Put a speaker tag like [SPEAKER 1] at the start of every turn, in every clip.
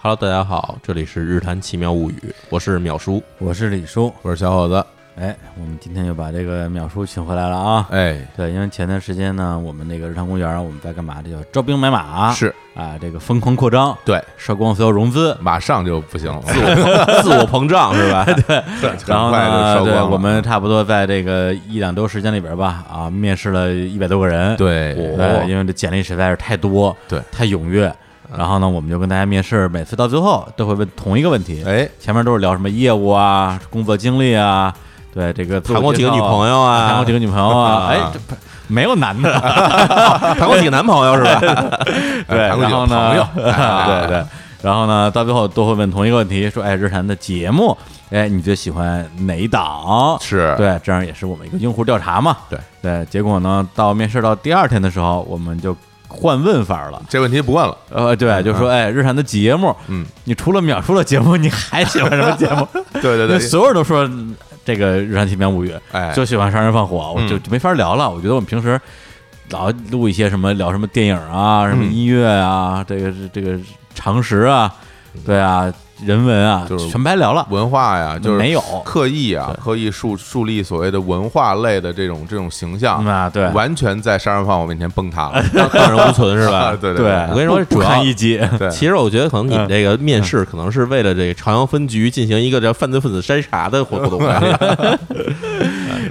[SPEAKER 1] Hello，大家好，这里是《日谈奇妙物语》，我是淼叔，
[SPEAKER 2] 我是李叔。
[SPEAKER 1] 我是小伙子。
[SPEAKER 2] 哎，我们今天又把这个淼叔请回来了啊！
[SPEAKER 1] 哎，
[SPEAKER 2] 对，因为前段时间呢，我们那个日常公园，我们在干嘛？这叫招兵买马，
[SPEAKER 3] 是
[SPEAKER 2] 啊，这个疯狂扩张，
[SPEAKER 3] 对，
[SPEAKER 2] 烧光所有融 资，
[SPEAKER 3] 马上就不行 了，
[SPEAKER 1] 自我自我膨胀是吧？
[SPEAKER 3] 对，很
[SPEAKER 2] 然后
[SPEAKER 3] 快就
[SPEAKER 2] 呢，
[SPEAKER 3] 烧光
[SPEAKER 2] 对，
[SPEAKER 3] 了。
[SPEAKER 2] 我们差不多在这个一两周时间里边吧，啊，面试了一百多个人，
[SPEAKER 3] 对
[SPEAKER 2] 对，因为这简历实在是太多，
[SPEAKER 3] 对
[SPEAKER 2] 太踊跃。然后呢，我们就跟大家面试，每次到最后都会问同一个问题，
[SPEAKER 3] 哎，
[SPEAKER 2] 前面都是聊什么业务啊、工作经历啊，对这个
[SPEAKER 1] 谈过几个女朋
[SPEAKER 2] 友
[SPEAKER 1] 友啊？
[SPEAKER 2] 谈过几个女朋友啊，哎，这不没有男的，
[SPEAKER 1] 谈过几个男朋友是吧？
[SPEAKER 2] 对，
[SPEAKER 3] 谈过
[SPEAKER 2] 然
[SPEAKER 3] 几
[SPEAKER 2] 后
[SPEAKER 3] 个
[SPEAKER 2] 呢
[SPEAKER 3] 朋友，
[SPEAKER 2] 对对。然后呢，到最后都会问同一个问题，说：“哎，日坛的节目，哎，你最喜欢哪一档？”
[SPEAKER 3] 是
[SPEAKER 2] 对，这样也是我们一个用户调查嘛。
[SPEAKER 3] 对
[SPEAKER 2] 对，结果呢，到面试到第二天的时候，我们就换问法了。
[SPEAKER 3] 这问题不问了，
[SPEAKER 2] 呃，对，就说哎，日坛的节目，
[SPEAKER 3] 嗯，
[SPEAKER 2] 你除了秒叔的节目，你还喜欢什么节目？
[SPEAKER 3] 对对
[SPEAKER 2] 因为
[SPEAKER 3] 对，
[SPEAKER 2] 所有人都说嗯这个日常奇妙物语，
[SPEAKER 3] 哎
[SPEAKER 2] 就喜欢杀人放火，我就
[SPEAKER 3] 嗯
[SPEAKER 2] 就没法聊了。我觉得我们平时老录一些什么聊什么电影啊，
[SPEAKER 3] 嗯
[SPEAKER 2] 什么音乐啊，这个这个常识啊，对啊，人文啊，
[SPEAKER 3] 就是
[SPEAKER 2] 全白聊了，
[SPEAKER 3] 文化
[SPEAKER 1] 嗯
[SPEAKER 3] 呀，就是
[SPEAKER 2] 没有
[SPEAKER 3] 刻意啊，刻意树树立所谓的文化类的这种这种形象
[SPEAKER 2] 嗯啊对
[SPEAKER 3] 完全在杀人放火面前崩 塌了，
[SPEAKER 1] 荡荡然无存是吧
[SPEAKER 3] 啊？ 对
[SPEAKER 2] 对，
[SPEAKER 3] 对
[SPEAKER 1] 我跟你说
[SPEAKER 2] 不
[SPEAKER 1] 主要
[SPEAKER 2] 堪一 击，
[SPEAKER 3] 对，
[SPEAKER 1] 其实我觉得可能你们这个面试可能是为了这个朝阳分局进行一个这犯罪分子筛查的活 动吧，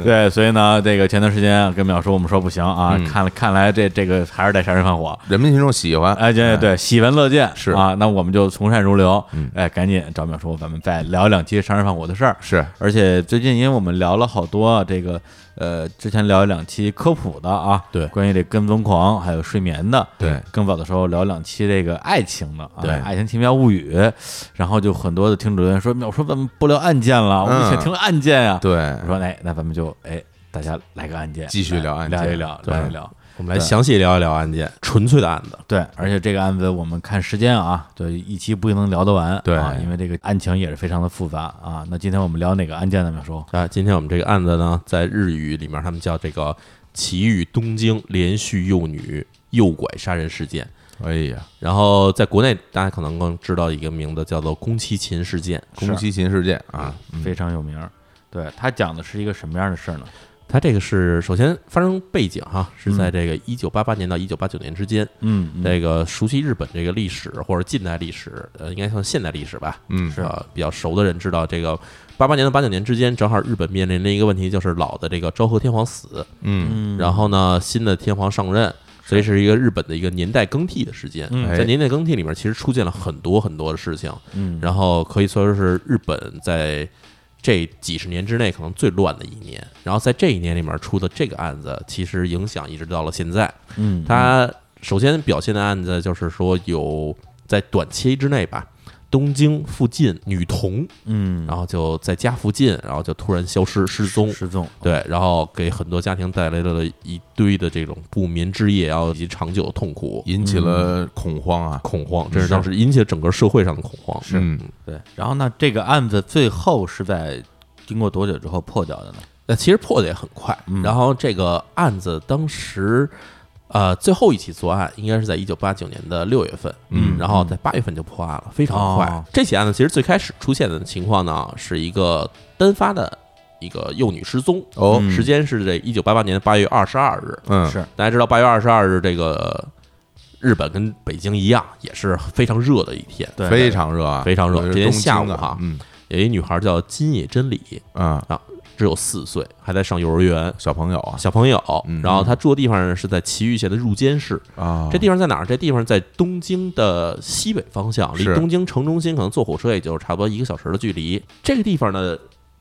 [SPEAKER 2] 对，所以呢，这个前段时间跟淼叔我们说不行啊，
[SPEAKER 3] 嗯
[SPEAKER 2] 看看来这这个还是得杀人放火。
[SPEAKER 3] 人民群众喜欢，
[SPEAKER 2] 哎，对对，喜闻乐见
[SPEAKER 3] 是嗯
[SPEAKER 2] 啊，那我们就从善如流，哎，赶紧找淼叔，咱们再聊两期杀人放火的事儿。
[SPEAKER 3] 是
[SPEAKER 2] 而且最近，因为我们聊了好多啊这个，呃，之前聊了两期科普的啊，
[SPEAKER 1] 对
[SPEAKER 2] 关于这跟踪狂还有睡眠的，
[SPEAKER 3] 对
[SPEAKER 2] 更早的时候聊两期这个爱情的，啊、
[SPEAKER 1] 对
[SPEAKER 2] 爱情奇妙物语》，然后就很多的听众留言说，我说咱们不聊案件了，我们想
[SPEAKER 3] 嗯
[SPEAKER 2] 听案件呀、
[SPEAKER 3] 对
[SPEAKER 2] 我，说哎，那咱们就哎，大家来个案件，
[SPEAKER 3] 继续聊
[SPEAKER 2] 来
[SPEAKER 3] 案
[SPEAKER 2] 聊一
[SPEAKER 3] 件
[SPEAKER 2] 聊，
[SPEAKER 3] 对
[SPEAKER 2] 聊一聊。
[SPEAKER 1] 我们来详细聊一聊案件，纯粹的案子。
[SPEAKER 2] 对，而且这个案子我们看时间啊，对，一期不一定能聊得完，
[SPEAKER 3] 对
[SPEAKER 2] 啊，因为这个案情也是非常的复杂啊。那今天我们聊哪个案件呢？淼叔，
[SPEAKER 1] 啊，今天我们这个案子呢，在日语里面他们叫这个“奇遇东京连续幼女诱拐杀人事件
[SPEAKER 3] 哎呀，”，
[SPEAKER 1] 然后在国内大家可能更知道一个名字叫做宫崎勤事件。
[SPEAKER 3] 宫崎勤事件啊，
[SPEAKER 2] 非常有名儿。对他讲的是一个什么样的事儿呢？
[SPEAKER 1] 它这个是首先发生背景哈，是在这个一九八八年到一九八九年之间。
[SPEAKER 2] 嗯，嗯
[SPEAKER 1] 这个熟悉日本这个历史或者近代历史，呃，应该算现代历史吧，
[SPEAKER 3] 嗯
[SPEAKER 2] 是
[SPEAKER 1] 啊，比较熟的人知道，这个八八年到八九年之间，正好日本面临了一个问题，就是老的这个昭和天皇死，
[SPEAKER 3] 嗯
[SPEAKER 2] 嗯，
[SPEAKER 1] 然后呢，新的天皇上任，所以是一个日本的一个年代更替的时间。
[SPEAKER 2] 嗯
[SPEAKER 1] 在年代更替里面，其实出现了很多很多的事情，
[SPEAKER 2] 嗯，
[SPEAKER 1] 然后可以说是日本在这几十年之内可能最乱的一年。然后在这一年里面出的这个案子，其实影响一直到了现在。
[SPEAKER 2] 嗯，
[SPEAKER 1] 它首先表现的案子就是说有在短期之内吧。东京附近女童，
[SPEAKER 2] 嗯，
[SPEAKER 1] 然后就在家附近，然后就突然消失失踪，
[SPEAKER 2] 失踪，
[SPEAKER 1] 对，然后给很多家庭带来了一堆的这种不眠之夜，然后以及长久的痛苦、
[SPEAKER 3] 引起了恐慌啊，
[SPEAKER 1] 嗯恐慌，这是当时引起了整个社会上的恐慌。
[SPEAKER 3] 嗯
[SPEAKER 2] 对，然后呢，这个案子最后是在经过多久之后破掉的呢？
[SPEAKER 1] 那其实破的也很快。然后这个案子当时，呃，最后一起作案应该是在一九八九年的六月份，
[SPEAKER 3] 嗯
[SPEAKER 1] 然后在八月份就破案了，非常快。
[SPEAKER 2] 哦
[SPEAKER 1] 这起案子其实最开始出现的情况呢，是一个单发的一个幼女失踪，
[SPEAKER 3] 哦
[SPEAKER 2] 嗯
[SPEAKER 1] 时间是这一九八八年的八月二十二日，
[SPEAKER 3] 嗯
[SPEAKER 2] 是，
[SPEAKER 1] 大家知道八月二十二日这个日本跟北京一样，也是非常热的一天。
[SPEAKER 2] 对，
[SPEAKER 3] 非常热啊，
[SPEAKER 1] 非常热
[SPEAKER 3] 我是
[SPEAKER 1] 今天
[SPEAKER 3] 东京
[SPEAKER 1] 下午
[SPEAKER 3] 的
[SPEAKER 1] 哈
[SPEAKER 3] 嗯
[SPEAKER 1] 有一女孩叫金野真理，
[SPEAKER 3] 啊，
[SPEAKER 1] 只有四岁，还在上幼儿园，
[SPEAKER 3] 小朋友啊
[SPEAKER 1] 小朋友
[SPEAKER 3] 嗯。
[SPEAKER 1] 然后她住的地方是在崎玉县的入间市，
[SPEAKER 3] 啊，
[SPEAKER 1] 这地方在哪儿？这地方在东京的西北方向，离
[SPEAKER 3] 是
[SPEAKER 1] 东京城中心可能坐火车也就是差不多一个小时的距离。这个地方呢，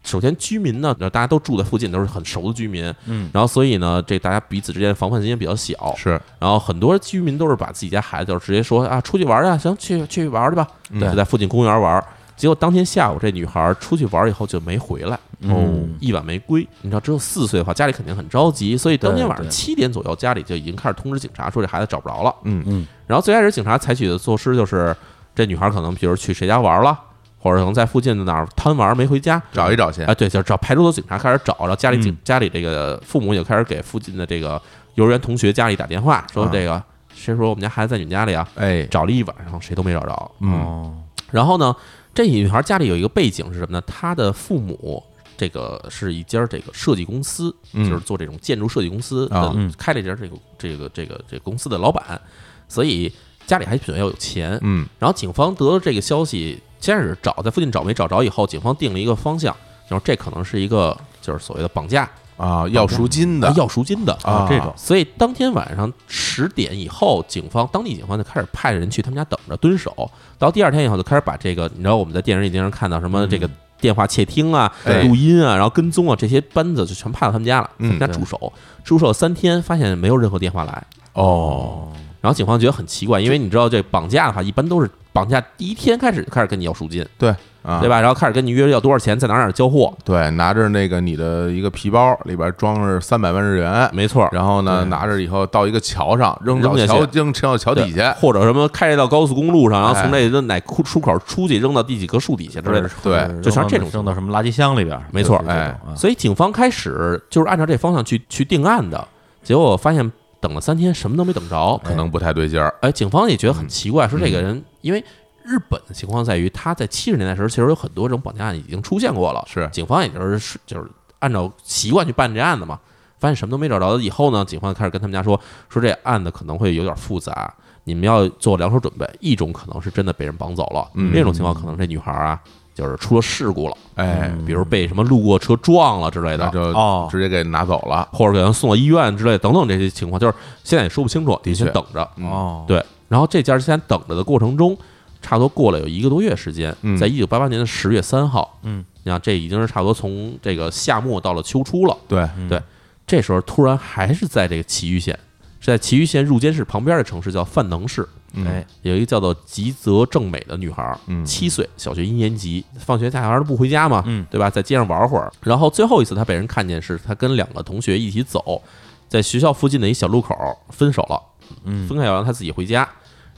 [SPEAKER 1] 首先居民呢，大家都住在附近，都是很熟的居民。
[SPEAKER 2] 嗯，
[SPEAKER 1] 然后所以呢，这大家彼此之间防范心也比较小。
[SPEAKER 3] 是
[SPEAKER 1] 然后很多居民都是把自己家孩子就是直接说啊，出去玩儿啊，行，去去玩儿去吧，
[SPEAKER 3] 嗯
[SPEAKER 1] 就在附近公园玩儿。结果当天下午，这女孩儿出去玩儿以后就没回来，
[SPEAKER 2] 哦
[SPEAKER 1] 一晚没归。你知道，只有四岁的话，家里肯定很着急，所以当天晚
[SPEAKER 2] 对
[SPEAKER 1] 上
[SPEAKER 2] 对
[SPEAKER 1] 七点左右，家里就已经开始通知警察说这孩子找不着了。
[SPEAKER 3] 嗯
[SPEAKER 2] 嗯，
[SPEAKER 1] 然后最开始警察采取的措施就是，这女孩儿可能比如去谁家玩儿了，或者可能在附近的哪儿贪玩儿没回家，
[SPEAKER 3] 找一找先
[SPEAKER 1] 啊，对，就是找派出所警察开始找，然后家里警、
[SPEAKER 2] 嗯
[SPEAKER 1] 家里这个父母也开始给附近的这个幼儿园同学家里打电话，说
[SPEAKER 3] 啊
[SPEAKER 1] 这个、谁说我们家孩子在你们家里啊？
[SPEAKER 3] 哎，
[SPEAKER 1] 找了一晚上，谁都没找着。
[SPEAKER 3] 嗯
[SPEAKER 2] 哦，
[SPEAKER 1] 然后呢，这女孩家里有一个背景是什么呢？她的父母这个是一家这个设计公司，
[SPEAKER 3] 嗯
[SPEAKER 1] 就是做这种建筑设计公司的，
[SPEAKER 3] 啊
[SPEAKER 2] 嗯
[SPEAKER 1] 开了一家这个这个这个这个公司的老板，所以家里还比较有钱。
[SPEAKER 3] 嗯
[SPEAKER 1] 然后警方得到这个消息，先是找在附近找没找着，以后警方定了一个方向，就是这可能是一个就是所谓的绑架
[SPEAKER 3] 啊，要赎金的，
[SPEAKER 1] 要赎金的
[SPEAKER 3] 啊
[SPEAKER 1] 这种。所以当天晚上十点以后，警方当地警方就开始派人去他们家等着蹲守。到第二天以后，就开始把这个你知道我们在电视里经常看到什么这个电话窃听啊、
[SPEAKER 3] 嗯对
[SPEAKER 1] 录音啊，然后跟踪啊这些班子就全派到他们家了，他
[SPEAKER 3] 嗯
[SPEAKER 1] 们家驻守驻守三天，发现没有任何电话来。
[SPEAKER 3] 哦，
[SPEAKER 1] 然后警方觉得很奇怪，因为你知道这绑架的话，一般都是绑架第一天开始就开始跟你要赎金，
[SPEAKER 3] 对啊，
[SPEAKER 1] 对？吧？然后开始跟你约要多少钱，在哪儿哪儿交货，
[SPEAKER 3] 对，拿着那个你的一个皮包，里边装着三百万日元，
[SPEAKER 1] 没错。
[SPEAKER 3] 然后呢，
[SPEAKER 2] 对
[SPEAKER 3] 拿着以后到一个桥上嗯扔到
[SPEAKER 1] 扔下
[SPEAKER 3] 桥
[SPEAKER 1] 去
[SPEAKER 3] 扔到桥底下，
[SPEAKER 1] 或者什么开到高速公路上，然后
[SPEAKER 3] 哎
[SPEAKER 1] 从这个哪库出口出去，扔到第几棵树底下之类的。
[SPEAKER 3] 对
[SPEAKER 1] 就像这种
[SPEAKER 2] 扔到什么垃圾箱里边儿，
[SPEAKER 1] 没错
[SPEAKER 2] 就是这
[SPEAKER 3] 哎
[SPEAKER 2] 种啊
[SPEAKER 1] 所以警方开始就是按照这方向去去定案的，结果发现等了三天什么都没等着，
[SPEAKER 3] 可能不太对劲儿。
[SPEAKER 1] 哎，警方也觉得
[SPEAKER 3] 嗯
[SPEAKER 1] 很奇怪，说这个人因为。日本的情况在于，他在七十年代的时候，其实有很多这种绑架案已经出现过了。
[SPEAKER 3] 是
[SPEAKER 1] 警方也就是是就是按照习惯去办这案子嘛，发现什么都没找着以后呢，警方开始跟他们家说说这案子可能会有点复杂，你们要做两手准备。一种可能是真的被人绑走了，
[SPEAKER 3] 嗯
[SPEAKER 1] 另一种情况可能这女孩啊就是出了事故了，
[SPEAKER 3] 哎，
[SPEAKER 1] 比如被什么路过车撞了之类的
[SPEAKER 3] 那，就
[SPEAKER 2] 哦
[SPEAKER 3] 直接给拿走了。
[SPEAKER 1] 或者给人送到医院之类的等等这些情况，就是现在也说不清楚，
[SPEAKER 3] 的
[SPEAKER 1] 得
[SPEAKER 3] 确
[SPEAKER 1] 先等着。
[SPEAKER 3] 嗯
[SPEAKER 2] 哦，
[SPEAKER 1] 对，然后这家先等着的过程中，差不多过了有一个多月时间，
[SPEAKER 3] 嗯
[SPEAKER 1] 在一九八八年的十月三号，
[SPEAKER 2] 嗯，
[SPEAKER 1] 你看这已经是差不多从这个夏末到了秋初了。
[SPEAKER 3] 对，
[SPEAKER 1] 这时候突然还是在这个崎玉县，是在崎玉县入间市旁边的城市叫范能市，
[SPEAKER 3] 嗯
[SPEAKER 2] 哎，
[SPEAKER 1] 有一个叫做吉泽正美的女孩儿，
[SPEAKER 3] 嗯
[SPEAKER 1] 七岁，小学一年级，放学下孩儿不回家嘛，
[SPEAKER 2] 嗯
[SPEAKER 1] 对吧？在街上玩会儿。然后最后一次她被人看见是她跟两个同学一起走，在学校附近的一小路口分手了，
[SPEAKER 2] 嗯，
[SPEAKER 1] 分开以后让她自己回家。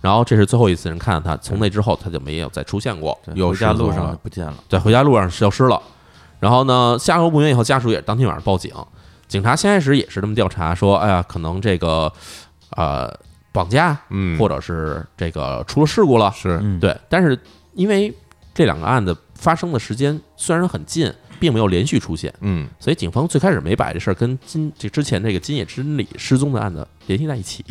[SPEAKER 1] 然后这是最后一次人看到她，从那之后她就没有再出现过，
[SPEAKER 2] 对
[SPEAKER 3] 又
[SPEAKER 2] 回家
[SPEAKER 3] 失踪
[SPEAKER 2] 路上
[SPEAKER 3] 了
[SPEAKER 2] 就不见了，
[SPEAKER 1] 在回家路上消失了。然后呢，下落不明以后，家属也是当天晚上报警。警察先开始也是这么调查，说，哎呀，可能这个，呃，绑架，
[SPEAKER 3] 嗯，
[SPEAKER 1] 或者是这个出了事故了，
[SPEAKER 3] 是
[SPEAKER 2] 嗯，
[SPEAKER 1] 对，但是因为这两个案子发生的时间虽然很近，并没有连续出现，
[SPEAKER 3] 嗯
[SPEAKER 1] 所以警方最开始没把这事儿跟金这之前这个金野真理失踪的案子联系在一起，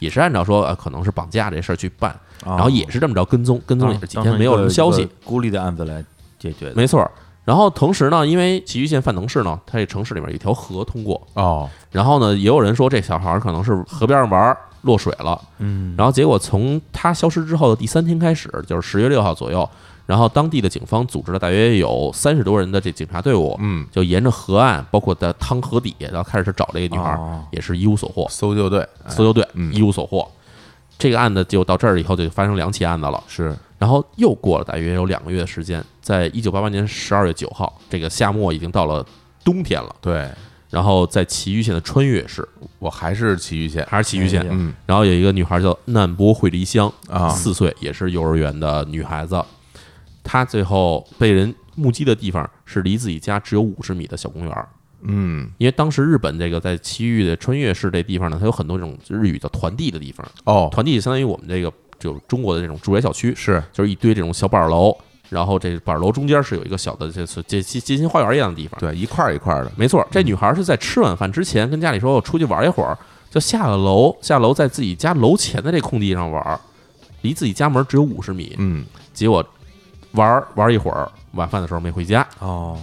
[SPEAKER 1] 也是按照说呃可能是绑架这事儿去办，
[SPEAKER 2] 哦，
[SPEAKER 1] 然后也是这么着跟踪，跟踪也是几天没有什么消息，，
[SPEAKER 2] 孤立的案子来解决的，
[SPEAKER 1] 没错儿。然后同时呢，因为崎玉县范能市呢，它这城市里面有一条河通过，
[SPEAKER 3] 哦，
[SPEAKER 1] 然后呢，也有人说这小孩儿可能是河边上玩儿落水了，
[SPEAKER 2] 嗯，
[SPEAKER 1] 然后结果从他消失之后的第三天开始，就是十月六号左右，然后当地的警方组织了大约有三十多人的这警察队伍，
[SPEAKER 3] 嗯，
[SPEAKER 1] 就沿着河岸，包括在汤河底，然后开始找这个女孩，
[SPEAKER 2] 哦
[SPEAKER 1] 也是一无所获，
[SPEAKER 3] 搜救队哎
[SPEAKER 1] 搜救队
[SPEAKER 3] 嗯
[SPEAKER 1] 一无所获。这个案子就到这儿以后就发生两起案子了，
[SPEAKER 3] 是
[SPEAKER 1] 然后又过了大约有两个月的时间，在一九八八年十二月九号，这个夏末已经到了冬天了，
[SPEAKER 3] 对，
[SPEAKER 1] 然后在崎玉县的川越市，
[SPEAKER 3] 我还是崎玉县，
[SPEAKER 1] 还是崎玉县
[SPEAKER 2] 哎呀，
[SPEAKER 3] 嗯
[SPEAKER 1] 然后有一个女孩叫难波惠梨香，
[SPEAKER 3] 啊，
[SPEAKER 1] 四岁，也是幼儿园的女孩子。她最后被人目击的地方是离自己家只有五十米的小公园儿，
[SPEAKER 3] 嗯
[SPEAKER 1] 因为当时日本这个在埼玉的川越市这地方呢，它有很多这种日语叫团地的地方，
[SPEAKER 3] 哦，
[SPEAKER 1] 团地相当于我们这个就中国的这种住宅小区，
[SPEAKER 3] 是
[SPEAKER 1] 就是一堆这种小板儿楼，然后这板儿楼中间是有一个小的这街街街心花园一样的地方。
[SPEAKER 3] 对，一块儿一块儿的，
[SPEAKER 1] 没错，这女孩是在吃晚饭之前跟家里说：“我出去玩一会儿。”就下了楼，下楼在自己家楼前的这空地上玩儿，离自己家门只有五十米。
[SPEAKER 3] 嗯，
[SPEAKER 1] 结果玩儿玩儿一会儿，晚饭的时候没回家，
[SPEAKER 2] 哦，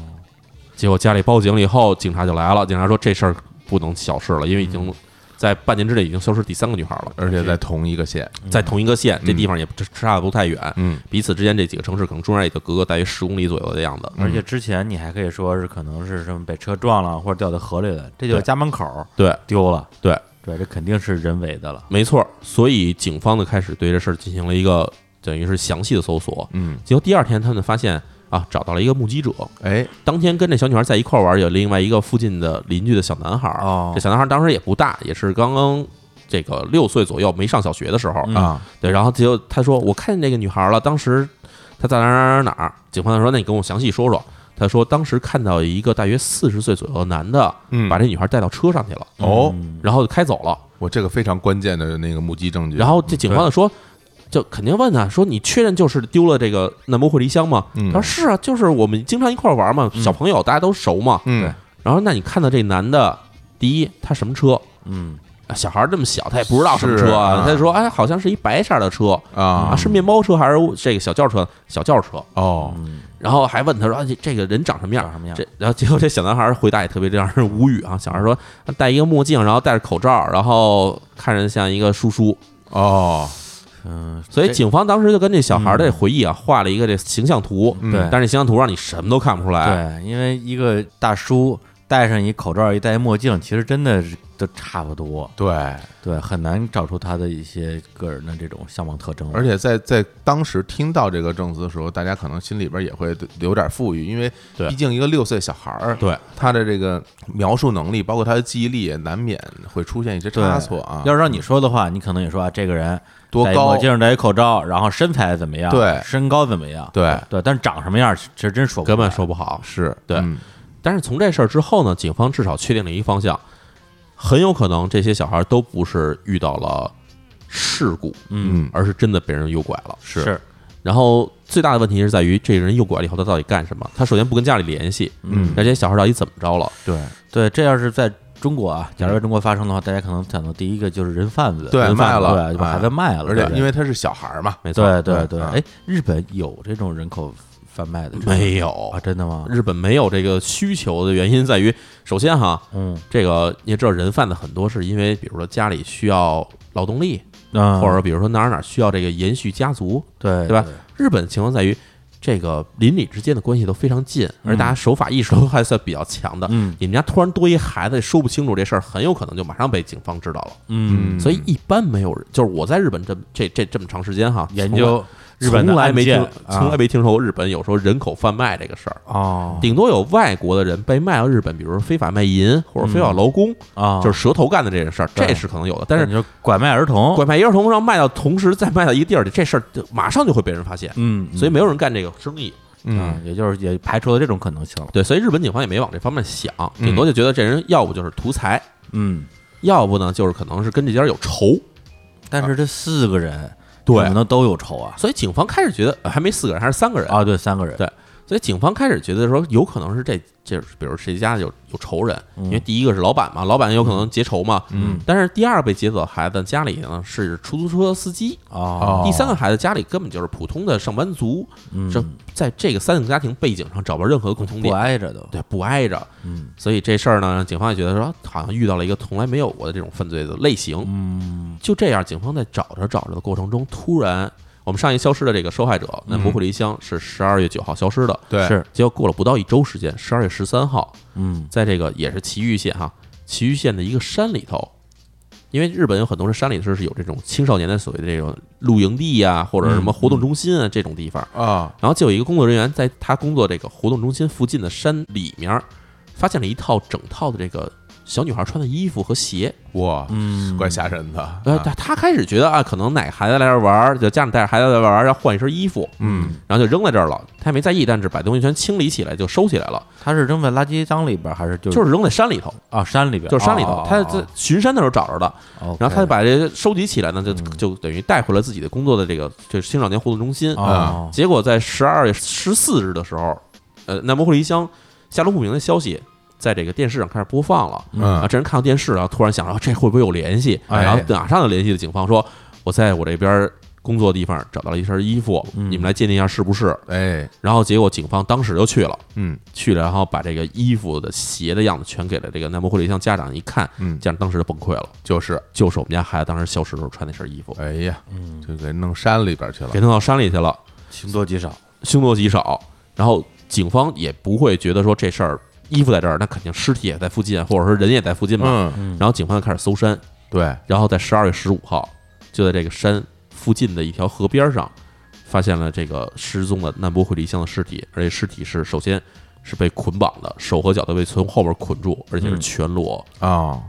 [SPEAKER 1] 结果家里报警了以后，警察就来了。警察说这事儿不能小视了，因为已经在半年之内已经消失第三个女孩了，
[SPEAKER 3] 嗯而且在同一个县，
[SPEAKER 1] 在同一个县，这地方也差的不太远，
[SPEAKER 3] 嗯，
[SPEAKER 1] 彼此之间这几个城市可能中间也就隔个大约十公里左右的样子。
[SPEAKER 3] 嗯
[SPEAKER 2] 而且之前你还可以说是可能是什么被车撞了或者掉到河里了，这就
[SPEAKER 1] 对
[SPEAKER 2] 是家门口
[SPEAKER 1] 对
[SPEAKER 2] 丢了，
[SPEAKER 1] 对
[SPEAKER 2] 对，这肯定是人为的了，
[SPEAKER 1] 没错，所以警方呢开始对这事儿进行了一个等于是详细的搜索。
[SPEAKER 3] 嗯，
[SPEAKER 1] 结果第二天他们发现啊，找到了一个目击者，
[SPEAKER 3] 哎，
[SPEAKER 1] 当天跟这小女孩在一块儿玩儿有另外一个附近的邻居的小男孩儿。
[SPEAKER 2] 哦
[SPEAKER 1] 这小男孩儿当时也不大，也是刚刚这个六岁左右，没上小学的时候。
[SPEAKER 2] 嗯
[SPEAKER 3] 啊，
[SPEAKER 1] 对，然后结果他说我看见这个女孩儿了，当时她在哪儿哪儿哪儿哪儿。警方就说那你跟我详细说说。他说当时看到一个大约四十岁左右的男的
[SPEAKER 3] 嗯，
[SPEAKER 1] 把这女孩带到车上去了，
[SPEAKER 3] 哦，
[SPEAKER 2] 嗯
[SPEAKER 1] 然后就开走了。
[SPEAKER 3] 我这个非常关键的那个目击证据，
[SPEAKER 1] 然后这警方就说。就肯定问他说：“你确认就是丢了这个难波会离香吗？”
[SPEAKER 3] 嗯
[SPEAKER 1] 他说：“是啊，就是我们经常一块儿玩嘛，小朋友大家都熟嘛。
[SPEAKER 3] 嗯，
[SPEAKER 1] 然后那你看到这男的，第一他什么车？
[SPEAKER 2] 嗯
[SPEAKER 1] 啊小孩儿这么小，他也不知道什么车
[SPEAKER 3] 是啊
[SPEAKER 1] 他就说：“哎，好像是一白色的车啊，
[SPEAKER 3] 啊，
[SPEAKER 1] 是面包车还是这个小轿车？小轿车。”
[SPEAKER 3] 哦，
[SPEAKER 2] 嗯，
[SPEAKER 1] 然后还问他说：“啊，这这个人长什么样？
[SPEAKER 2] 长什么
[SPEAKER 3] 嗯
[SPEAKER 2] 样
[SPEAKER 1] 这然后结果这小男孩回答也特别让人无语啊。小孩说他戴一个墨镜，然后戴着口罩，然后看着像一个叔叔。
[SPEAKER 3] 哦，
[SPEAKER 2] 嗯，
[SPEAKER 1] 所以
[SPEAKER 2] 这嗯
[SPEAKER 1] 警方当时就跟这小孩的回忆啊画了一个这形象图，
[SPEAKER 3] 嗯
[SPEAKER 2] 对
[SPEAKER 1] 但是形象图让你什么都看不出来。
[SPEAKER 2] 对，因为一个大叔戴上一口罩，一戴一墨镜，其实真的是都差不多，
[SPEAKER 3] 对，
[SPEAKER 2] 对，很难找出他的一些个人的这种相貌特征。
[SPEAKER 3] 而且在在当时听到这个证词的时候，大家可能心里边也会有点富裕，因为
[SPEAKER 1] 对
[SPEAKER 3] 毕竟一个六岁小孩儿，
[SPEAKER 1] 对
[SPEAKER 3] 他的这个描述能力，包括他的记忆力，也难免会出现一些差错啊。
[SPEAKER 2] 要是让你说的话，你可能也说啊，这个人
[SPEAKER 3] 多
[SPEAKER 2] 戴一
[SPEAKER 3] 高
[SPEAKER 2] 墨镜戴一口罩，然后身材怎么样？
[SPEAKER 3] 对
[SPEAKER 2] 身高怎么样？
[SPEAKER 3] 对
[SPEAKER 2] 对，但是长什么样，其实真说不
[SPEAKER 1] 根本
[SPEAKER 2] 出来
[SPEAKER 1] 说不好，
[SPEAKER 3] 是
[SPEAKER 1] 对
[SPEAKER 3] 嗯
[SPEAKER 1] 但是从这事儿之后呢，警方至少确定了一个方向，很有可能这些小孩都不是遇到了事故，
[SPEAKER 2] 嗯，
[SPEAKER 3] 嗯，
[SPEAKER 1] 而是真的被人诱拐了。
[SPEAKER 3] 是
[SPEAKER 1] 然后最大的问题是在于这人诱拐了以后，他到底干什么？他首先不跟家里联系，
[SPEAKER 2] 嗯
[SPEAKER 1] 那这些小孩到底怎么着了？
[SPEAKER 3] 对
[SPEAKER 2] 对，这要是在中国啊，假如在中国发生的话，大家可能想到第一个就是人贩子，
[SPEAKER 3] 对
[SPEAKER 2] 人贩
[SPEAKER 3] 卖
[SPEAKER 2] 子
[SPEAKER 3] 了
[SPEAKER 2] 对，就把
[SPEAKER 3] 哎
[SPEAKER 2] 孩子卖了，
[SPEAKER 3] 而且
[SPEAKER 2] 对
[SPEAKER 3] 因为他是小孩儿嘛，
[SPEAKER 1] 没错，
[SPEAKER 2] 对对对，
[SPEAKER 3] 嗯
[SPEAKER 2] 哎，日本有这种人口贩卖的，
[SPEAKER 1] 没有
[SPEAKER 2] 啊？，真的吗？
[SPEAKER 1] 日本没有这个需求的原因在于，首先哈，
[SPEAKER 2] 嗯
[SPEAKER 1] 这个你也知道，人贩子很多是因为，比如说家里需要劳动力，
[SPEAKER 2] 啊，
[SPEAKER 1] 或者比如说哪儿哪儿需要这个延续家族。
[SPEAKER 2] 对
[SPEAKER 1] 对吧？日本情况在于，这个邻里之间的关系都非常近，而大家守法意识都还算比较强的。
[SPEAKER 2] 嗯
[SPEAKER 1] 你们家突然多一孩子，说不清楚这事儿，很有可能就马上被警方知道了。
[SPEAKER 2] 嗯，
[SPEAKER 1] 所以一般没有人，就是我在日本这这这这么长时间哈，
[SPEAKER 2] 研究日
[SPEAKER 1] 从
[SPEAKER 2] 本
[SPEAKER 1] 来从来
[SPEAKER 2] 的
[SPEAKER 1] 没听
[SPEAKER 2] 案件
[SPEAKER 1] 从来
[SPEAKER 2] 啊
[SPEAKER 1] 没听说过日本有说人口贩卖这个事儿，
[SPEAKER 2] 哦
[SPEAKER 1] 顶多有外国的人被卖到日本，比如说非法卖淫或者非法劳工，
[SPEAKER 2] 啊，
[SPEAKER 1] 就是蛇头干的这个事儿，
[SPEAKER 2] 对
[SPEAKER 1] 这是可能有的。但是
[SPEAKER 2] 你说拐卖儿童，
[SPEAKER 1] 拐卖儿童，然后卖到同时再卖到一个地儿里，这事儿就马上就会被人发现，
[SPEAKER 2] 嗯，
[SPEAKER 1] 所以没有人干这个生意。
[SPEAKER 2] 嗯，也就是也排除了这种可能性了，
[SPEAKER 1] 对，所以日本警方也没往这方面想，
[SPEAKER 3] 嗯
[SPEAKER 1] 顶多就觉得这人要不就是图财，
[SPEAKER 2] 嗯，
[SPEAKER 1] 要不呢就是可能是跟这家有仇。
[SPEAKER 2] 但是这四个人
[SPEAKER 1] 对
[SPEAKER 2] 可能都有仇啊
[SPEAKER 1] 所以警方开始觉得呃还没四个人，还是三个人
[SPEAKER 2] 啊，对，三个人，
[SPEAKER 1] 对所以警方开始觉得说，有可能是这这，比如谁家有有仇人，因为第一个是老板嘛，老板有可能结仇嘛，
[SPEAKER 2] 嗯，
[SPEAKER 1] 但是第二被劫走的孩子家里呢是出租车司机，
[SPEAKER 2] 哦，嗯
[SPEAKER 1] 第三个孩子家里根本就是普通的上班族，这在这个三个家庭背景上找不着任何共同
[SPEAKER 2] 不
[SPEAKER 1] 点，
[SPEAKER 2] 挨着都，
[SPEAKER 1] 对，不挨着，
[SPEAKER 2] 嗯
[SPEAKER 1] 所以这事儿呢，让警方也觉得说，好像遇到了一个从来没有过的这种犯罪的类型。
[SPEAKER 2] 嗯
[SPEAKER 1] 就这样，警方在找着找着的过程中，突然，我们上一消失的这个受害者
[SPEAKER 2] 嗯
[SPEAKER 1] 那不会离乡是十二月九号消失的，
[SPEAKER 3] 对
[SPEAKER 2] 是，
[SPEAKER 1] 结果过了不到一周时间，十二月十三号，
[SPEAKER 2] 嗯
[SPEAKER 1] 在这个也是崎玉县哈，崎玉县的一个山里头，因为日本有很多是山里头是有这种青少年的所谓的这种露营地呀、或者什
[SPEAKER 3] 嗯
[SPEAKER 1] 么活动中心啊这种地方，
[SPEAKER 3] 啊，
[SPEAKER 1] 然后就有一个工作人员在他工作这个活动中心附近的山里面儿，发现了一套整套的这个小女孩穿的衣服和鞋，
[SPEAKER 3] 哇，
[SPEAKER 2] 嗯，
[SPEAKER 3] 怪吓人的，
[SPEAKER 1] 呃，
[SPEAKER 3] 啊
[SPEAKER 1] 他他开始觉得啊，可能哪个孩子来这儿玩儿，就家长带着孩子来玩儿要换一身衣服，
[SPEAKER 3] 嗯
[SPEAKER 1] 然后就扔在这儿了，他也没在意，但是把东西全清理起来就收起来了，
[SPEAKER 2] 他是扔在垃圾箱里边还是就
[SPEAKER 1] 就是扔在山里头。
[SPEAKER 2] 啊山里边，哦
[SPEAKER 1] 就是山里头，他在巡山的时候找着的，然后他就把这些收集起来呢，就
[SPEAKER 2] 嗯
[SPEAKER 1] 就等于带回了自己的工作的这个就是青少年活动中心。嗯
[SPEAKER 2] 啊
[SPEAKER 1] 结果在十二月十四日的时候，呃，南摩会离乡下落不明的消息在这个电视上开始播放了。啊，
[SPEAKER 3] 嗯
[SPEAKER 1] 这人看到电视，然后突然想啊到这会不会有联系，
[SPEAKER 2] 哎
[SPEAKER 1] 然后马上就联系了警方，说我在我这边工作的地方找到了一身衣服，
[SPEAKER 2] 嗯
[SPEAKER 1] 你们来鉴定一下是不是。
[SPEAKER 3] 哎
[SPEAKER 1] 然后结果警方当时就去了，
[SPEAKER 3] 嗯
[SPEAKER 1] 去了，然后把这个衣服的鞋的样子全给了这个南摩会里向家长一看，
[SPEAKER 3] 嗯，
[SPEAKER 1] 家长当时就崩溃了，
[SPEAKER 3] 就是，
[SPEAKER 1] 就是我们家孩子当时消失的时候穿那身衣服，
[SPEAKER 3] 哎呀，
[SPEAKER 2] 嗯
[SPEAKER 3] 就给弄山里边去了
[SPEAKER 1] 给，弄到山里去了，
[SPEAKER 2] 凶多吉少，
[SPEAKER 1] 凶嗯多吉少。然后警方也不会觉得说这事儿衣服在这儿，那肯定尸体也在附近，或者说人也在附近嘛。
[SPEAKER 3] 嗯，
[SPEAKER 1] 然后警方就开始搜山，
[SPEAKER 3] 对，
[SPEAKER 1] 然后在十二月十五号，就在这个山附近的一条河边上，发现了这个失踪的难波惠梨香的尸体，而且尸体是首先是被捆绑的，手和脚都被从后边捆住，而且是
[SPEAKER 2] 嗯
[SPEAKER 1] 全裸，
[SPEAKER 3] 啊，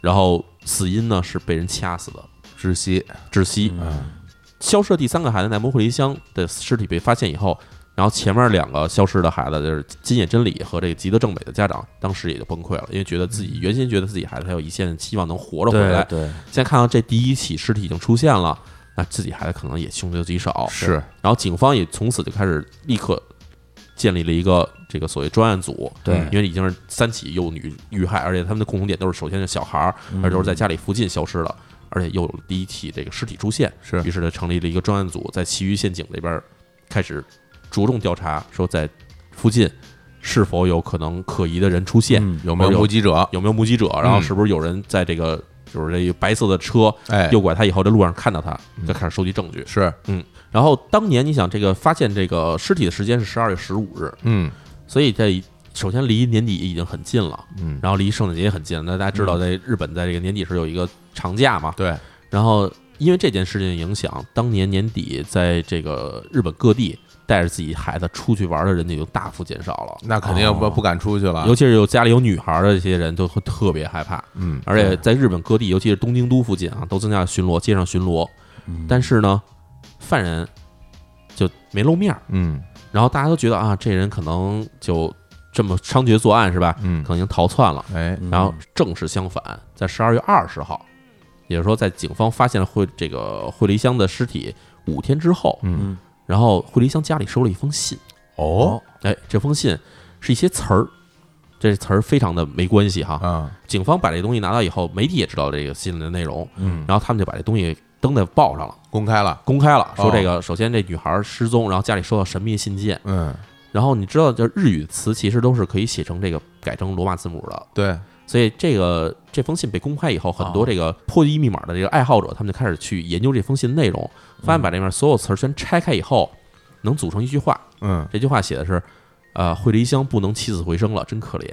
[SPEAKER 1] 然后死因呢是被人掐死的，
[SPEAKER 3] 窒息，
[SPEAKER 1] 窒息。
[SPEAKER 3] 嗯
[SPEAKER 1] 消失的第三个孩子奈摩惠梨香的尸体被发现以后，然后前面两个消失的孩子就是金野真理和这个吉德正美的家长，当时也就崩溃了，因为觉得自己原先觉得自己孩子还有一线希望能活着回
[SPEAKER 2] 嗯对
[SPEAKER 1] 来，
[SPEAKER 2] 对，
[SPEAKER 1] 现在看到这第一起尸体已经出现了，那自己孩子可能也凶多吉少。
[SPEAKER 3] 是，
[SPEAKER 1] 然后警方也从此就开始立刻建立了一个这个所谓专案组，
[SPEAKER 2] 对
[SPEAKER 1] 因为已经是三起幼女遇害，而且他们的共同点都是首先是小孩儿，而都是在家里附近消失了，而且又有第一起这个尸体出现，
[SPEAKER 3] 是
[SPEAKER 1] 于是呢成立了一个专案组，在其余县警这边开始着重调查，说在附近是否有可能可疑的人出现，
[SPEAKER 2] 嗯
[SPEAKER 3] 有没有
[SPEAKER 1] 有
[SPEAKER 3] 目击者？
[SPEAKER 1] 有没有目击者，然后
[SPEAKER 3] 嗯
[SPEAKER 1] 是不是有人在这个就是这个白色的车
[SPEAKER 3] 哎，嗯
[SPEAKER 1] 右拐他以后，在路上看到他，就开始收集证据。
[SPEAKER 3] 是，
[SPEAKER 1] 然后当年你想，这个发现这个尸体的时间是十二月十五日，
[SPEAKER 3] 嗯
[SPEAKER 1] 所以这首先离年底已经很近了，
[SPEAKER 3] 嗯，
[SPEAKER 1] 然后离圣诞节也很近。那大家知道，在日本在这个年底是有一个长假嘛，
[SPEAKER 3] 对，
[SPEAKER 1] 然后因为这件事情的影响，当年年底在这个日本各地带着自己孩子出去玩的人就大幅减少了。
[SPEAKER 3] 那肯定不
[SPEAKER 2] 哦
[SPEAKER 3] 不敢出去了
[SPEAKER 1] 尤。其是有家里有女孩的这些人，都会特别害怕。
[SPEAKER 3] 嗯，
[SPEAKER 1] 而且在日本各地，尤其是东京都附近啊，都增加了巡逻，街上巡逻。
[SPEAKER 3] 嗯
[SPEAKER 1] 但是呢，犯人就没露面儿，
[SPEAKER 3] 嗯
[SPEAKER 1] 然后大家都觉得啊，这人可能就这么猖獗作案是吧？
[SPEAKER 3] 嗯
[SPEAKER 1] 可，能已经逃窜了。
[SPEAKER 3] 哎，
[SPEAKER 1] 然后正是相反，在十二月二十号，也就是说，在警方发现了惠这个惠梨香的尸体五天之后，
[SPEAKER 3] 嗯，
[SPEAKER 1] 然后惠梨香家里收了一封信。
[SPEAKER 3] 哦
[SPEAKER 1] 哎，这封信是一些词儿，这词儿非常的没关系哈。
[SPEAKER 3] 啊，
[SPEAKER 1] 警方把这东西拿到以后，媒体也知道这个信的内容，
[SPEAKER 3] 嗯，
[SPEAKER 1] 然后他们就把这东西登在报上了，
[SPEAKER 3] 公开了，
[SPEAKER 1] 公开了，
[SPEAKER 3] 哦
[SPEAKER 1] 说这个首先这女孩失踪，然后家里收到神秘信件，
[SPEAKER 3] 嗯，
[SPEAKER 1] 然后你知道，就是日语词其实都是可以写成这个改成罗马字母的，
[SPEAKER 3] 对，
[SPEAKER 1] 所以这个这封信被公开以后，很多
[SPEAKER 2] 哦
[SPEAKER 1] 这个破译密码的这个爱好者，他们就开始去研究这封信的内容，发
[SPEAKER 3] 嗯
[SPEAKER 1] 现把里面所有词儿全拆开以后，能组成一句话，
[SPEAKER 3] 嗯，
[SPEAKER 1] 这句话写的是，呃，惠梨香不能起死回生了，真可怜。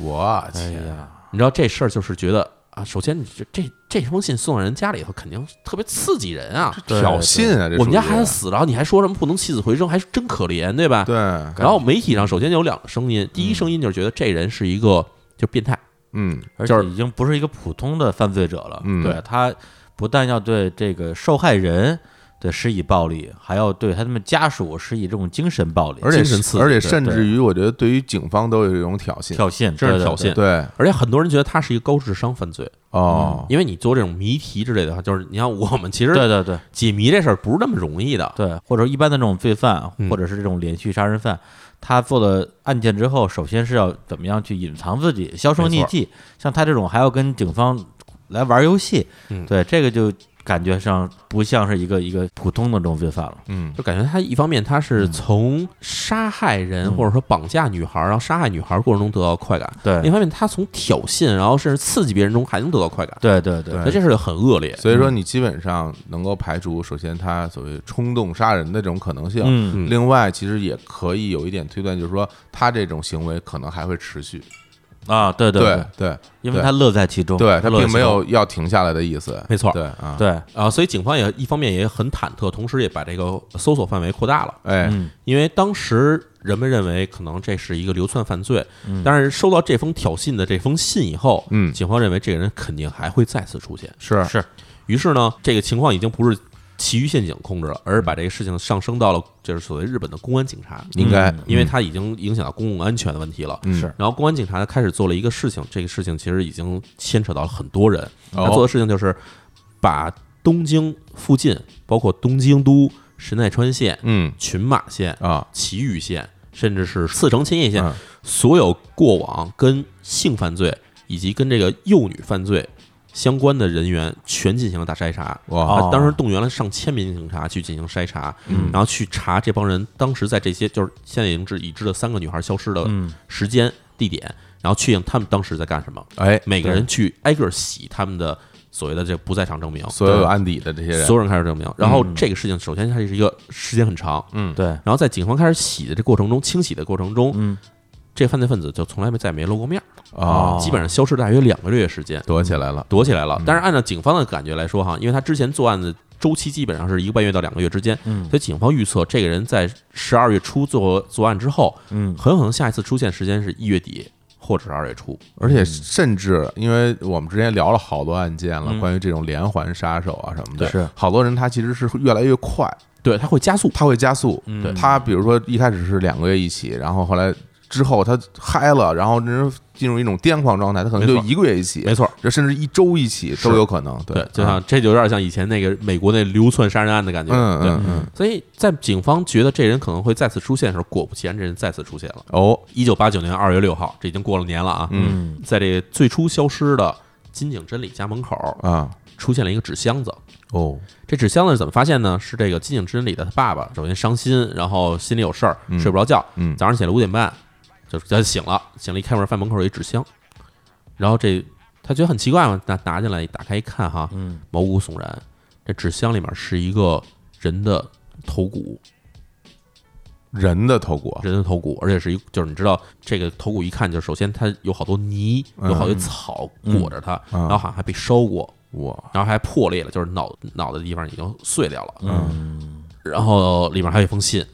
[SPEAKER 3] 我
[SPEAKER 2] 哎
[SPEAKER 3] 去，
[SPEAKER 2] 呀，
[SPEAKER 1] 你知道这事儿就是觉得啊，首先你这这这封信送到人家里头，肯定特别刺激人啊。
[SPEAKER 2] 对
[SPEAKER 3] 挑衅啊，这
[SPEAKER 1] 我们家
[SPEAKER 3] 属于
[SPEAKER 1] 孩子死了，然后你还说什么不能起死回生，还是真可怜，对吧？
[SPEAKER 3] 对，
[SPEAKER 1] 然后媒体上首先有两个声音，第一声音就是觉得这人是一个就变态，
[SPEAKER 3] 嗯
[SPEAKER 2] 而
[SPEAKER 1] 就
[SPEAKER 2] 且
[SPEAKER 1] 是
[SPEAKER 2] 已经不是一个普通的犯罪者了，
[SPEAKER 3] 嗯
[SPEAKER 2] 对他不但要对这个受害人对施以暴力，还要对他们家属施以这种精神暴力，
[SPEAKER 3] 而且
[SPEAKER 1] 精神刺激
[SPEAKER 3] 而且
[SPEAKER 1] 对
[SPEAKER 3] 甚至于我觉得对于警方都有一种挑衅，
[SPEAKER 2] 挑衅，
[SPEAKER 1] 这是
[SPEAKER 2] 对对
[SPEAKER 1] 挑
[SPEAKER 2] 对
[SPEAKER 1] 衅
[SPEAKER 3] 对，
[SPEAKER 1] 而且很多人觉得他是一个高智商犯罪，
[SPEAKER 3] 哦，
[SPEAKER 1] 因为你做这种谜题之类的，就是你看我们其实
[SPEAKER 2] 对对对
[SPEAKER 1] 解谜这事儿不是那么容易的，
[SPEAKER 2] 对，或者说一般的这种罪犯
[SPEAKER 1] 嗯，
[SPEAKER 2] 或者是这种连续杀人犯，他做了案件之后，首先是要怎么样去隐藏自己，销声
[SPEAKER 1] 没
[SPEAKER 2] 匿
[SPEAKER 1] 错
[SPEAKER 2] 迹。像他这种还要跟警方来玩游戏，
[SPEAKER 1] 嗯
[SPEAKER 2] 对这个就感觉上不像是一个一个普通的这种罪犯了。
[SPEAKER 3] 嗯
[SPEAKER 1] 就感觉他一方面他是
[SPEAKER 2] 嗯
[SPEAKER 1] 从杀害人
[SPEAKER 2] 嗯
[SPEAKER 1] 或者说绑架女孩，然后杀害女孩过程中得到快感，
[SPEAKER 2] 对
[SPEAKER 1] 另一方面他从挑衅，然后甚至刺激别人中还能得到快感，
[SPEAKER 2] 对对对
[SPEAKER 3] 对
[SPEAKER 1] 所以这事儿很恶劣。
[SPEAKER 3] 所以说你基本上能够排除，首先他所谓冲动杀人的这种可能性。
[SPEAKER 2] 嗯，
[SPEAKER 1] 嗯
[SPEAKER 3] 另外，其实也可以有一点推断，就是说他这种行为可能还会持续。
[SPEAKER 2] 啊，对对
[SPEAKER 3] 对对
[SPEAKER 2] 因为他乐在其中，
[SPEAKER 3] 对，他
[SPEAKER 2] 乐在
[SPEAKER 3] 并
[SPEAKER 2] 其
[SPEAKER 3] 没
[SPEAKER 2] 中
[SPEAKER 3] 有要停下来的意思。
[SPEAKER 1] 没错
[SPEAKER 3] 对啊，
[SPEAKER 2] 对，
[SPEAKER 1] 啊，所以警方也一方面也很忐忑，同时也把这个搜索范围扩大了，
[SPEAKER 3] 哎，
[SPEAKER 2] 嗯
[SPEAKER 1] 因为当时人们认为可能这是一个流窜犯罪，但是收到这封挑衅的这封信以后，
[SPEAKER 3] 嗯
[SPEAKER 1] 警方认为这个人肯定还会再次出现，
[SPEAKER 3] 是
[SPEAKER 2] 是
[SPEAKER 1] 于是呢，这个情况已经不是其余陷阱控制了，而是把这个事情上升到了就是所谓日本的公安警察，
[SPEAKER 3] 嗯应该，
[SPEAKER 1] 因为它已经影响到公共安全的问题了。
[SPEAKER 3] 嗯
[SPEAKER 2] 是
[SPEAKER 1] 然后公安警察开始做了一个事情，这个事情其实已经牵扯到了很多人。
[SPEAKER 3] 哦
[SPEAKER 1] 他做的事情就是把东京附近，包括东京都、神奈川县、
[SPEAKER 3] 嗯
[SPEAKER 1] 群马县、
[SPEAKER 3] 啊，
[SPEAKER 1] 埼玉县，甚至是四城千叶县，
[SPEAKER 3] 嗯
[SPEAKER 1] 所有过往跟性犯罪以及跟这个幼女犯罪相关的人员全进行了大筛查。
[SPEAKER 3] 哇，
[SPEAKER 1] 啊
[SPEAKER 2] 哦，
[SPEAKER 1] 当时动员了上千名警察去进行筛查，
[SPEAKER 3] 嗯
[SPEAKER 1] 然后去查这帮人当时在这些就是现在已经知已知的三个女孩消失的
[SPEAKER 2] 嗯
[SPEAKER 1] 时间、地点，然后确定他们当时在干什么，
[SPEAKER 3] 哎，
[SPEAKER 1] 每个人去挨个洗他们的所谓的这不在场证明，
[SPEAKER 3] 所有有案底的这些人，
[SPEAKER 1] 所有人开始证明。然后这个事情首先它是一个时间很长，
[SPEAKER 3] 嗯，
[SPEAKER 2] 对，
[SPEAKER 1] 然后在警方开始洗的这过程中，清洗的过程中，
[SPEAKER 2] 嗯
[SPEAKER 1] 这个犯罪分子就从来没再没露过面儿
[SPEAKER 3] 啊
[SPEAKER 2] 哦，
[SPEAKER 1] 基本上消失大约两个月时间，
[SPEAKER 3] 躲起来了，
[SPEAKER 1] 躲起来了。但是按照警方的感觉来说，哈，因为他之前作案的周期基本上是一个半月到两个月之间，
[SPEAKER 2] 嗯
[SPEAKER 1] 所以警方预测这个人在十二月初做作案之后，
[SPEAKER 2] 嗯
[SPEAKER 1] 很有可能下一次出现时间是一月底或者是二月初。
[SPEAKER 3] 而且甚至因为我们之前聊了好多案件了，
[SPEAKER 2] 嗯
[SPEAKER 3] 关于这种连环杀手啊什么的，
[SPEAKER 2] 对是
[SPEAKER 3] 好多人他其实是越来越快，
[SPEAKER 1] 对，他会加速。
[SPEAKER 3] 他会加速，
[SPEAKER 2] 嗯
[SPEAKER 3] 他比如说一开始是两个月一起，然后后来之后他嗨了，然后人进入一种癫狂状态，他可能就
[SPEAKER 1] 没错
[SPEAKER 3] 一个月一起，
[SPEAKER 1] 没错，
[SPEAKER 3] 这甚至一周一起
[SPEAKER 1] 是
[SPEAKER 3] 都有可能。对啊
[SPEAKER 1] 对，，就像这就有点像以前那个美国那流窜杀人案的感觉，
[SPEAKER 3] 嗯
[SPEAKER 1] 对。
[SPEAKER 3] 嗯嗯，
[SPEAKER 1] 所以在警方觉得这人可能会再次出现的时候，果不其然，这人再次出现了。
[SPEAKER 3] 哦，
[SPEAKER 1] 一九八九年二月六号，这已经过了年了啊，
[SPEAKER 3] 嗯
[SPEAKER 2] 嗯
[SPEAKER 1] 在这最初消失的金井真理家门口
[SPEAKER 3] 啊
[SPEAKER 1] 出现了一个纸箱子。
[SPEAKER 3] 哦，
[SPEAKER 1] 这纸箱子是怎么发现呢？是这个金井真理的他爸爸，首先伤心，然后心里有事儿，
[SPEAKER 3] 嗯
[SPEAKER 1] 睡不着觉，
[SPEAKER 3] 嗯
[SPEAKER 1] 早上起来五点半，就是他就醒了，醒了，一开门发现门口有一纸箱，然后这他觉得很奇怪嘛，拿拿进来打开一看哈，
[SPEAKER 2] 嗯，
[SPEAKER 1] 毛骨悚然，这纸箱里面是一个人的头骨，
[SPEAKER 3] 人的头骨，啊
[SPEAKER 1] 人的头骨，而且是一就是你知道这个头骨一看就是首先它有好多泥，有好多草裹着它，
[SPEAKER 3] 嗯
[SPEAKER 1] 然后好像还被烧过，
[SPEAKER 3] 哇，
[SPEAKER 1] 然后还破裂了，就是脑脑袋的地方已经碎掉了，
[SPEAKER 3] 嗯
[SPEAKER 1] 然后里面还有一封信，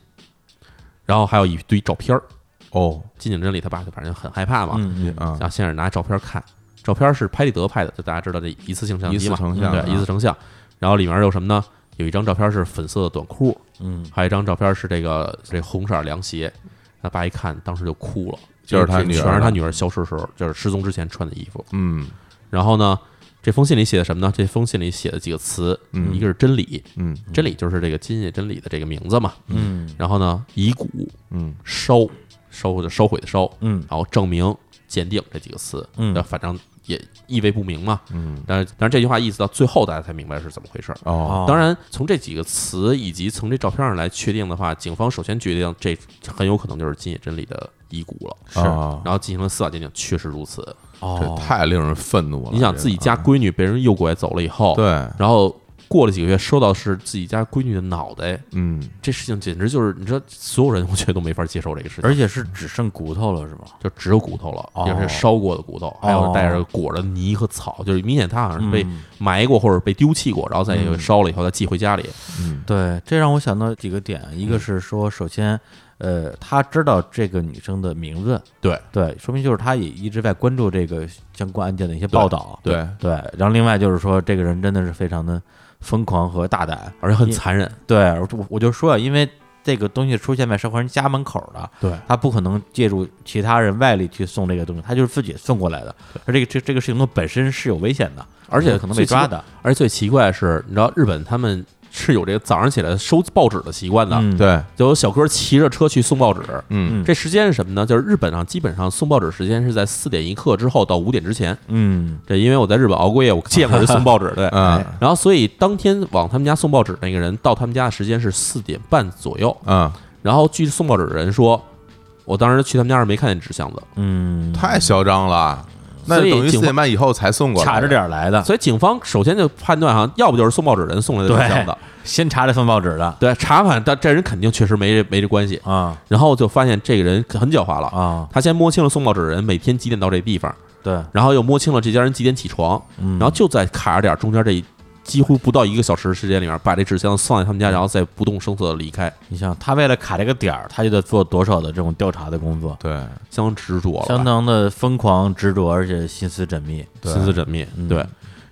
[SPEAKER 1] 然后还有一堆照片儿。
[SPEAKER 3] 哦，
[SPEAKER 1] 金井真理他爸就反正很害怕嘛，
[SPEAKER 2] 嗯
[SPEAKER 3] 啊
[SPEAKER 1] 然后先是拿照片看，照片是拍立得拍的，就大家知道这一次性相
[SPEAKER 3] 一
[SPEAKER 1] 机
[SPEAKER 3] 次
[SPEAKER 1] 嘛，
[SPEAKER 3] 成像啊
[SPEAKER 1] 对，一次成像。然后里面有什么呢？有一张照片是粉色的短裤，
[SPEAKER 2] 嗯
[SPEAKER 1] 还有一张照片是这个这红色凉鞋。他爸一看，当时就哭了，
[SPEAKER 3] 就是他
[SPEAKER 1] 这
[SPEAKER 3] 女儿
[SPEAKER 1] 全是
[SPEAKER 3] 了
[SPEAKER 1] 他女儿消失的时候，就是失踪之前穿的衣服。
[SPEAKER 3] 嗯
[SPEAKER 1] 然后呢，这封信里写的什么呢？这封信里写的几个词，
[SPEAKER 3] 嗯
[SPEAKER 1] 一个是真理，
[SPEAKER 3] 嗯
[SPEAKER 1] 真理就是这个金野真理的这个名字嘛。
[SPEAKER 2] 嗯
[SPEAKER 1] 然后呢，遗骨
[SPEAKER 3] 嗯
[SPEAKER 1] 烧烧的烧毁的烧，
[SPEAKER 2] 嗯
[SPEAKER 1] 然后证明、鉴定这几个词，
[SPEAKER 2] 嗯
[SPEAKER 1] 那反正也意味不明嘛。
[SPEAKER 3] 嗯，
[SPEAKER 1] 但是，但是这句话意思到最后大家才明白是怎么回事儿。
[SPEAKER 2] 啊
[SPEAKER 3] 哦，
[SPEAKER 1] 当然，从这几个词以及从这照片上来确定的话，警方首先决定这很有可能就是金野真理的遗骨了，
[SPEAKER 3] 是啊
[SPEAKER 1] 然后进行了司法鉴定，确实如此。
[SPEAKER 3] 这
[SPEAKER 2] 哦，
[SPEAKER 3] 太令人愤怒了。
[SPEAKER 1] 你想
[SPEAKER 3] 这个
[SPEAKER 1] 自己家
[SPEAKER 3] 啊
[SPEAKER 1] 闺女被人诱拐走了以后，
[SPEAKER 3] 对，
[SPEAKER 1] 然后过了几个月收到是自己家闺女的脑袋，
[SPEAKER 3] 嗯，
[SPEAKER 1] 这事情简直就是你知道，所有人我觉得都没法接受这个事情，
[SPEAKER 2] 而且是只剩骨头了是吗？
[SPEAKER 1] 就只有骨头了，
[SPEAKER 2] 哦
[SPEAKER 1] 而且是烧过的骨头，还有带着裹着泥和草，就是明显他好像是被
[SPEAKER 2] 嗯
[SPEAKER 1] 埋过或者被丢弃过，然后再给烧了以后再寄回家里。
[SPEAKER 3] 嗯
[SPEAKER 2] 对，这让我想到几个点，一个是说，首先，呃，他知道这个女生的名字，
[SPEAKER 1] 对
[SPEAKER 2] 对，说明就是他也一直在关注这个相关案件的一些报道，
[SPEAKER 3] 对，
[SPEAKER 2] 对。嗯然后另外就是说，这个人真的是非常的疯狂和大胆，
[SPEAKER 1] 而且很残忍，
[SPEAKER 2] 对，我我就说啊，因为这个东西出现在生活人家门口的，
[SPEAKER 1] 对
[SPEAKER 2] 他不可能借助其他人外力去送这个东西，他就是自己送过来的，而这个这这个事情它本身是有危险的，
[SPEAKER 1] 而且
[SPEAKER 2] 可能被抓的，
[SPEAKER 1] 而且最奇怪的是，你知道日本他们是有这个早上起来收报纸的习惯的，
[SPEAKER 2] 嗯，
[SPEAKER 3] 对，
[SPEAKER 1] 就有小哥骑着车去送报纸。
[SPEAKER 3] 嗯
[SPEAKER 2] 嗯
[SPEAKER 1] 这时间是什么呢？就是日本上基本上送报纸时间是在四点一刻之后到五点之前。
[SPEAKER 2] 嗯哎
[SPEAKER 1] 这因为我在日本熬过夜，我见过人送报纸， 对。
[SPEAKER 3] 嗯
[SPEAKER 1] 然后，所以当天往他们家送报纸那个人到他们家的时间是四点半左右。
[SPEAKER 3] 嗯，
[SPEAKER 1] 然后据送报纸的人说，我当时去他们家是没看见纸箱子，
[SPEAKER 2] 嗯，
[SPEAKER 3] 太嚣张了。那
[SPEAKER 1] 所以
[SPEAKER 3] 等于
[SPEAKER 1] 警方
[SPEAKER 3] 四点半以后才送过来，
[SPEAKER 2] 卡着，点儿来的，
[SPEAKER 1] 所以警方首先就判断哈，要不就是送报纸人送来的纸箱子，
[SPEAKER 2] 先查这份报纸的
[SPEAKER 1] 对，查反但这人肯定确实没这没这关系。
[SPEAKER 2] 啊
[SPEAKER 1] 然后就发现这个人很狡猾了，
[SPEAKER 2] 啊，
[SPEAKER 1] 他先摸清了送报纸人每天几点到这地方，
[SPEAKER 2] 对，
[SPEAKER 1] 然后又摸清了这家人几点起床，
[SPEAKER 2] 嗯
[SPEAKER 1] 然后就在卡着点中间这一几乎不到一个小时的时间里面，把这纸箱子放在他们家，然后再不动声色的离开，
[SPEAKER 2] 你想他为了卡这个点儿，他就得做多少的这种调查的工作，
[SPEAKER 3] 对，
[SPEAKER 1] 相当执着了吧，
[SPEAKER 2] 相当的疯狂执着，而且心思缜密，
[SPEAKER 1] 心思缜密，
[SPEAKER 2] 嗯
[SPEAKER 1] 对。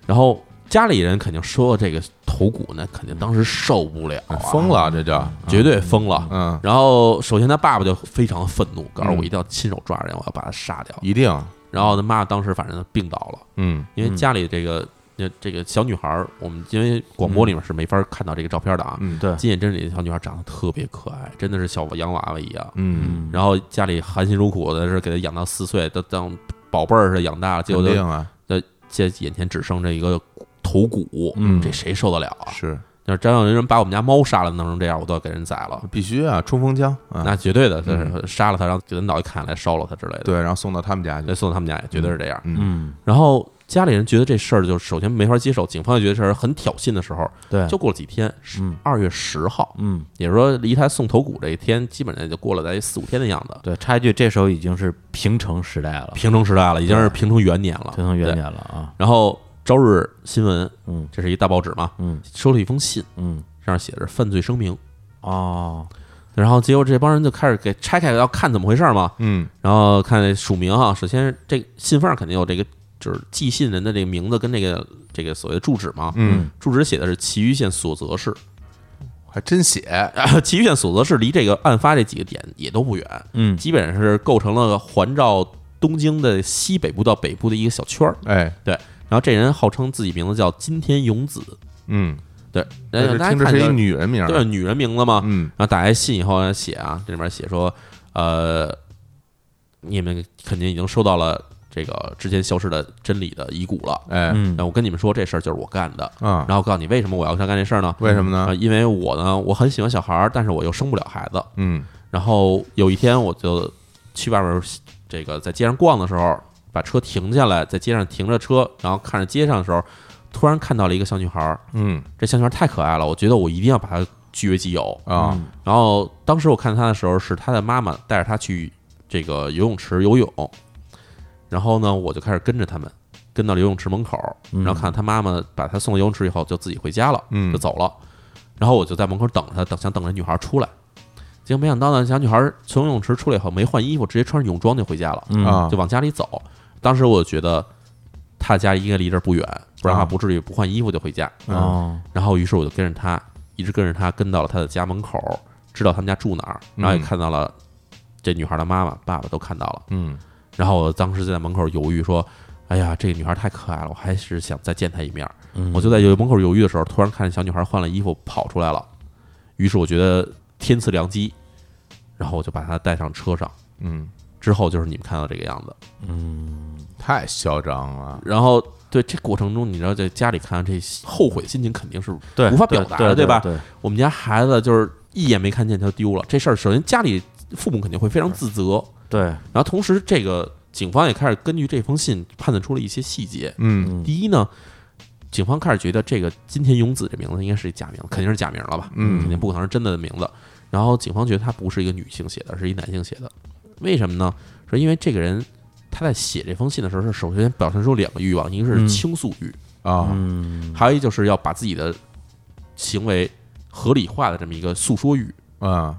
[SPEAKER 1] 然后家里人肯定说这个头骨呢，肯定当时受不了、啊，
[SPEAKER 3] 哎疯，了这叫，
[SPEAKER 1] 绝对疯了。
[SPEAKER 3] 嗯，
[SPEAKER 1] 然后首先他爸爸就非常愤怒，告诉
[SPEAKER 3] 嗯
[SPEAKER 1] 我一定要亲手抓人，我要把他杀掉。
[SPEAKER 3] 一定，
[SPEAKER 1] 然后他妈妈当时反正病倒了，
[SPEAKER 3] 嗯
[SPEAKER 1] 因为家里这个这这个小女孩儿，我们因为广播里面是没法看到这个照片的啊。
[SPEAKER 3] 嗯，
[SPEAKER 2] 对，
[SPEAKER 1] 金眼真理的小女孩长得特别可爱，真的是小洋娃娃一样。
[SPEAKER 3] 嗯，
[SPEAKER 1] 然后家里含辛茹苦的是给她养到四岁，都当宝贝儿似的养大了，结
[SPEAKER 3] 肯
[SPEAKER 1] 果就
[SPEAKER 3] 定啊，
[SPEAKER 1] 这眼前只剩这一个头骨，
[SPEAKER 2] 嗯
[SPEAKER 1] 这谁受得了啊？
[SPEAKER 3] 是
[SPEAKER 1] 要是真有人把我们家猫杀了，弄成这样，我都要给人宰了，
[SPEAKER 3] 必须啊，冲锋枪啊，
[SPEAKER 1] 那绝对的，就是杀了他，然后给他脑袋砍下来烧了他之类的，
[SPEAKER 3] 对，然后送到他们家去
[SPEAKER 1] 对，，送到他们家也绝对是这样。
[SPEAKER 3] 嗯
[SPEAKER 2] 嗯，
[SPEAKER 1] 然后家里人觉得这事儿就首先没法接受，警方也觉得这事儿很挑衅的时候，
[SPEAKER 2] 对，
[SPEAKER 1] 就过了几天，
[SPEAKER 2] 哎嗯
[SPEAKER 1] 二月十号，
[SPEAKER 2] 嗯。
[SPEAKER 1] 也就是说离他送头骨这一天，基本上也就过了在四五天的样子。
[SPEAKER 2] 对，插一句，这时候已经是平成时代了，
[SPEAKER 1] 平成时代了，已经是平成元年了，
[SPEAKER 2] 平成元
[SPEAKER 1] 对。
[SPEAKER 2] 年了啊。
[SPEAKER 1] 然后朝日新闻，
[SPEAKER 2] 嗯
[SPEAKER 1] 这是一大报纸嘛，
[SPEAKER 2] 嗯
[SPEAKER 1] 收了一封信，
[SPEAKER 2] 嗯，
[SPEAKER 1] 上面写着犯罪声明。
[SPEAKER 2] 哦，
[SPEAKER 1] 然后结果这帮人就开始给拆开要看怎么回事嘛，
[SPEAKER 3] 嗯
[SPEAKER 1] 然后看这署名哈，首先这个信封上肯定有这个就是寄信人的这个名字跟这个这个所谓的住址嘛，
[SPEAKER 3] 嗯，
[SPEAKER 1] 住址写的是崎玉县所泽市，
[SPEAKER 3] 还真写，
[SPEAKER 1] 其余线索则是离这个案发这几个点也都不远，
[SPEAKER 2] 嗯
[SPEAKER 1] 基本上是构成了环绕东京的西北部到北部的一个小圈儿。
[SPEAKER 3] 哎，
[SPEAKER 1] 然后这人号称自己名字叫金田勇子，
[SPEAKER 3] 嗯，
[SPEAKER 1] 对，
[SPEAKER 3] 但
[SPEAKER 1] 然后
[SPEAKER 3] 是
[SPEAKER 1] 大
[SPEAKER 3] 听
[SPEAKER 1] 家
[SPEAKER 3] 着
[SPEAKER 1] 看
[SPEAKER 3] 是一
[SPEAKER 1] 着
[SPEAKER 3] 女人名儿，
[SPEAKER 1] 对女人名字嘛，
[SPEAKER 3] 啊嗯，
[SPEAKER 1] 然后打开信以后呢，写啊，这里面写说，呃，你们肯定已经收到了这个之前消失的真理的遗骨了。
[SPEAKER 3] 哎，
[SPEAKER 2] 嗯
[SPEAKER 1] 然后我跟你们说，这事儿就是我干的。
[SPEAKER 3] 啊
[SPEAKER 1] 然，后我告诉你为什么我要干这事儿呢？
[SPEAKER 3] 为什么
[SPEAKER 1] 啊、
[SPEAKER 3] 呢？
[SPEAKER 1] 因为我呢，我很喜欢小孩儿，但是我又生不了孩子。
[SPEAKER 3] 嗯
[SPEAKER 1] 然后有一天我就去外面这个在街上逛的时候，把车停下来，在街上停着车，然后看着街上的时候，突然看到了一个小女孩儿。
[SPEAKER 3] 嗯
[SPEAKER 1] 这小女孩太可爱了，我觉得我一定要把她据为己有。
[SPEAKER 3] 啊，
[SPEAKER 1] 然后当时我看她的时候，是她的妈妈带着她去这个游泳池游泳，然后呢，我就开始跟着他们，跟到了游泳池门口，然后看到她妈妈把她送到游泳池以后，就自己回家了，
[SPEAKER 3] 嗯
[SPEAKER 1] 就走了。然后我就在门口等着她，等想等着女孩出来，结果没想到呢，小女孩从游泳池出来以后没换衣服，直接穿着泳装就回家了，
[SPEAKER 2] 嗯
[SPEAKER 3] 啊
[SPEAKER 1] 就往家里走。当时我就觉得她家应该离这儿不远，不然的话
[SPEAKER 3] 啊
[SPEAKER 1] 不至于不换衣服就回家。
[SPEAKER 2] 哦
[SPEAKER 1] 然后于是我就跟着他，一直跟着他，跟到了他的家门口，知道他们家住哪儿，然后也
[SPEAKER 3] 嗯
[SPEAKER 1] 看到了这女孩的妈妈、爸爸都看到了。
[SPEAKER 3] 嗯
[SPEAKER 1] 然后我当时就在门口犹豫说：“哎呀，这个女孩太可爱了，我还是想再见她一面儿。”
[SPEAKER 2] 嗯
[SPEAKER 1] 我就在门口犹豫的时候，突然看见小女孩换了衣服跑出来了，于是我觉得天赐良机，然后我就把她带上车上。
[SPEAKER 3] 嗯，
[SPEAKER 1] 之后就是你们看到这个样子，
[SPEAKER 3] 太嚣张了，
[SPEAKER 1] 然后对这过程中，你知道在家里看这后悔心情肯定是
[SPEAKER 2] 对
[SPEAKER 1] 无法表达的
[SPEAKER 2] 对
[SPEAKER 1] 对吧
[SPEAKER 2] 对，
[SPEAKER 1] 我们家孩子就是一眼没看见他就丢了这事儿，首先家里父母肯定会非常自责，
[SPEAKER 2] 对
[SPEAKER 1] 然后同时这个警方也开始根据这封信判断出了一些细节。
[SPEAKER 3] 嗯
[SPEAKER 1] 第一呢，警方开始觉得这个金田勇子这名字应该是一假名，肯定是假名了吧？
[SPEAKER 3] 嗯
[SPEAKER 1] 肯定不可能是真的名字。然后警方觉得他不是一个女性写的，是一男性写的，为什么呢？是因为这个人他在写这封信的时候是首先表现出两个欲望，一个是
[SPEAKER 2] 嗯
[SPEAKER 1] 倾诉欲，
[SPEAKER 3] 啊，
[SPEAKER 2] 嗯
[SPEAKER 1] 还有一就是要把自己的行为合理化的这么一个诉说欲。
[SPEAKER 3] 啊，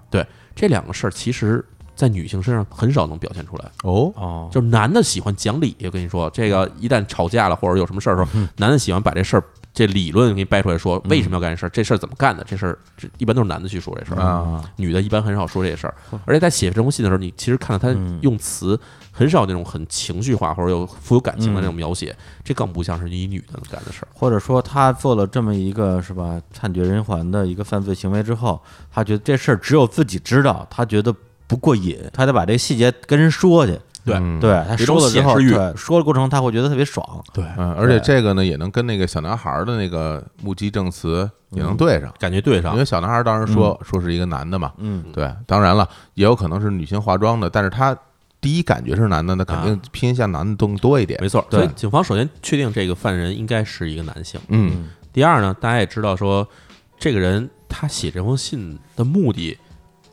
[SPEAKER 1] 这两个事儿，其实在女性身上很少能表现出来。
[SPEAKER 3] 哦，
[SPEAKER 2] 哦
[SPEAKER 1] 就是男的喜欢讲理，我跟你说，这个一旦吵架了或者有什么事儿的时候，男的喜欢把这事儿这理论给你掰出来说，为什么要干这事儿，这事儿怎么干的，这事儿这一般都是男的去说这事儿，
[SPEAKER 3] 啊，
[SPEAKER 1] 女的一般很少说这事儿。而且在写这封信的时候，你其实看到他用词很少有那种很情绪化或者有富有感情的那种描写，这更不像是一女的能干的事儿。
[SPEAKER 2] 或者说他做了这么一个是吧惨绝人寰的一个犯罪行为之后，他觉得这事儿只有自己知道，他觉得不过瘾，他得把这个细节跟人说去。
[SPEAKER 1] 对
[SPEAKER 3] 嗯
[SPEAKER 2] 对他
[SPEAKER 1] 有一种
[SPEAKER 2] 说了之后，
[SPEAKER 1] 显示欲
[SPEAKER 2] 对说的过程他会觉得特别爽。
[SPEAKER 1] 对，
[SPEAKER 3] 嗯，而且这个呢，也能跟那个小男孩儿的那个目击证词也
[SPEAKER 1] 嗯
[SPEAKER 3] 能对上，
[SPEAKER 1] 感觉对
[SPEAKER 3] 因
[SPEAKER 1] 上
[SPEAKER 3] 为。小男孩儿当时
[SPEAKER 1] 嗯
[SPEAKER 3] 说说是一个男的嘛，
[SPEAKER 2] 嗯，
[SPEAKER 3] 对，当然了，也有可能是女性化妆的，但是他第一感觉是男的，那肯定偏向男的更多一点
[SPEAKER 1] 啊没。错，
[SPEAKER 3] 对
[SPEAKER 1] 所以警方首先确定这个犯人应该是一个男性。
[SPEAKER 3] 嗯
[SPEAKER 1] 第二呢，大家也知道说，这个人他写这封信的目的，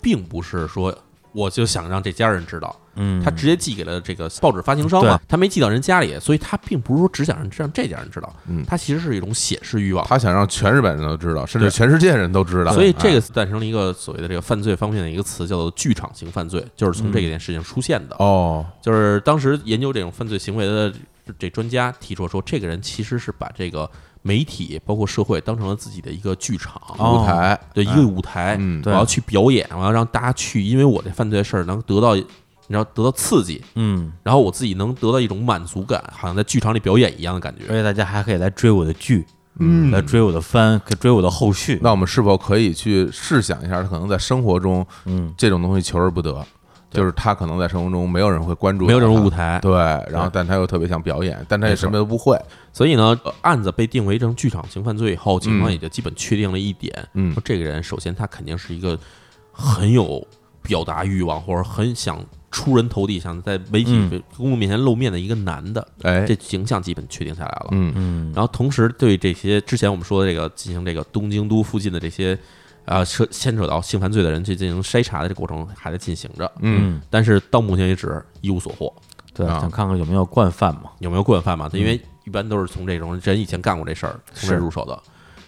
[SPEAKER 1] 并不是说我就想让这家人知道，
[SPEAKER 2] 嗯
[SPEAKER 1] 他直接寄给了这个报纸发行商嘛
[SPEAKER 2] 对，
[SPEAKER 1] 他没寄到人家里，所以他并不是说只想让让这家人知道，
[SPEAKER 3] 嗯，
[SPEAKER 1] 他其实是一种显示欲望。
[SPEAKER 3] 他想让全日本人都知道，甚至
[SPEAKER 1] 对
[SPEAKER 3] 全世界人都知道。
[SPEAKER 1] 所以这
[SPEAKER 3] 哎
[SPEAKER 1] 个诞生了一个所谓的这个犯罪方面的一个词，叫做剧场型犯罪，就是
[SPEAKER 3] 嗯
[SPEAKER 1] 从这件事情出现的。
[SPEAKER 3] 哦，
[SPEAKER 1] 就是当时研究这种犯罪行为的这专家提出说，这个人其实是把这个媒体包括社会当成了自己的一个剧场
[SPEAKER 2] 哦
[SPEAKER 3] 舞台，
[SPEAKER 1] 对一个舞台，
[SPEAKER 3] 嗯
[SPEAKER 1] 我
[SPEAKER 2] 对
[SPEAKER 1] 要去表演，我要让大家去，因为我这犯罪事儿能得到，你知道得到刺激，
[SPEAKER 2] 嗯，
[SPEAKER 1] 然后我自己能得到一种满足感，好像在剧场里表演一样的感
[SPEAKER 2] 而
[SPEAKER 1] 觉。
[SPEAKER 2] 且大家还可以来追我的剧，
[SPEAKER 3] 嗯
[SPEAKER 2] 来追我的番，可以追我的后续。
[SPEAKER 3] 那我们是否可以去试想一下，可能在生活中
[SPEAKER 2] 嗯
[SPEAKER 3] 这种东西求而不得，就是他可能在生活中没有人会关注，
[SPEAKER 1] 没有这种舞。台，
[SPEAKER 3] 对，然后但他又特别想表演，但他也什么都不会。
[SPEAKER 1] 所以呢，呃案子被定为这种剧场型犯罪以后，警方
[SPEAKER 3] 嗯
[SPEAKER 1] 也就基本确定了一点，
[SPEAKER 3] 嗯
[SPEAKER 1] 说这个人首先他肯定是一个很有表达欲望，或者很想出人头地，想在媒体
[SPEAKER 2] 嗯
[SPEAKER 1] 公众面前露面的一个男的，
[SPEAKER 3] 哎，
[SPEAKER 1] 这形象基本确定下来了。
[SPEAKER 3] 嗯
[SPEAKER 2] 嗯
[SPEAKER 1] 然后同时对这些之前我们说的这个进行这个东京都附近的这些啊涉牵扯到性犯罪的人去进行筛查的这过程还在进行着，
[SPEAKER 3] 嗯，
[SPEAKER 2] 嗯，
[SPEAKER 1] 但是到目前为止一无所获，
[SPEAKER 2] 对，
[SPEAKER 3] 啊
[SPEAKER 2] 想看看有没有惯犯嘛。
[SPEAKER 1] 有没有惯犯嘛？因为一般都是从这种人以前干过这事儿从这
[SPEAKER 2] 是
[SPEAKER 1] 入手的。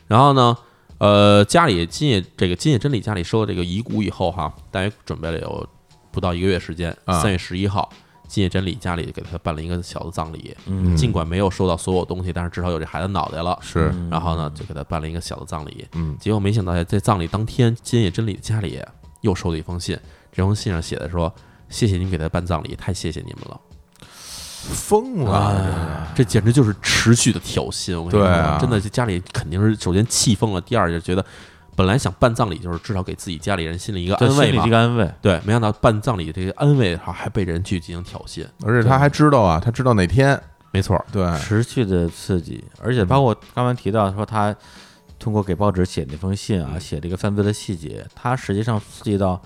[SPEAKER 1] 然后呢，呃，家里金野这个金野真理家里收到这个遗骨以后哈，大约准备了有不到一个月时间，
[SPEAKER 3] 啊
[SPEAKER 1] 三月十一号，金野真理家里给他办了一个小的葬礼，
[SPEAKER 2] 嗯
[SPEAKER 1] 尽管没有收到所有东西，但是至少有这孩子脑袋了。
[SPEAKER 3] 是，
[SPEAKER 1] 然后呢，就给他办了一个小的葬礼。
[SPEAKER 3] 嗯
[SPEAKER 1] 结果没想到，在葬礼当天，金野真理的家里又收到一封信，这封信上写的说：“谢谢你们给他办葬礼，太谢谢你们了。”
[SPEAKER 3] 疯了，
[SPEAKER 1] 这简直就是持续的挑衅。我跟你说，
[SPEAKER 3] 对啊
[SPEAKER 1] 真的，这家里肯定是首先气疯了，第二就觉得本来想办葬礼，就是至少给自己家里人心里一个
[SPEAKER 2] 对
[SPEAKER 1] 啊安慰
[SPEAKER 2] 心里
[SPEAKER 1] 嘛
[SPEAKER 2] 这。个安慰，
[SPEAKER 1] 对，没想到办葬礼这个安慰哈，还被人去进行挑衅。
[SPEAKER 3] 而且他还知道啊，他知道哪天，
[SPEAKER 1] 没错，
[SPEAKER 3] 对，
[SPEAKER 2] 持续的刺激，而且包括刚刚提到说他通过给报纸写那封信
[SPEAKER 1] 嗯
[SPEAKER 2] 啊，写这个犯罪的细节，他实际上刺激到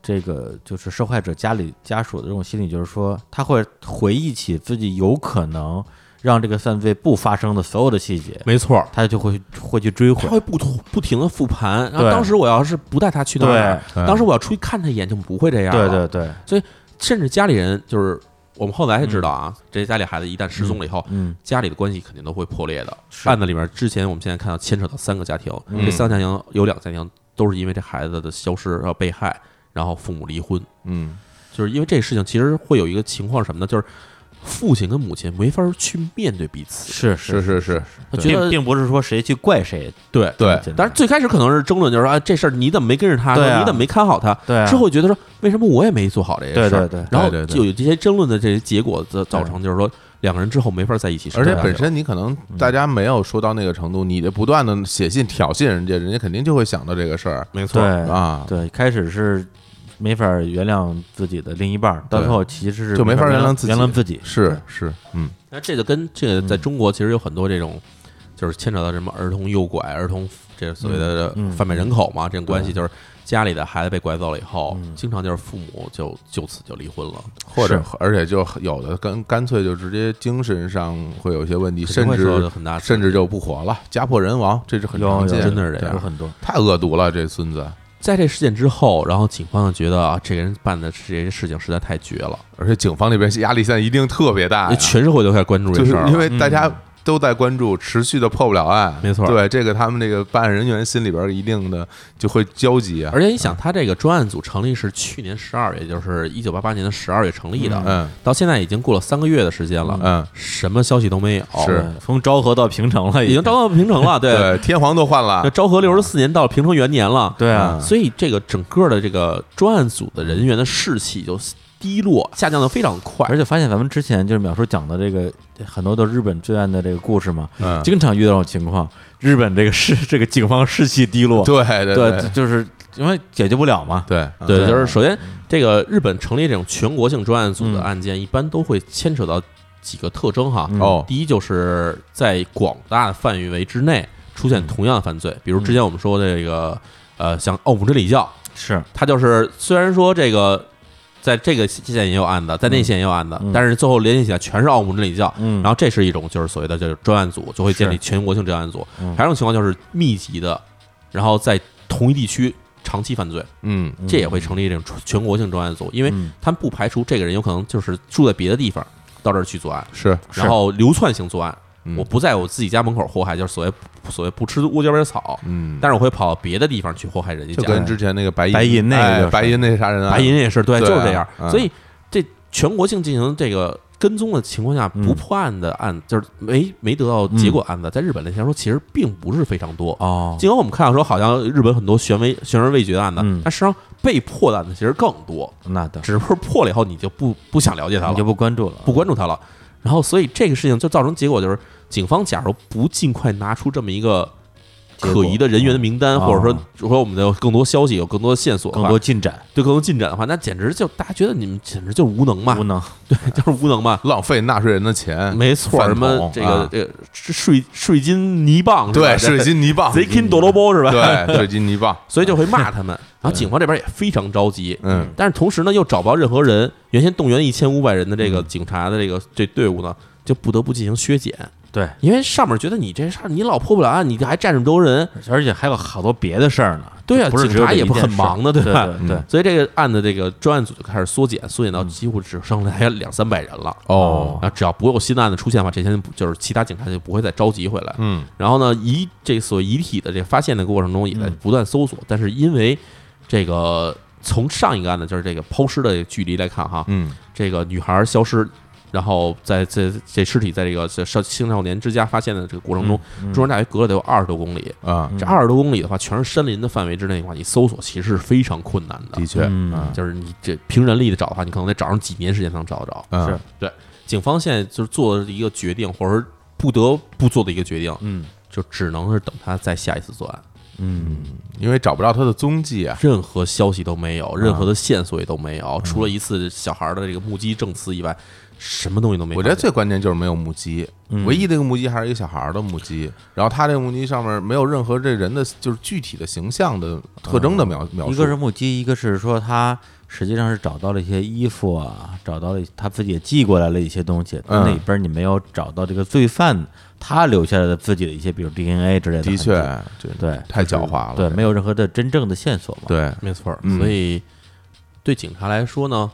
[SPEAKER 2] 这个就是受害者家里家属的这种心理，就是说他会回忆起自己有可能让这个犯罪不发生的所有的细节，
[SPEAKER 1] 没错，
[SPEAKER 2] 他就会会去追
[SPEAKER 1] 他
[SPEAKER 2] 悔。
[SPEAKER 1] 会不同不停的复盘。然后
[SPEAKER 2] 对
[SPEAKER 1] 当时我要是不带他去那儿，
[SPEAKER 3] 对
[SPEAKER 1] 当时我要出去看他一眼，就不会这样
[SPEAKER 2] 对
[SPEAKER 1] 了。
[SPEAKER 2] 对对，
[SPEAKER 1] 甚至家里人就是我们后来才知道啊，这些家里孩子一旦失踪了以后，
[SPEAKER 2] 嗯，
[SPEAKER 1] 家里的关系肯定都会破裂的。
[SPEAKER 2] 是
[SPEAKER 1] 案子里面之前我们现在看到牵扯到三个家庭，
[SPEAKER 3] 嗯
[SPEAKER 1] 这三个家庭有两个家庭都是因为这孩子的消失然后被害，然后父母离婚，
[SPEAKER 3] 嗯，
[SPEAKER 1] 就是因为这事情其实会有一个情况是什么呢？就是父亲跟母亲没法去面对彼此，
[SPEAKER 2] 是
[SPEAKER 3] 是
[SPEAKER 2] 是，
[SPEAKER 3] 是是，
[SPEAKER 1] 他觉
[SPEAKER 2] 并
[SPEAKER 1] 得
[SPEAKER 2] 并不是说谁去怪谁，
[SPEAKER 1] 对。
[SPEAKER 3] 对，
[SPEAKER 2] 简单
[SPEAKER 1] 当然，最开始可能是争论，就是说，啊，这事儿你怎么没跟着他？
[SPEAKER 2] 对啊
[SPEAKER 1] 你怎么没看好他？
[SPEAKER 2] 对啊
[SPEAKER 1] 之后觉得说，为什么我也没做好这
[SPEAKER 2] 对
[SPEAKER 1] 些事儿？
[SPEAKER 2] 对对
[SPEAKER 1] 然后
[SPEAKER 3] 对对对
[SPEAKER 1] 就有这些争论的这些结果，造造成就是说，两个人之后没法在一起生
[SPEAKER 3] 而
[SPEAKER 1] 活下
[SPEAKER 3] 且
[SPEAKER 1] 去了。
[SPEAKER 3] 本身你可能
[SPEAKER 1] 嗯
[SPEAKER 3] 大家没有说到那个程度，你这不断的写信挑衅人家，人家肯定就会想到这个事儿
[SPEAKER 1] 没错
[SPEAKER 2] 对，
[SPEAKER 3] 啊，
[SPEAKER 2] 对，开始是没法原谅自己的另一半儿，到
[SPEAKER 3] 对
[SPEAKER 2] 最后其实是
[SPEAKER 3] 就没法
[SPEAKER 2] 原
[SPEAKER 3] 原谅自
[SPEAKER 2] 自原
[SPEAKER 3] 己
[SPEAKER 2] 谅自己。
[SPEAKER 3] 是是，嗯，
[SPEAKER 1] 那这个跟这个在中国其实有很多这种，就是牵扯到什么儿童诱拐、儿童这所谓的
[SPEAKER 2] 嗯嗯
[SPEAKER 1] 贩卖人口嘛，这种关系
[SPEAKER 2] 对
[SPEAKER 1] 就是家里的孩子被拐走了以后，
[SPEAKER 2] 嗯
[SPEAKER 1] 经常就是父母就就此就离婚了。
[SPEAKER 3] 或者而且就有的干干脆就直接精神上会有一些问题，甚
[SPEAKER 1] 肯定会受
[SPEAKER 3] 至
[SPEAKER 1] 到很大的
[SPEAKER 3] 甚至就不活了，家破人亡，这是很
[SPEAKER 2] 有
[SPEAKER 3] 常见
[SPEAKER 2] 有
[SPEAKER 3] 的，
[SPEAKER 1] 真的是这
[SPEAKER 3] 对
[SPEAKER 1] 样
[SPEAKER 2] 有很多，
[SPEAKER 3] 太恶毒了，这孙子，
[SPEAKER 1] 在这事件之后，然后警方就觉得啊，这个人办的这些事情实在太绝了，
[SPEAKER 3] 而且警方那边压力现在一定特别哎大呀，
[SPEAKER 1] 全社会都开始关注
[SPEAKER 3] 就
[SPEAKER 1] 这
[SPEAKER 3] 是
[SPEAKER 1] 事儿
[SPEAKER 3] 因
[SPEAKER 1] 了。
[SPEAKER 3] 为大家都在关注，持续的破不了案，
[SPEAKER 1] 没错
[SPEAKER 3] 对这个他们这个办案人员心里边一定的就会焦急啊，
[SPEAKER 1] 而且你想，他这个专案组成立是去年十二月，也就是一九八八年的十二月成立的，
[SPEAKER 3] 嗯
[SPEAKER 1] 到现在已经过了三个月的时间了，
[SPEAKER 3] 嗯，
[SPEAKER 1] 什么消息都没有，
[SPEAKER 3] 是
[SPEAKER 2] 对从昭和到平城了，
[SPEAKER 1] 已经
[SPEAKER 2] 经
[SPEAKER 1] 招到平城了，对，
[SPEAKER 3] 对，天皇都换
[SPEAKER 1] 那
[SPEAKER 3] 了，
[SPEAKER 1] 昭和六十四年到了平成元年了，
[SPEAKER 2] 对啊
[SPEAKER 3] 嗯，
[SPEAKER 1] 所以这个整个的这个专案组的人员的士气就低落，下降的非常快
[SPEAKER 2] 而。且发现咱们之前就是淼叔讲的这个很多都是日本罪案的这个故事嘛，
[SPEAKER 3] 嗯，
[SPEAKER 2] 经常遇到这种情况，日本这个士这个警方士气低落，
[SPEAKER 3] 对对
[SPEAKER 2] 对，就是因为解决不了嘛，
[SPEAKER 3] 对
[SPEAKER 1] 对，
[SPEAKER 2] 对
[SPEAKER 1] 就是首先，这个日本成立这种全国性专案组的案件，一般都会牵扯到几个特征哈。
[SPEAKER 2] 嗯
[SPEAKER 3] 哦，
[SPEAKER 1] 第一就是在广大的范围之内出现同样的犯罪，比如之前我们说的这个，呃，像奥姆真理教，
[SPEAKER 2] 是
[SPEAKER 1] 他就是虽然说这个在这个县也有案子，在那县也有案子，
[SPEAKER 2] 嗯
[SPEAKER 1] 但是最后联系起来全是奥姆真理教，
[SPEAKER 2] 嗯，
[SPEAKER 1] 然后这是一种就是所谓的就是专案组，就会建立
[SPEAKER 2] 是
[SPEAKER 1] 全国性专案组。
[SPEAKER 2] 嗯
[SPEAKER 1] 还有一种情况就是密集的，然后在同一地区长期犯罪，
[SPEAKER 3] 嗯
[SPEAKER 2] 嗯
[SPEAKER 1] 这也会成立这种全全国性专案组，因为
[SPEAKER 2] 嗯
[SPEAKER 1] 他们不排除这个人有可能就是住在别的地方到这儿去作案，
[SPEAKER 3] 是，
[SPEAKER 2] 是
[SPEAKER 1] 然后流窜型作案
[SPEAKER 3] 嗯。
[SPEAKER 1] 我不在我自己家门口祸害，就是所谓所谓不吃窝椒边草，
[SPEAKER 3] 嗯，
[SPEAKER 1] 但是我会跑到别的地方去祸害人家
[SPEAKER 3] 就
[SPEAKER 1] 家
[SPEAKER 3] 跟。之前那个白银
[SPEAKER 2] 白银那个
[SPEAKER 3] 哎
[SPEAKER 2] 就是
[SPEAKER 3] 白银那啥
[SPEAKER 2] 嗯
[SPEAKER 3] 人啊，
[SPEAKER 1] 白银也是对，
[SPEAKER 3] 对啊
[SPEAKER 1] 就是这样。
[SPEAKER 3] 嗯
[SPEAKER 1] 所以这全国性进行这个跟踪的情况下，
[SPEAKER 2] 嗯
[SPEAKER 1] 不破案的案就是没没得到结果案子，在日本来说其实并不是非常多。
[SPEAKER 2] 哦，
[SPEAKER 1] 尽管我们看到说好像日本很多悬为悬而未决的案子，
[SPEAKER 2] 嗯
[SPEAKER 1] 但实际上被破的案子其实更多，
[SPEAKER 2] 那倒是，
[SPEAKER 1] 只不过破了以后你就不不想了解它
[SPEAKER 2] 你就
[SPEAKER 1] 了，
[SPEAKER 2] 不关注了，
[SPEAKER 1] 不关注它了。然后，所以这个事情就造成结果就是，警方假如不尽快拿出这么一个
[SPEAKER 2] 结果
[SPEAKER 1] 可疑的人员的名单，
[SPEAKER 2] 啊
[SPEAKER 1] 或者说说我们有更多消息、有更多线索的话、
[SPEAKER 2] 更多进展，
[SPEAKER 1] 对更多进展的话，那简直就大家觉得你们简直就是无能嘛
[SPEAKER 2] 无，能， 哎
[SPEAKER 1] 就是无能嘛，
[SPEAKER 3] 浪费纳税人的钱，
[SPEAKER 1] 没错，
[SPEAKER 3] 饭
[SPEAKER 1] 什么
[SPEAKER 3] 桶
[SPEAKER 1] 这
[SPEAKER 3] 啊
[SPEAKER 1] 个这个税税金泥棒是吧
[SPEAKER 3] 对，水晶泥 棒，
[SPEAKER 1] 贼 king 多罗包是吧？，
[SPEAKER 3] 对，水晶泥棒，
[SPEAKER 1] 所以就会 骂他们。然后警方这边也非常着急，
[SPEAKER 3] 嗯
[SPEAKER 1] 但是同时呢又找不到任何人，原先动员一千五百人的
[SPEAKER 2] 嗯
[SPEAKER 1] 这个警察的这个这队伍呢，就不得不进行削减，
[SPEAKER 2] 对，
[SPEAKER 1] 因为上面觉得你这事儿你老破不了案，你还占这么多人，
[SPEAKER 2] 而且还有好多别的事儿呢，
[SPEAKER 1] 对啊
[SPEAKER 2] 不是
[SPEAKER 1] 警
[SPEAKER 2] 只有
[SPEAKER 1] 察
[SPEAKER 2] 这
[SPEAKER 1] 也
[SPEAKER 2] 一
[SPEAKER 1] 不
[SPEAKER 2] 件
[SPEAKER 1] 很
[SPEAKER 2] 事儿
[SPEAKER 1] 忙的
[SPEAKER 2] 对嗯
[SPEAKER 1] 对吧
[SPEAKER 2] 对对，
[SPEAKER 1] 所以这个案子这个专案组就开始缩减，缩减到几乎只剩下两三百人了。
[SPEAKER 3] 嗯哦，
[SPEAKER 1] 然后只要不有新的案子出现的话，这些人不就是其他警察就不会再召集回来。
[SPEAKER 3] 嗯
[SPEAKER 1] 然后呢，遗这所遗体的这发现的过程中也在不断搜索，但是因为这个从上一个案子就是这个抛尸的距离来看哈，
[SPEAKER 3] 嗯
[SPEAKER 1] 这个女孩消失，然后在这这尸体在这个这少青少年之家发现的这个过程中，
[SPEAKER 2] 嗯
[SPEAKER 1] 中山大学隔了得有二十多公里。
[SPEAKER 3] 啊，
[SPEAKER 1] 这二十多公里的话，全是山林的范围之内的话，你搜索其实是非常困难的
[SPEAKER 3] 的。确，
[SPEAKER 2] 嗯
[SPEAKER 3] 啊
[SPEAKER 1] 就是你这凭人力的找的话，你可能得找上几年时间才能找得着。
[SPEAKER 3] 啊
[SPEAKER 2] 是
[SPEAKER 1] 警方现在就是做了一个决定，或者说不得不做的一个决定，
[SPEAKER 2] 嗯
[SPEAKER 1] 就只能是等他再下一次作案。
[SPEAKER 2] 嗯
[SPEAKER 3] 因为找不到他的踪迹啊，
[SPEAKER 1] 任何消息都没有，
[SPEAKER 3] 嗯
[SPEAKER 1] 任何的线索也都没有，除了一次小孩的这个目击证词以外，什么东西都没发
[SPEAKER 3] 我
[SPEAKER 1] 现。
[SPEAKER 3] 觉得最关键就是没有目击，
[SPEAKER 2] 嗯
[SPEAKER 3] 唯一的一个目击还是一个小孩儿的目击，然后他这个目击上面没有任何这人的就是具体的形象的特征的描描述，
[SPEAKER 2] 嗯一个是目击，一个是说他实际上是找到了一些衣服啊，找到了他自己也寄过来了一些东西，
[SPEAKER 3] 嗯
[SPEAKER 2] 那里边你没有找到这个罪犯他留下来的自己的一些，比如 DNA 之类的痕
[SPEAKER 3] 的
[SPEAKER 2] 迹。
[SPEAKER 3] 确，这
[SPEAKER 2] 对
[SPEAKER 3] 太狡猾了，
[SPEAKER 2] 对，没有任何的真正的线索嘛。
[SPEAKER 3] 对，
[SPEAKER 1] 没错儿，
[SPEAKER 3] 嗯
[SPEAKER 1] 所以对警察来说呢，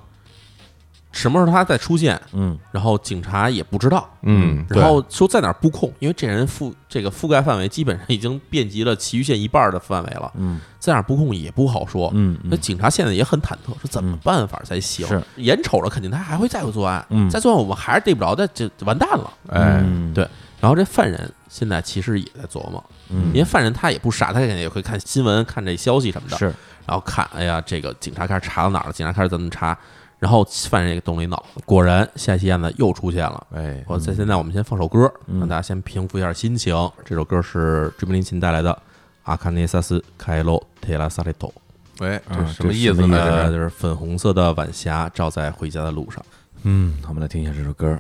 [SPEAKER 1] 什么时候他再出现，
[SPEAKER 2] 嗯
[SPEAKER 1] 然后警察也不知道。
[SPEAKER 3] 嗯，对
[SPEAKER 1] 然后说在哪儿布控，因为这人覆这个覆盖范围基本上已经遍及了其余县一半儿的范围了，
[SPEAKER 2] 嗯
[SPEAKER 1] 在哪儿布控也不好说。
[SPEAKER 2] 嗯
[SPEAKER 1] 那
[SPEAKER 2] 嗯
[SPEAKER 1] 警察现在也很忐忑，说怎么办法才行？
[SPEAKER 2] 是
[SPEAKER 1] 眼瞅着肯定他还会再有作案，
[SPEAKER 2] 嗯
[SPEAKER 1] 再作案我们还是逮不着，那就完蛋了。
[SPEAKER 3] 哎，
[SPEAKER 2] 嗯
[SPEAKER 1] 对然后这犯人现在其实也在琢磨，
[SPEAKER 2] 嗯
[SPEAKER 1] 因为犯人他也不傻，他肯定也会看新闻、看这消息什么的，
[SPEAKER 2] 是
[SPEAKER 1] 然后看，哎呀，这个警察开始查到哪儿了？警察开始怎么查？然后犯人也动了一脑，果然下期案子又出现了。
[SPEAKER 3] 哎，
[SPEAKER 1] 我在现在我们先放首歌，
[SPEAKER 2] 嗯
[SPEAKER 1] 让大家先平复一下心情。这首歌是追名林琴带来的《阿卡涅萨斯凯洛特拉萨雷托》。
[SPEAKER 3] 喂，
[SPEAKER 2] 啊这
[SPEAKER 3] 哎这
[SPEAKER 2] 是
[SPEAKER 3] 什么意思
[SPEAKER 2] 什么
[SPEAKER 3] 呢？
[SPEAKER 2] 意思
[SPEAKER 3] 这
[SPEAKER 1] 呃，
[SPEAKER 3] 是
[SPEAKER 1] 就是粉红色的晚霞照在回家的路上。
[SPEAKER 2] 嗯，我们来听一下这首歌。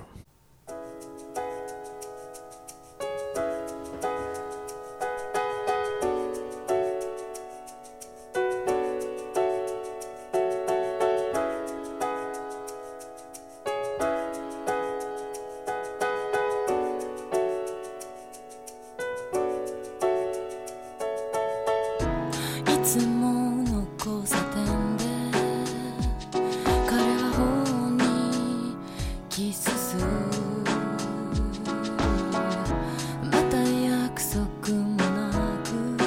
[SPEAKER 4] いつもの交差点で彼は頬にキスするまた約束もなく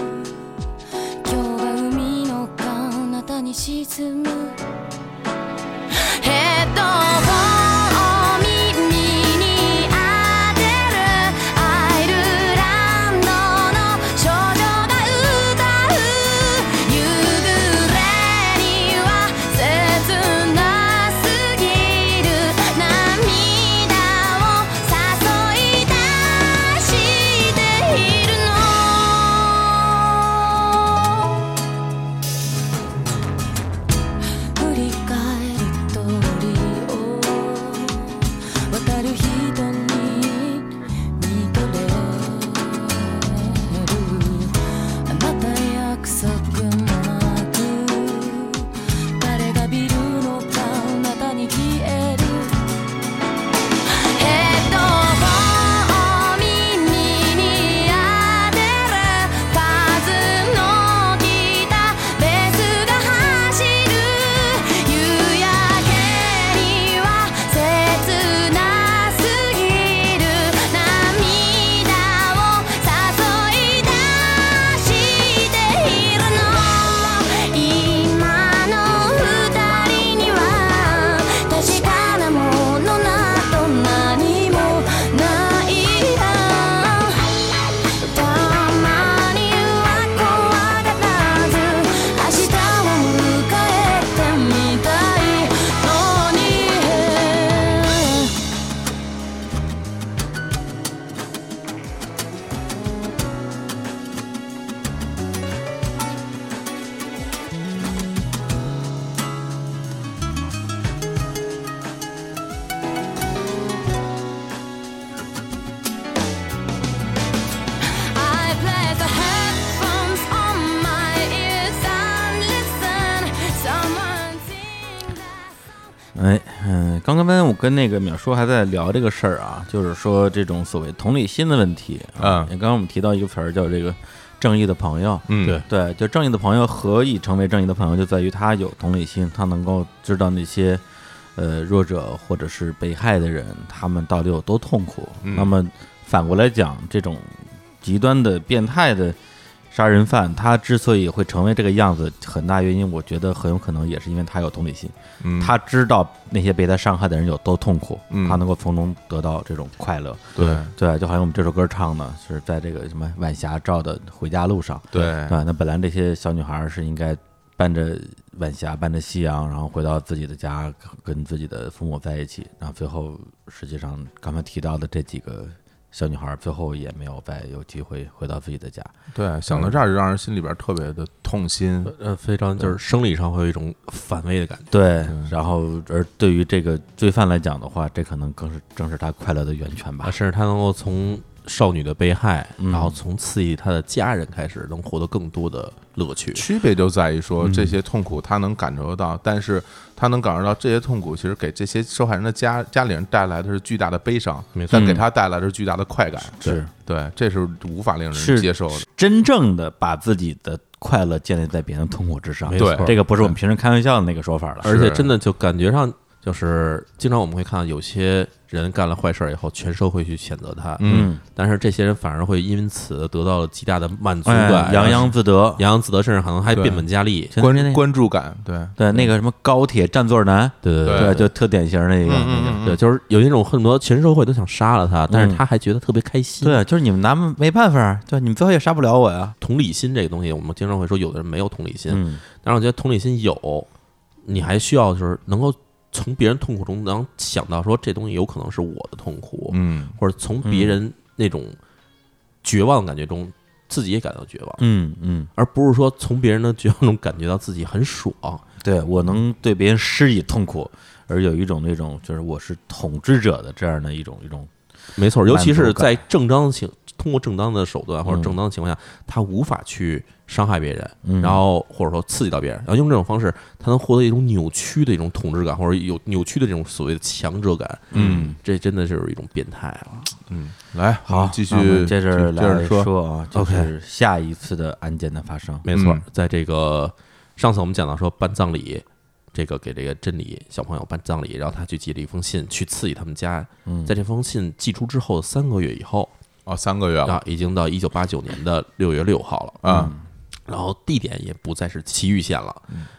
[SPEAKER 4] 今日が海の彼方に沈むヘッドを耳に当てるアイルランドの少女が歌う夕暮れには切なすぎる涙を誘い出しているの振り返る通りを渡る人に見とれるまた約束もなく誰がビルの彼方に消えるヘッドを耳に当てるアイルランドのファズのギターベースが走る夕焼けには切なすぎる涙を誘い出しているの今の二人には確かなものなど何もないやたまには怖がらず明日を迎えてみたいのにI place the headphones on my ears and listen. Someone sing that song.
[SPEAKER 2] 哎，嗯，刚刚我跟那个淼叔还在聊这个事儿啊，就是说这种所谓同理心的问题啊。
[SPEAKER 3] 嗯
[SPEAKER 2] 也刚刚我们提到一个词儿叫这个正义的朋友，
[SPEAKER 3] 嗯，
[SPEAKER 1] 对
[SPEAKER 2] 对，就正义的朋友何以成为正义的朋友，就在于他有同理心，他能够知道那些呃弱者或者是被害的人，他们到底有多痛苦。
[SPEAKER 3] 嗯
[SPEAKER 2] 那么反过来讲，这种极端的变态的杀人犯，他之所以会成为这个样子，很大原因我觉得很有可能也是因为他有同理心，
[SPEAKER 3] 嗯
[SPEAKER 2] 他知道那些被他伤害的人有多痛苦，
[SPEAKER 3] 嗯
[SPEAKER 2] 他能够从中得到这种快乐。
[SPEAKER 3] 对
[SPEAKER 2] 对，就好像我们这首歌唱的是在这个什么晚霞照的回家路上，啊
[SPEAKER 3] 对
[SPEAKER 2] 对，那本来这些小女孩儿是应该伴着晚霞，伴着夕阳，然后回到自己的家，跟自己的父母在一起。然后最后，实际上刚才提到的这几个小女孩儿，最后也没有再有机会回到自己的家。
[SPEAKER 3] 对，想到这儿就让人心里边特别的痛心。
[SPEAKER 1] 呃，非常就是生理上会有一种反胃的感觉。
[SPEAKER 2] 对，嗯然后而对于这个罪犯来讲的话，这可能更是正是他快乐的源泉吧
[SPEAKER 1] 啊，。甚至他能够从少女的被害，
[SPEAKER 2] 嗯
[SPEAKER 1] 然后从刺激他的家人开始，能获得更多的乐趣。
[SPEAKER 3] 区别就在于
[SPEAKER 2] 嗯
[SPEAKER 3] 说，这些痛苦他能感受得到，但是他能感受到这些痛苦，其实给这些受害人的家家里人带来的是巨大的悲伤
[SPEAKER 1] 没，错
[SPEAKER 3] 但给他带来的是巨大的快感。
[SPEAKER 2] 是
[SPEAKER 3] 对，这是无法令人
[SPEAKER 2] 是
[SPEAKER 3] 接受的。
[SPEAKER 2] 真正的把自己的快乐建立在别人的痛苦之上。
[SPEAKER 1] 没错
[SPEAKER 3] 对
[SPEAKER 2] 这个不是我们平时开玩笑的那个说法了。
[SPEAKER 1] 而且真的就感觉上，就是经常我们会看到有些人干了坏事儿以后，全社会去谴责他，
[SPEAKER 2] 嗯，
[SPEAKER 1] 但是这些人反而会因此得到了极大的满足
[SPEAKER 2] 哎
[SPEAKER 1] 感，
[SPEAKER 2] 洋洋自得，
[SPEAKER 1] 洋洋自得，甚至可能还变本加厉。
[SPEAKER 2] 真的那
[SPEAKER 3] 关
[SPEAKER 2] 个
[SPEAKER 3] 关注感，对
[SPEAKER 2] 对，那个什么高铁占座男，
[SPEAKER 1] 对对
[SPEAKER 3] 对嗯
[SPEAKER 2] 对，就特典型儿那个那个。
[SPEAKER 1] 对，就是有那种恨不得全社会都想杀了他，但是他还觉得特别开心。
[SPEAKER 2] 对，啊就是你们拿没办法儿，对，你们最后也杀不了我呀。
[SPEAKER 1] 同理心这个东西，我们经常会说有的人没有同理心，
[SPEAKER 2] 嗯，
[SPEAKER 1] 但是我觉得同理心有，你还需要就是能够从别人痛苦中能想到说这东西有可能是我的痛苦，
[SPEAKER 3] 嗯，
[SPEAKER 1] 或者从别人那种绝望的感觉中自己也感到绝望，
[SPEAKER 2] 嗯嗯，
[SPEAKER 1] 而不是说从别人的绝望中感觉到自己很爽。
[SPEAKER 2] 对我能对别人施以痛苦，而有一种那种就是我是统治者的这样的一种一种，
[SPEAKER 1] 没错，尤其
[SPEAKER 2] 满
[SPEAKER 1] 是
[SPEAKER 2] 足感
[SPEAKER 1] 在正当情通过正当的手段或者
[SPEAKER 2] 嗯
[SPEAKER 1] 正当的情况下，他无法去伤害别人，
[SPEAKER 2] 嗯
[SPEAKER 1] 然后或者说刺激到别人，然后用这种方式，他能获得一种扭曲的一种统治感，或者有扭曲的这种所谓的强者感。
[SPEAKER 2] 嗯，
[SPEAKER 1] 这真的是有一种变态啊了。
[SPEAKER 3] 嗯，来，我
[SPEAKER 2] 好
[SPEAKER 3] 们，继
[SPEAKER 2] 那我
[SPEAKER 3] 续
[SPEAKER 2] 们接着
[SPEAKER 3] 接着
[SPEAKER 2] 来
[SPEAKER 3] 说，
[SPEAKER 2] 啊，就是下一次的案件的发生，
[SPEAKER 1] 没错
[SPEAKER 3] 嗯，
[SPEAKER 1] 在这个上次我们讲到说办葬礼，这个给这个真理小朋友办葬礼，然后他去寄了一封信去刺激他们家。
[SPEAKER 2] 嗯
[SPEAKER 1] 在这封信寄出之后三个月以后
[SPEAKER 3] 哦，三个月了
[SPEAKER 1] 啊，已经到一九八九年的六月六号了。
[SPEAKER 3] 啊嗯
[SPEAKER 1] 然后地点也不再是祁煜县了，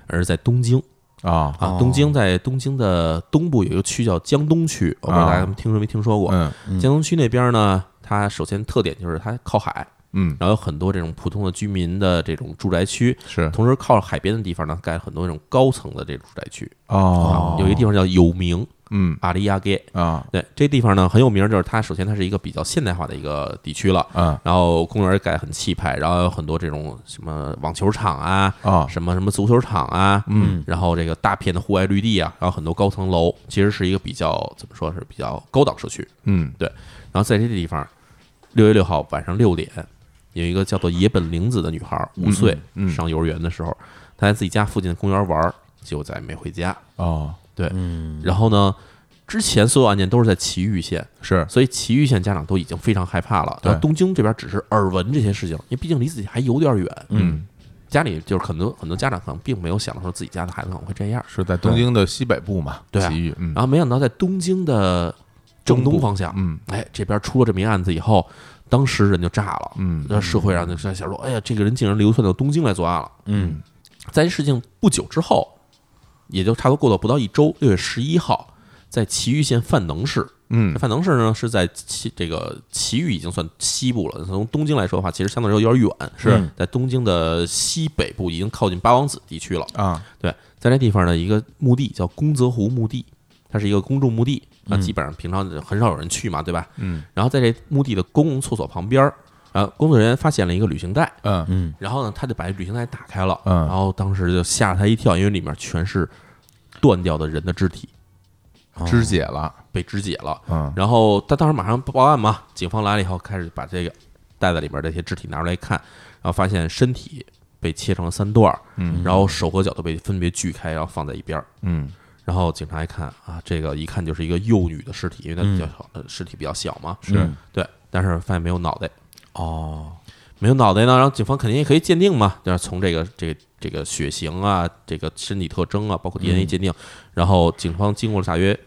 [SPEAKER 1] 而是在东京
[SPEAKER 3] 啊，
[SPEAKER 1] 啊。东京在东京的东部有一个区叫江东区，我不知道大家听说没听说过。
[SPEAKER 3] 啊嗯
[SPEAKER 1] 江东区那边呢，它首先特点就是它靠海，
[SPEAKER 3] 嗯，
[SPEAKER 1] 然后有很多这种普通的居民的这种住宅区，
[SPEAKER 3] 是
[SPEAKER 1] 同时靠海边的地方呢，盖很多这种高层的这种住宅区。啊
[SPEAKER 3] 哦，
[SPEAKER 1] 有一个地方叫有名
[SPEAKER 3] 嗯
[SPEAKER 1] 阿里亚街，
[SPEAKER 3] 啊
[SPEAKER 1] 对这地方呢很有名，就是它首先它是一个比较现代化的一个地区了。
[SPEAKER 3] 啊
[SPEAKER 1] 然后公园盖得很气派，然后有很多这种什么网球场啊，
[SPEAKER 3] 啊
[SPEAKER 1] 什么什么足球场啊，嗯，然后这个大片的户外绿地啊，然后很多高层楼，其实是一个比较怎么说是比较高档社区。
[SPEAKER 3] 嗯
[SPEAKER 1] 然后在这地方，六月六号晚上六点，有一个叫做野本玲子的女孩，五岁，
[SPEAKER 3] 嗯
[SPEAKER 1] 上幼儿园的时候，她在自己家附近的公园玩儿，结果再没回家。
[SPEAKER 3] 哦
[SPEAKER 1] 对，然后呢，之前所有案件都是在崎玉县，
[SPEAKER 3] 是
[SPEAKER 1] 所以祁煜县家长都已经非常害怕了。
[SPEAKER 3] 对
[SPEAKER 1] 然后东京这边只是耳闻这些事情，因为毕竟离自己还有点远。
[SPEAKER 3] 嗯，
[SPEAKER 1] 家里就是很多很多家长可能并没有想到说自己家的孩子可能会这样。
[SPEAKER 3] 是在东京的西北部嘛，
[SPEAKER 1] 对啊
[SPEAKER 3] 埼玉，嗯
[SPEAKER 1] 然后没想到在东京的正东方向，
[SPEAKER 3] 嗯
[SPEAKER 1] 哎，这边出了这名案子以后，当时人就炸了。
[SPEAKER 3] 嗯
[SPEAKER 1] 那社会上就在想说，哎呀，这个人竟然流窜到东京来作案了。
[SPEAKER 2] 嗯
[SPEAKER 1] 在这事情不久之后，也就差不多过了不到一周，六月十一号，在祁煜县范能市，
[SPEAKER 3] 嗯
[SPEAKER 1] 这范能市呢是在其这个祁煜已经算西部了，从东京来说的话，其实相对来说有点远，
[SPEAKER 2] 嗯
[SPEAKER 1] 在东京的西北部，已经靠近八王子地区了。
[SPEAKER 3] 啊
[SPEAKER 1] 对，在这地方呢，一个墓地叫宫泽湖墓地，它是一个公众墓地，那基本上平常很少有人去嘛，对吧？
[SPEAKER 3] 嗯
[SPEAKER 1] 然后在这墓地的公共厕所旁边儿，然后工作人员发现了一个旅行袋，
[SPEAKER 3] 嗯
[SPEAKER 2] 嗯，
[SPEAKER 1] 然后呢，他就把旅行袋打开了，
[SPEAKER 3] 嗯
[SPEAKER 1] 然后当时就吓了他一跳，因为里面全是断掉的人的肢体，
[SPEAKER 2] 哦
[SPEAKER 3] 肢解了，
[SPEAKER 1] 被肢解了。
[SPEAKER 3] 嗯
[SPEAKER 1] 然后他当时马上报案嘛，警方来了以后，开始把这个袋子里面这些肢体拿出来看，然后发现身体被切成了三段儿，
[SPEAKER 3] 嗯
[SPEAKER 1] 然后手和脚都被分别锯开，然后放在一边儿。
[SPEAKER 3] 嗯
[SPEAKER 1] 然后警察一看啊，这个一看就是一个幼女的尸体，因为她比较小，呃尸体比较小嘛，
[SPEAKER 3] 嗯是
[SPEAKER 2] 嗯
[SPEAKER 1] 对，但是发现没有脑袋，
[SPEAKER 2] 哦，
[SPEAKER 1] 没有脑袋呢，然后警方肯定也可以鉴定嘛，就是从这个这个这个血型啊，这个身体特征啊，包
[SPEAKER 3] 嗯
[SPEAKER 1] 括 DNA 鉴定，然后警方经过了大约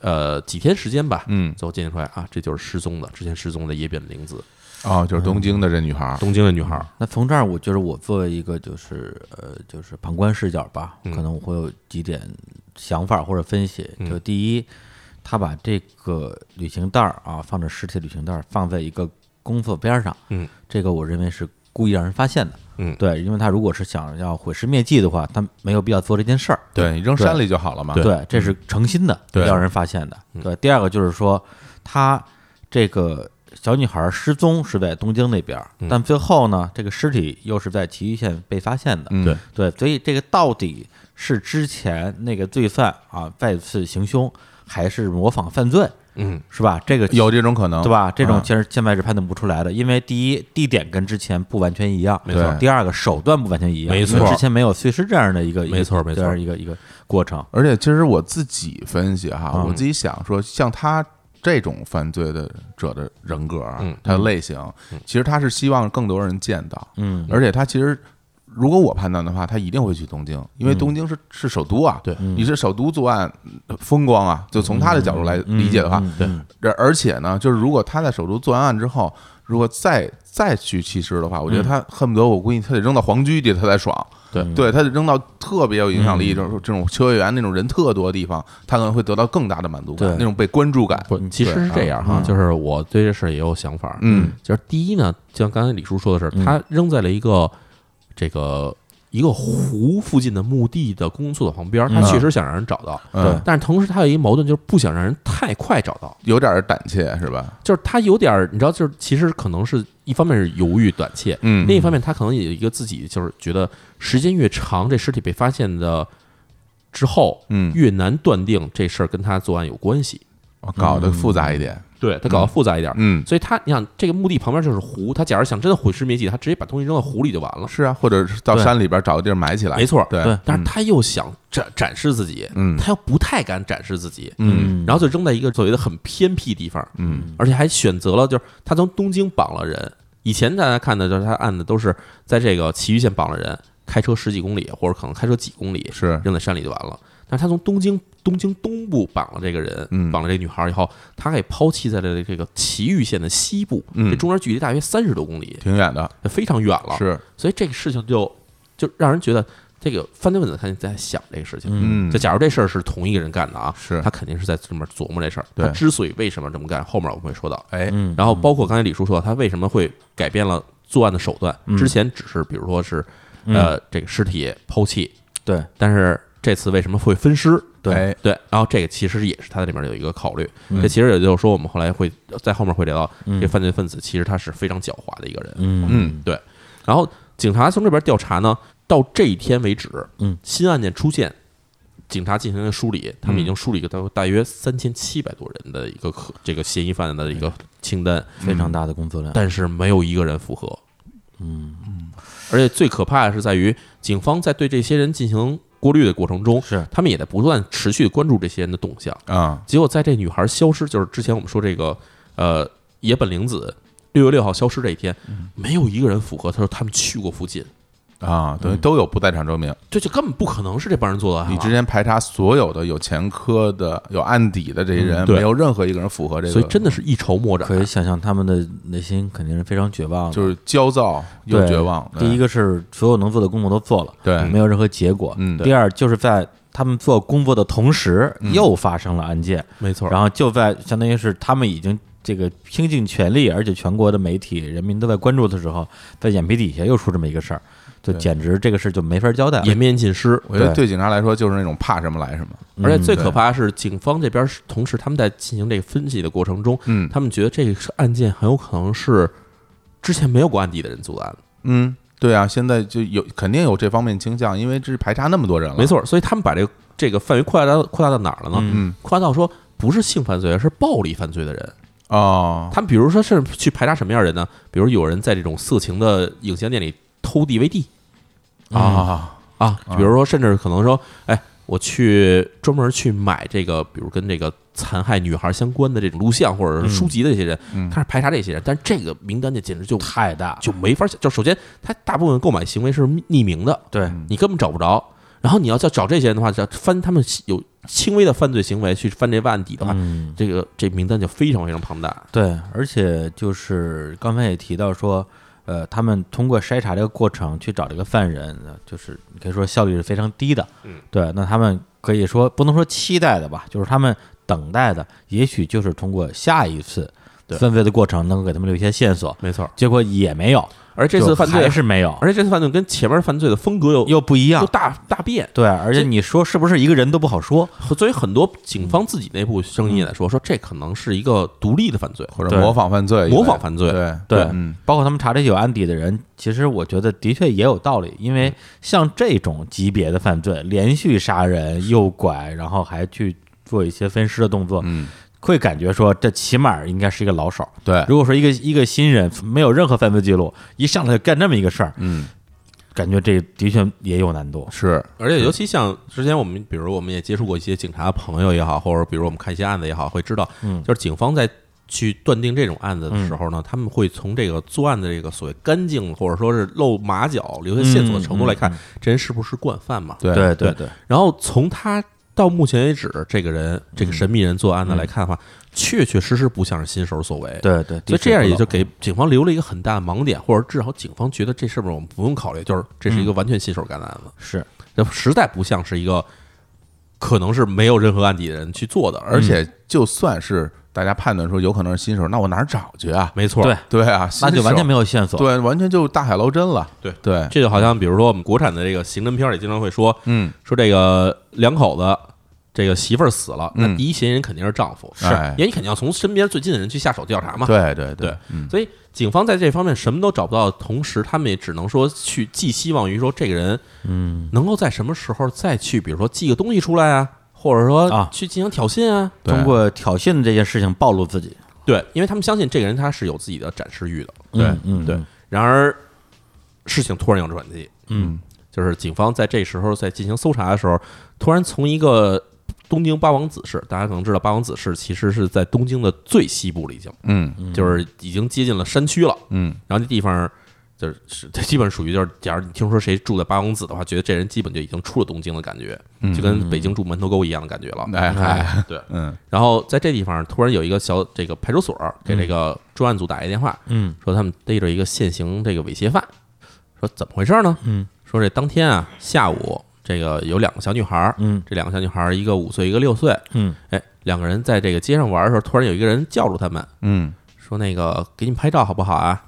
[SPEAKER 1] 呃几天时间吧，
[SPEAKER 3] 嗯
[SPEAKER 1] 最后鉴定出来啊，这就是失踪的之前失踪的野本玲子。
[SPEAKER 3] 啊，就是东京的这女孩儿，
[SPEAKER 1] 东京的女孩儿，
[SPEAKER 2] 那从这儿，我觉得我作为一个就是呃，就是旁观视角吧，
[SPEAKER 1] 嗯
[SPEAKER 2] 可能我会有几点想法或者分析。
[SPEAKER 1] 嗯
[SPEAKER 2] 就第一，他把这个旅行袋儿啊，放着尸体旅行袋儿放在一个工作边儿上，
[SPEAKER 1] 嗯，
[SPEAKER 2] 这个我认为是故意让人发现的。
[SPEAKER 1] 嗯
[SPEAKER 2] 对，因为他如果是想要毁尸灭迹的话，他没有必要做这件事儿。
[SPEAKER 3] 对你扔山里就好了嘛。
[SPEAKER 1] 对嗯
[SPEAKER 2] 对，这是诚心的，
[SPEAKER 3] 对
[SPEAKER 2] 让人发现的。对，第二个就是说，她这个小女孩失踪是在东京那边儿，
[SPEAKER 1] 嗯
[SPEAKER 2] 但最后呢，这个尸体又是在崎玉县被发现的。
[SPEAKER 3] 嗯
[SPEAKER 1] 对
[SPEAKER 2] 对，所以这个到底是之前那个罪犯啊再次行凶，还是模仿犯罪，
[SPEAKER 1] 嗯，
[SPEAKER 2] 是吧？这个
[SPEAKER 3] 有这种可能，
[SPEAKER 2] 对吧？这种
[SPEAKER 3] 嗯
[SPEAKER 2] 其实现在是判断不出来的，因为第一地点跟之前不完全一样，
[SPEAKER 3] 没错对
[SPEAKER 2] 第二个手段不完全一样，
[SPEAKER 1] 没
[SPEAKER 2] 因为
[SPEAKER 1] 错
[SPEAKER 2] 之前没有碎尸这样的一个，
[SPEAKER 1] 没错没错
[SPEAKER 2] 这样一个一个过程。
[SPEAKER 3] 而且其实我自己分析哈，
[SPEAKER 2] 嗯
[SPEAKER 3] 我自己想说，像他这种犯罪的者的人格啊，
[SPEAKER 1] 嗯
[SPEAKER 3] 他的类型，其实他是希望更多人见到，
[SPEAKER 2] 嗯，
[SPEAKER 3] 而且他其实。如果我判断的话，他一定会去东京，因为东京是是首都啊。
[SPEAKER 1] 嗯对嗯
[SPEAKER 3] 你是首都作案，风光啊。就从他的角度来
[SPEAKER 1] 嗯
[SPEAKER 3] 理解的
[SPEAKER 2] 嗯
[SPEAKER 3] 话，
[SPEAKER 1] 对
[SPEAKER 3] 而而且呢，就是如果他在首都做完案之后，如果再再去弃尸的话，
[SPEAKER 1] 嗯
[SPEAKER 3] 我觉得他恨不得我估计他得扔到皇居里他才爽。
[SPEAKER 1] 对
[SPEAKER 3] 对，他得扔到特别有影响力，这种这种秋叶原那种人特多的地方，他可能会得到更大的满足感
[SPEAKER 2] 对，
[SPEAKER 3] 那种被关注感。
[SPEAKER 1] 不，其实是这样哈，就是我对这事儿也有想法，
[SPEAKER 3] 啊嗯，
[SPEAKER 1] 就是第一呢，就像刚才李叔说的是，
[SPEAKER 2] 嗯
[SPEAKER 1] 他扔在了一个这个一个湖附近的墓地的公厕所旁边，他
[SPEAKER 2] 嗯
[SPEAKER 1] 确实想让人找到，
[SPEAKER 3] 嗯
[SPEAKER 2] 对
[SPEAKER 1] 但是同时他有一个矛盾，就是不想让人太快找到，
[SPEAKER 3] 有点胆怯是吧？
[SPEAKER 1] 就是他有点儿，你知道，就是其实可能是一方面是犹豫胆怯，
[SPEAKER 3] 嗯
[SPEAKER 1] 另一方面他可能也有一个自己就是觉得时间越长，这尸体被发现的之后，
[SPEAKER 3] 嗯
[SPEAKER 1] 越难断定这事儿跟他作案有关系，
[SPEAKER 3] 搞得复杂一点。
[SPEAKER 1] 对他搞得复杂一点，
[SPEAKER 3] 嗯，
[SPEAKER 1] 所以他，你想这个墓地旁边就是湖，他假如想真的毁尸灭迹，他直接把东西扔到湖里就完了。
[SPEAKER 3] 是啊，或者是到
[SPEAKER 2] 对
[SPEAKER 3] 山里边找个地儿埋起来。
[SPEAKER 1] 没错
[SPEAKER 3] 对
[SPEAKER 2] 对
[SPEAKER 1] 但是他又想展展示自己，
[SPEAKER 3] 嗯
[SPEAKER 1] 他又不太敢展示自己，
[SPEAKER 3] 嗯
[SPEAKER 1] 然后就扔在一个所谓的很偏僻地方，
[SPEAKER 3] 嗯，
[SPEAKER 1] 而且还选择了就是他从东京绑了人，以前大家看的就是他按的都是在这个崎玉县绑了人，开车十几公里或者可能开车几公里
[SPEAKER 3] 是
[SPEAKER 1] 扔在山里就完了，但是他从东京东京东部绑了这个人，
[SPEAKER 3] 嗯
[SPEAKER 1] 绑了这女孩以后，他给抛弃在了这个崎玉县的西部，
[SPEAKER 3] 嗯
[SPEAKER 1] 这中间距离大约三十多公里，
[SPEAKER 3] 挺远的，
[SPEAKER 1] 非常远了，
[SPEAKER 3] 是
[SPEAKER 1] 所以这个事情就就让人觉得这个犯罪分子他在想这个事情。
[SPEAKER 3] 嗯
[SPEAKER 1] 就假如这事儿是同一个人干的啊，
[SPEAKER 3] 是
[SPEAKER 1] 他肯定是在这么琢磨这事儿。
[SPEAKER 3] 对
[SPEAKER 1] 他之所以为什么这么干，后面我们会说到。
[SPEAKER 3] 哎
[SPEAKER 2] 嗯
[SPEAKER 1] 然后包括刚才李叔说，他为什么会改变了作案的手段？
[SPEAKER 2] 嗯
[SPEAKER 1] 之前只是比如说是呃这个尸体抛弃，
[SPEAKER 2] 对，
[SPEAKER 1] 但是这次为什么会分尸？
[SPEAKER 2] 对
[SPEAKER 3] 哎
[SPEAKER 1] 对，然后这个其实也是他在里面有一个考虑。
[SPEAKER 2] 嗯
[SPEAKER 1] 这其实也就是说，我们后来会在后面会聊到，这个犯罪分子其实他是非常狡猾的一个人。
[SPEAKER 2] 嗯
[SPEAKER 3] 嗯
[SPEAKER 1] 对。然后警察从这边调查呢，到这一天为止，
[SPEAKER 2] 嗯，
[SPEAKER 1] 新案件出现，警察进行了梳理，他们已经梳理了大大约三千七百多人的一个可这个嫌疑犯的一个清单，
[SPEAKER 2] 非常大的工作量。
[SPEAKER 1] 但是没有一个人符合。嗯，而且最可怕的是在于，警方在对这些人进行过滤的过程中，
[SPEAKER 2] 是
[SPEAKER 1] 他们也在不断持续地关注这些人的动向。
[SPEAKER 3] 啊，
[SPEAKER 1] 结果在这女孩消失，就是之前我们说这个呃野本玲子六月六号消失这一天，
[SPEAKER 2] 嗯
[SPEAKER 1] 没有一个人符合。他说他们去过附近，
[SPEAKER 3] 啊，等于都有不在场证明。
[SPEAKER 1] 这就根本不可能是这帮人做的啊案
[SPEAKER 3] 你
[SPEAKER 1] 了
[SPEAKER 3] 之前排查所有的有前科的、有案底的这些人，
[SPEAKER 1] 嗯对
[SPEAKER 3] 没有任何一个人符合这个，
[SPEAKER 1] 所以真的是一筹莫展。
[SPEAKER 2] 可以想象他们的内心肯定是非常绝望的，
[SPEAKER 3] 就是焦躁又
[SPEAKER 2] 对
[SPEAKER 3] 绝望。
[SPEAKER 2] 第一
[SPEAKER 3] 个，
[SPEAKER 2] 个是所有能做的工作都做了，
[SPEAKER 3] 对
[SPEAKER 2] 没有任何结果。
[SPEAKER 3] 嗯
[SPEAKER 2] 第二就是在他们做工作的同时，又发生了案件，
[SPEAKER 1] 没错
[SPEAKER 2] 然后就在相当于是他们已经这个拼尽全力，而且全国的媒体、人民都在关注的时候，在眼皮底下又出这么一个事儿，就
[SPEAKER 3] 对
[SPEAKER 2] 简直这个事儿就没法交代了。
[SPEAKER 1] 颜面尽失。
[SPEAKER 3] 我觉得
[SPEAKER 2] 对
[SPEAKER 3] 对警察来说就是那种怕什么来什么。
[SPEAKER 1] 而且最
[SPEAKER 3] 嗯对
[SPEAKER 1] 可怕的是，警方这边是同时他们在进行这个分析的过程中，
[SPEAKER 3] 嗯
[SPEAKER 1] 他们觉得这个案件很有可能是之前没有过案底的人做的案子。
[SPEAKER 3] 嗯，对啊，现在就有肯定有这方面倾向，因为这是排查那么多人了。
[SPEAKER 1] 没，错，所以他们把这个这个范围扩大到扩大到哪儿了呢？
[SPEAKER 2] 嗯
[SPEAKER 3] 嗯
[SPEAKER 1] 扩大到说不是性犯罪，而是暴力犯罪的人。
[SPEAKER 3] 哦，
[SPEAKER 1] 他们比如说是去排查什么样的人呢？比如有人在这种色情的影像店里偷 DVD
[SPEAKER 3] 啊，
[SPEAKER 1] 啊，比如说甚至可能说，哎，我去专门去买这个，比如跟这个残害女孩相关的这种录像或者是书籍的这些人，开始排查这些人，但是这个名单就简直就
[SPEAKER 2] 嗯太大了，
[SPEAKER 1] 就没法想，就首先他大部分购买行为是匿名的，
[SPEAKER 3] 嗯
[SPEAKER 2] 对，
[SPEAKER 1] 你根本找不着。然后你要叫找这些人的话，叫翻他们有轻微的犯罪行为去翻这个案底的话，
[SPEAKER 2] 嗯，
[SPEAKER 1] 这个这名单就非常非常庞大。
[SPEAKER 2] 对，而且就是刚才也提到说，呃，他们通过筛查这个过程去找这个犯人，呃就是你可以说效率是非常低的。
[SPEAKER 1] 嗯，
[SPEAKER 2] 对，那他们可以说不能说期待的吧，就是他们等待的，也许就是通过下一次
[SPEAKER 1] 对
[SPEAKER 2] 分配的过程能够给他们留一些线索，
[SPEAKER 1] 没错，
[SPEAKER 2] 结果也没有，
[SPEAKER 1] 而这
[SPEAKER 2] 就
[SPEAKER 1] 次犯罪
[SPEAKER 2] 还，是没有，
[SPEAKER 1] 而且这次犯罪跟前面犯罪的风格又
[SPEAKER 2] 又不一样
[SPEAKER 1] 又。大大变，
[SPEAKER 2] 对，而且你说是不是一个人都不好说。
[SPEAKER 1] 所以很多警
[SPEAKER 3] 嗯
[SPEAKER 1] 方自己内部声音也在说，说这可能是一个独立的犯罪，
[SPEAKER 3] 或者
[SPEAKER 2] 对
[SPEAKER 3] 模仿犯罪一类，
[SPEAKER 1] 模仿犯罪。
[SPEAKER 3] 对
[SPEAKER 2] 对，
[SPEAKER 3] 嗯，
[SPEAKER 2] 包括他们查这些有案底的人，其实我觉得的确也有道理，因为像这种级别的犯罪，连续杀人、诱拐，然后还去做一些分尸的动作，
[SPEAKER 3] 嗯，哎
[SPEAKER 2] 会感觉说这起码应该是一个老手。
[SPEAKER 3] 对，
[SPEAKER 2] 如果说一个一个新人没有任何犯罪记录，一上来就干这么一个事儿，
[SPEAKER 3] 嗯，
[SPEAKER 2] 感觉这的确也有难度。
[SPEAKER 3] 是，
[SPEAKER 1] 而且尤其像之前我们，比如我们也接触过一些警察朋友也好，或者比如我们看一些案子也好，会知道，
[SPEAKER 2] 嗯
[SPEAKER 1] 就是警方在去断定这种案子
[SPEAKER 3] 嗯
[SPEAKER 1] 的时候呢，他们会从这个作案的这个所谓干净或者说是露马脚、留下线索的程度来看，这人是不是惯犯嘛？
[SPEAKER 3] 嗯对
[SPEAKER 2] 对
[SPEAKER 1] 嗯对
[SPEAKER 2] 对，
[SPEAKER 1] 然后从他到目前为止，这个人这
[SPEAKER 3] 嗯
[SPEAKER 1] 个神秘人作案的来看的话，确确实实不像是新手所为。
[SPEAKER 2] 对对，
[SPEAKER 1] 所
[SPEAKER 2] 的
[SPEAKER 1] 以
[SPEAKER 2] 确
[SPEAKER 1] 这样
[SPEAKER 2] 不啊
[SPEAKER 1] 也
[SPEAKER 2] 冷
[SPEAKER 1] 就给警方留了一个很大的盲点，或者至少警方觉得这是不是我们不用考虑，就是这是一个完全新手干的案子。
[SPEAKER 2] 是
[SPEAKER 1] 这实在不像是一个可能是没有任何案底的人去做的，而
[SPEAKER 3] 而
[SPEAKER 1] 且、
[SPEAKER 2] 嗯
[SPEAKER 3] 且就算是大家判断说有可能是新手，那我哪儿找去啊？
[SPEAKER 1] 没错，
[SPEAKER 2] 对，
[SPEAKER 3] 对啊，
[SPEAKER 2] 那就完全没
[SPEAKER 3] 有，
[SPEAKER 2] 有线索。
[SPEAKER 3] 对，完全就大海捞针了。
[SPEAKER 1] 对
[SPEAKER 3] 对，
[SPEAKER 1] 这就好像比如说我们国产的这个刑侦片儿里经常会说
[SPEAKER 3] 嗯，
[SPEAKER 1] 说这个两口子。这个媳妇儿死了，那
[SPEAKER 3] 嗯
[SPEAKER 1] 第一嫌疑人肯定是丈夫，
[SPEAKER 3] 是
[SPEAKER 1] 因为你肯定要从身边最近的人去下手调查嘛。
[SPEAKER 3] 对对
[SPEAKER 1] 对，
[SPEAKER 3] 嗯
[SPEAKER 1] 所以警方在这方面什么都找不到，同时他们也只能说去寄希望于说这个人，嗯，能够在什么时候再去，比如说寄个东西出来啊，或者说
[SPEAKER 2] 啊
[SPEAKER 1] 去进行挑衅啊，
[SPEAKER 3] 对
[SPEAKER 2] 通过挑衅这件事情暴露自己。
[SPEAKER 1] 对，因为他们相信这个人他是有自己的展示欲的。
[SPEAKER 2] 嗯嗯，
[SPEAKER 1] 对，然而事情突然有转机，
[SPEAKER 2] 嗯，
[SPEAKER 1] 就是警方在这时候在进行搜查的时候，突然从一个东京八王子市，大家可能知道八王子市其实是在东京的最西部了，已经
[SPEAKER 3] 嗯
[SPEAKER 1] 就是已经接近了山区了。
[SPEAKER 3] 嗯，
[SPEAKER 1] 然后这地方就是是它基本属于就是，假如你听说谁住在八王子的话，觉得这人基本就已经出了东京的感觉，就跟北京住门头沟一样的感觉了。
[SPEAKER 3] 嗯哎嗨，
[SPEAKER 1] 对，
[SPEAKER 3] 嗯
[SPEAKER 1] 然后在这地方突然有一个小这个派出所给这个专案组打一电话，
[SPEAKER 2] 嗯，
[SPEAKER 1] 说他们逮着一个现行这个猥亵犯，说怎么回事呢？
[SPEAKER 2] 嗯，
[SPEAKER 1] 说这当天啊下午这个有两个小女孩儿，
[SPEAKER 2] 嗯
[SPEAKER 1] 这两个小女孩儿一个五岁一个六岁，
[SPEAKER 2] 嗯，
[SPEAKER 1] 哎，两个人在这个街上玩的时候，突然有一个人叫住他们，
[SPEAKER 3] 嗯
[SPEAKER 1] 说那个给你们拍照好不好啊？